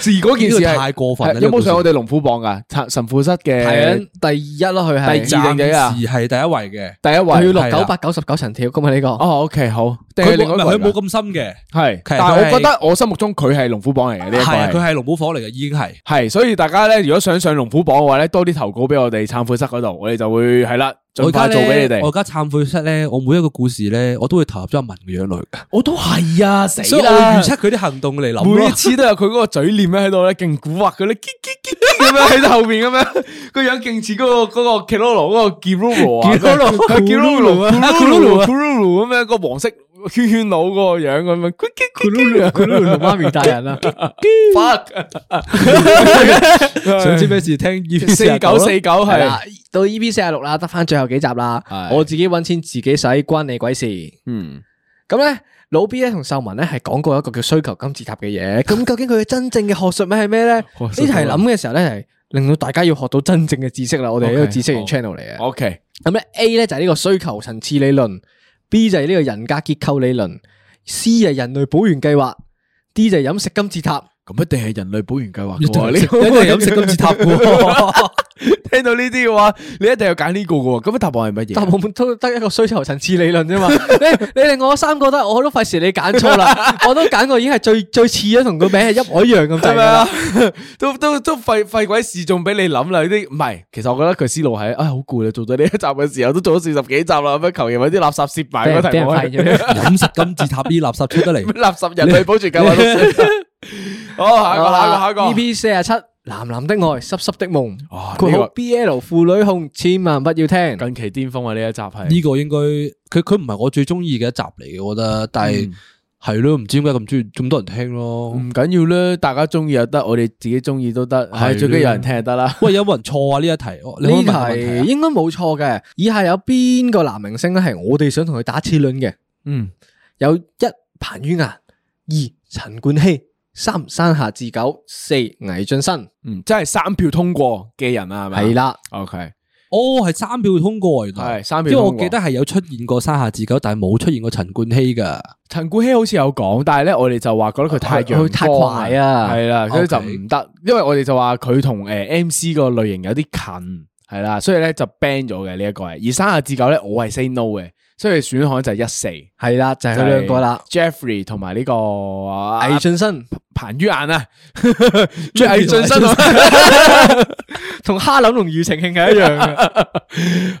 S1: 是嗰件事
S3: 呢
S1: 係
S3: 個太過分啦
S1: 係有
S3: 呢個
S1: 冇
S3: 故事
S1: 上我哋龍虎榜啊噶？殘神父室
S2: 排
S1: 嘅
S2: 緊啊第一咯，佢係
S1: 第二定幾啊
S3: 暫時係第一位嘅，
S1: 第一
S2: 佢要
S1: 位啊
S2: 落
S3: 係啦
S2: 九百九十九層跳噶嘛呢個。
S1: 哦，OK，好，定係
S3: 佢
S1: 另
S3: 冇
S1: 外一
S3: 唔係
S1: 個
S3: 佢
S1: 嚟㗎
S3: 冇咁深嘅，
S1: 係，
S3: 其實
S1: 但係
S3: 佢係
S1: 我覺得我心目中佢係龍虎榜嚟嘅呢一個
S3: 係啊，
S1: 係
S3: 佢係龍虎火嚟嘅，已經係
S1: 系，所以大家咧，如果想上龍虎榜嘅話咧，多啲投稿俾我哋懺悔室嗰度，我哋就會係啦，
S3: 我
S1: 盡
S3: 而家
S1: 快
S3: 咧
S1: 做俾你
S3: 我而
S1: 哋。
S3: 家懺悔室咧，我每一個故事咧，我都會投入咗阿文嘅樣內嘅，
S1: 我都係啊，死
S3: 所以我會預測佢啲行動嚟諗
S1: 每一
S3: 咯。
S1: 次都有佢嗰個嘴臉咧喺度咧，勁蠱惑佢咧，叽叽叽叽咁樣喺後面咁樣，個樣勁似嗰個嗰個 k i l o l o 嗰個 Girolo 啊 k i l o l o k i l o l o k i l o l o k i l o l o 咁樣個黃色圈圈佬嗰個樣咁樣，咕咕咕咕
S2: 佢都同媽咪大人啊 啦，
S1: fuck，
S3: 想知咩事？聽 EP
S1: 四九啊四九
S2: 係
S1: 係
S2: 啦，到 EP 四十六啦，得翻最後幾集啦
S1: 係。
S2: 我自己揾錢自己使，關你鬼事。
S1: 嗯。
S2: 咁咧，老 B 咧同秀文咧係講過一個叫需求金字塔嘅 嘢。咁究竟佢嘅真正嘅學術名係咩咧？呢
S1: 學術
S2: 題諗嘅時候咧係令到大家要學到真正嘅知識啦。我哋係一個
S1: OK，
S2: 知識型
S1: 好
S2: channel 嚟嘅。
S1: OK，
S2: 咁咧 A 咧就係呢個需求層次理論，B 就係呢個人格結構理論，C 就係人類保原計劃，D 就係飲食金字塔。
S1: 咁一定係人類保原計劃
S3: 一定係
S1: 嘅喎， 呢個
S3: 一定係飲食金字塔嘅 喎。
S1: 聽到呢啲嘅話，你一定要揀呢個嘅喎。咁答案係乜嘢？
S2: 但我都得一個需求層次理論啫嘛。 你你另外三個都係我都費事你揀錯 啦，我都揀過已經係最最似咗同個名係一模一樣咁
S1: 係
S2: 滯
S1: 咪
S2: 噶
S1: 啊
S2: 啦。？
S1: 都都都費費鬼事，仲俾你諗啦！呢啲唔係，其實我覺得佢思路係，唉，好攰啦，啊做到呢一集嘅時候都做咗四十幾集啦，咁樣求其揾啲垃圾攝埋嗰個題
S2: 俾人
S1: 目
S2: 俾人發現
S3: 飲食金字塔啲垃圾出得嚟，
S1: 垃圾人類保全計劃都算。 好， 下一個，下一個，下一個。
S2: EP 四十七，男男的愛，濕濕的夢。
S1: 啊
S2: 佢
S1: 呢
S2: 好
S1: 個
S2: BL 婦女控，千萬不要聽。
S1: 近期巔峰啊！呢一集係
S3: 呢個應該佢佢唔係我最中意嘅一集嚟嘅，我覺得，但係
S1: 嗯
S3: 係咯，唔知點解咁中意咁多人聽咯。
S1: 唔緊要啦，大家中意又得，我哋自己中意都得，係
S3: 係
S1: 最緊要有人
S3: 啦
S1: 聽就得啦。
S3: 喂，有冇人錯啊？呢一題，哦你可唔可以問下
S2: 呢
S3: 問題啊
S2: 題應該冇錯嘅。以下有邊個男明星咧係我哋想同佢打次輪嘅？
S1: 嗯，
S2: 有一彭于晏，二陳冠希，三山下智久，四魏俊生。
S1: 嗯，真係三票通過嘅人啊，係咪？
S2: 係啦，
S1: ，OK，
S3: 哦，係三票通過啊原來，
S1: 係三
S3: 因
S1: 票
S3: 為
S1: 通過。
S3: 我記得係有出現過山下智久，但係冇出現過陳冠希噶。
S1: 陳冠希好似有講，但係咧我哋就話覺得佢太陽光
S2: 佢太快啊
S1: 係啦，所以就
S3: OK
S1: 唔得，因為我哋就話佢同呃诶 MC 個類型有啲近，係啦，所以咧就 ban 咗嘅呢一個係。而三下至九咧，我係 say no 嘅，所以選項就係一四，
S2: 係啦，就係佢兩個啦。
S1: ，Jeffrey 同埋呢個啊
S2: 魏俊生
S1: 彭于晏 啊，魏俊生啊。
S2: 同哈林 同庾澄慶係一樣嘅。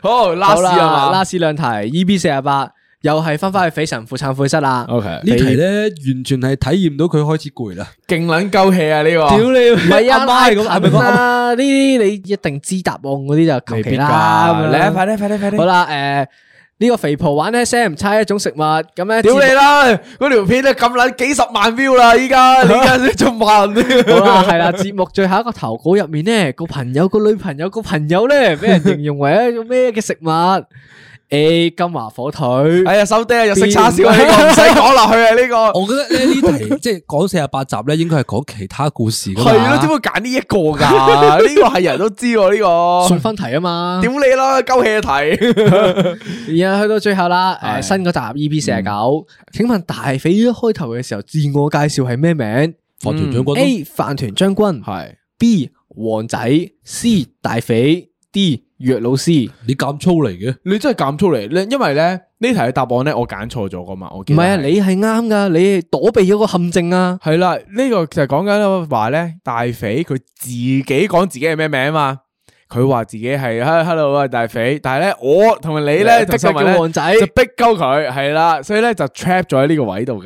S1: 好 last 啊
S2: 啦
S1: 嘛，
S2: ，last 兩題，E B 四十八，又系翻翻去匪神父忏悔室啦。
S1: OK
S3: 呢題咧，完全係體驗到佢開始攰啦。
S1: 劲捻鸠气啊！呢个
S3: 屌你，唔
S2: 唔系啊，
S3: 阿媽係咁，係咪
S2: 咁
S3: 講？
S2: 啊？呢啲你一定知答案嗰啲就求其啦。咁樣
S1: 嚟啊快啲快啲快啲
S2: 好啦，诶，呢个肥婆玩咧 Sam 猜一种食物，咁咧
S1: 屌你！啦！嗰条片都咁捻幾十萬 view 啦，依家你而家仲慢，
S2: 好啦，系啦，节目最后一个投稿入面咧，个朋友、个女朋友、个朋友咧，俾人形容为一种咩嘅食物？A 金华火腿
S1: 哎呀，收爹啊又食叉燒啊！呢個唔使講落去啊！ 呢個
S3: 我覺得咧呢題即係講四十八集咧，應該係講其他故事噶
S1: 係咯，
S3: 嘛。
S1: 點會揀呢一個 㗎？呢個係人都知喎，呢
S2: 送分題啊嘛
S1: 個。屌你啦，鳩氣題。
S2: 然後去到最後啦，
S1: 係嗯
S2: 诶，新嗰集 EP 四十九，請問大肥一開頭嘅時候自我介紹係咩名嗯
S3: 防團長軍咯，
S2: ？A 飯團將軍
S1: 係
S2: B 王仔，C 大肥，D 藥老師。
S3: 你咁粗嚟嘅，
S1: 你 真係減粗嚟咧，因為咧呢題嘅答案咧，我揀錯咗噶嘛，我
S2: 唔係啊，你係啱噶，你係躲避咗個陷阱啊。
S1: 系啦，呢、個就係講緊話咧，大肥佢自己講自己係咩名嘛。佢話自己係 "Hello, hello 啊大肥，但係咧我同埋你咧，
S2: 逼佢
S1: 同秀文呢
S2: 叫王仔
S1: 就逼鳩佢，係啦，所以咧就 trap 咗喺呢個位度嘅。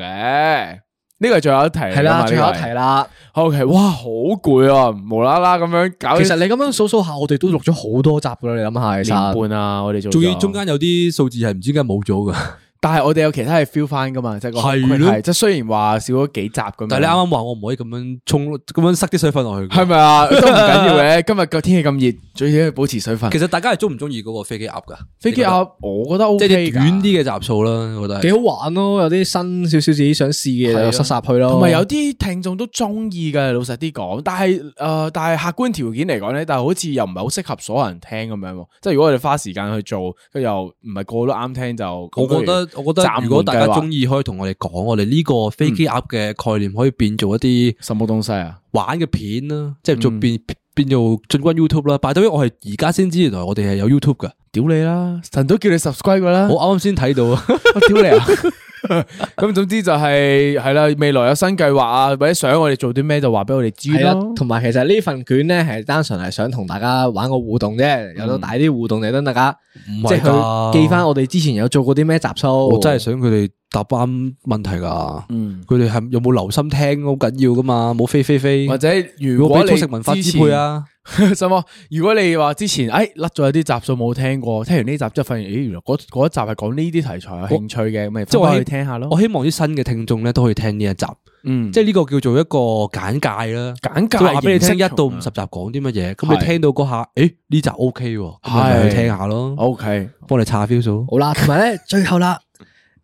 S1: 呢個係最後一題嚟㗎
S2: 係啦，
S1: 嘛，呢個係
S2: 最後一題。啦。
S1: OK，哇，好攰啊，無啦啦咁樣搞，
S2: 其實你咁樣數數下，我哋都錄咗好多集噶啦。你諗下，其實
S1: 年半啊，我哋做咗
S3: 仲要中，間有啲數字係唔知點解冇咗噶。
S1: 但係我哋有其他係 feel 翻噶嘛，即係個
S3: 係咯
S1: 係即係雖然話少咗幾集咁樣，
S3: 但係你啱啱話我唔可以咁樣沖，咁樣塞啲水分落去㗎。
S1: 係咪啊？都唔緊要嘅，今日個天氣咁熱，最緊要保持水分
S3: 其。實大家係中唔中意嗰個飛機鴨噶？
S1: 飛機鴨，我覺得 O
S3: 你
S1: K
S3: 覺得即係短啲嘅集數啦，我覺得係。
S2: 幾好玩咯，有啲新少少自己想試嘅就塞晒入去咯。
S1: 同埋有啲聽眾都中意嘅，老實啲講。但係诶、呃但係客觀條件嚟講咧，但係好似又唔係好適合所有人聽咁樣喎。即係如果我哋花時間去做，跟住又唔係個個都啱聽，就
S3: 我覺得，我覺得如果大家中
S1: 意
S3: 意，可以同我哋講，我哋呢個飛機鴨嘅概念可以變做一啲
S1: 什麼東西啊？
S3: 玩嘅片啦，即係做變變做進軍 YouTube 啦。By the way，我係而家先知，原來我哋係有 YouTube 噶。
S1: 屌你啦！神都叫你 subscribe 噶啦
S3: 我，啱啱先睇到啊，
S1: 我 屌你啊！咁總之就係係啦，未來有新計劃啊，或者想我哋做啲咩就話俾我哋知
S2: 系啦
S1: 咯，。
S2: 啊同埋其實呢份卷咧係單純係想同大家玩個互動啫，有到
S1: 嗯
S2: 大啲互動嚟等大家
S3: 唔
S2: 即
S3: 係
S2: 係
S3: 㗎
S2: 去記翻我哋之前有做過啲咩集數。
S3: 我真係想佢哋答啱問題㗎。
S1: 嗯
S3: 佢哋係有冇留心聽好緊要㗎嘛？冇飛飛飛，
S1: 嗯或者如
S3: 如
S1: 果
S3: 果俾
S1: 你
S3: 通食文化
S1: 之
S3: 支
S1: 前
S3: 配啊！
S1: 什麼？如果你話之前诶甩咗有啲集數冇聽過，聽完呢集之後發現，咦原來嗰嗰一集係講呢啲題材有興趣嘅，咁咪
S3: 即係
S1: 翻
S3: 我
S1: 返
S3: 希
S1: 去聽下咯
S3: 我。希望啲新嘅聽眾咧都可以聽呢一集，
S1: 嗯，
S3: 即
S1: 即
S3: 係呢個叫做一個簡介啦。
S1: 簡介
S3: 佢話俾你聽
S1: 形式
S3: 一到
S1: 同
S3: 五十集講啲乜嘢，咁你
S1: 係
S3: 聽到嗰下，誒呢集 O K 喎，咁咪
S1: 係
S3: 去聽下咯，
S1: O K，
S3: 幫你查 feel 數。
S2: 好啦，同埋咧最後 啦，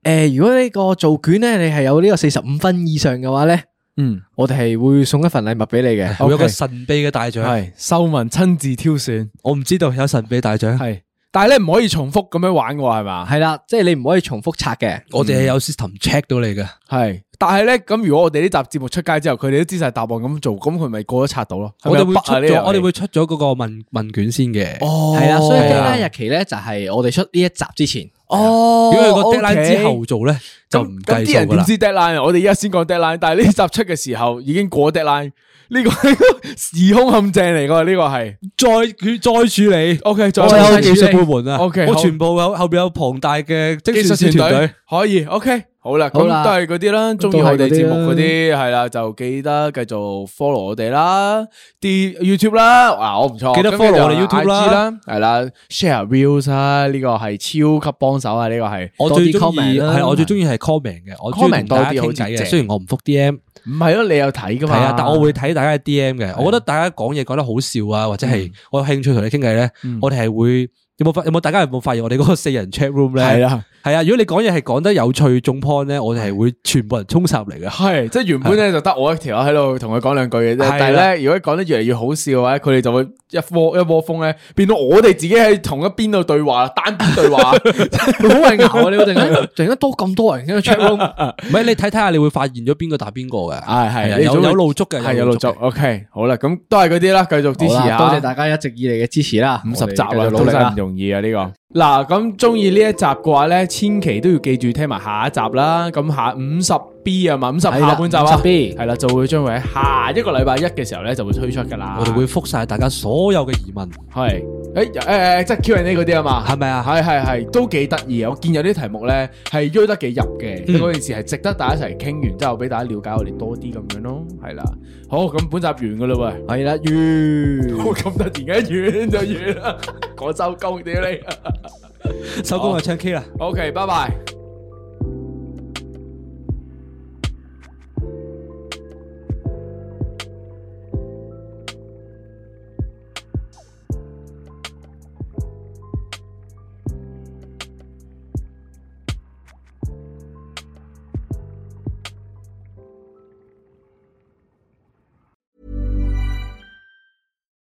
S2: 诶，如果呢個做卷咧你係有呢個四十五分以上嘅話咧，
S1: 嗯，
S2: 我哋係會送一份禮物俾你嘅。
S3: 會有
S1: OK
S3: 個神啊秘嘅大獎，
S1: 係秀文親自挑選，
S3: 我唔知道有神秘大獎，
S1: 係， 但係咧唔可以重複咁樣玩嘅喎，係嘛？
S2: 係啦，即係你唔可以重複拆嘅。
S3: 我哋係有 system check 到你嘅，
S1: 係，但係咧咁，如果我哋呢集節目出街之後，佢哋都知晒答案咁做，咁佢咪過咗刷到咯？
S3: 我哋會
S1: 係咪有
S3: 出
S1: bug 啊呢
S3: 咗，
S1: 樣
S3: 我哋
S1: 嘢
S3: 會出咗嗰個問問卷先嘅。
S1: 哦，
S2: 嗯係啦，所以
S3: 係啊
S2: deadline 日期咧就係我哋出呢一集之前。
S1: 哦，
S3: 如果佢個
S1: OK
S3: deadline 之 後做咧，就唔
S1: 咁
S3: 計
S1: 啲
S3: 數
S1: 人
S3: 噶
S1: 點
S3: 啦。
S1: 知 deadline 啊？我哋而家先講 deadline，但係呢集 出嘅時候已經過 deadline，呢個係一 個時空陷阱嚟㗎，呢個係。
S3: 再佢再處理。
S1: OK，再哦
S3: 我有技術
S1: 處理
S3: 部門啊
S1: OK，
S3: 我
S1: 好
S3: 全部有後邊有龐大嘅精
S1: 技
S3: 算
S1: 術
S3: 師
S1: 團
S3: 團隊
S1: 隊。可以 OK。好啦，咁
S2: 好啦
S1: 都係嗰啲啦，中意我哋
S2: 都係嗰
S1: 節
S2: 啲啦
S1: 目嗰啲係啦，就記得繼續 follow 我哋啦，啲 YouTube 啦，啊我唔錯，
S3: 記得
S1: 咁跟住
S3: follow 我哋
S1: 就
S3: YouTube 啦
S1: IG 啦，係啦，share reels 啦，呢個係超級幫手啊，呢個係
S3: 我
S2: 多啲
S3: 最中意
S2: comment 啦
S3: 係我最中意係 comment 嘅，我
S1: comment
S3: 多
S1: 多
S3: 啲
S1: 啲
S3: 傾
S1: 好似
S3: 偈嘅。
S1: 正
S3: 雖然我唔覆 D M，
S1: 唔係咯？你有睇㗎
S3: 係
S1: 嘛？
S3: 啊，但我會睇大家嘅 D M 嘅。我覺得大家講嘢講得好笑啊，或者係我有興趣同你傾偈咧，我哋係會有冇發有冇大家有冇發現我哋嗰個四人 chat room 咧？
S1: 係啦。
S3: 係啊，如果你講嘢係講得有趣中 point 咧，我哋係會全部人衝插嚟嘅。
S1: 系，即系原本咧就得我一條友喺度同佢講兩句
S3: 係
S1: 嘅啫
S3: 啦，
S1: 但係咧如果講得越嚟越好笑嘅話，佢哋就會一窩一窩蜂咧，變到我哋自己喺同一邊度對話，單邊對話，
S2: 好混淆啊！你會突然間突然間多咁多人喺個 chat room。
S3: 唔係你睇睇下，你會發現咗邊個打邊個嘅。
S1: 係係
S3: 係啊
S1: 呢
S3: 有
S1: 種
S3: 有露足嘅，
S1: 係有露足。
S3: 嘅
S1: OK，好啦，咁都係嗰啲啦，繼續支持
S2: 好
S1: 下，
S2: 啦多謝大家一直以嚟嘅支持啦，
S1: 五十集
S2: 我
S1: 啦，
S2: 哋繼續
S1: 都
S2: 努力
S1: 真係
S2: 啦
S1: 唔。容易啊呢個。嗱，咁中意呢一集嘅話咧，千祈都要記住聽埋下一集啦。咁下五十 B 啊嘛，五十
S2: 係啦
S1: 下半集啊，
S2: 50 B
S1: 係啦，就會將會喺下一個禮拜一嘅時候咧就會推出噶啦。
S3: 我哋會覆晒大家所有嘅疑問。
S1: 係诶诶诶，即系 Q&A 嗰啲啊嘛，
S3: 係咪啊
S1: 系系系，都幾得意啊！我見有啲題目咧係追得幾入嘅，嗰件事係值得大家一齊傾完之後，俾大家了解我哋多啲咁樣咯，係啦。好，咁本集完噶啦喂，
S2: 系啦，完。
S1: 咁突然間完就完啦， 我收工屌你。
S3: 收工去唱 K 啦。
S1: OK，拜拜。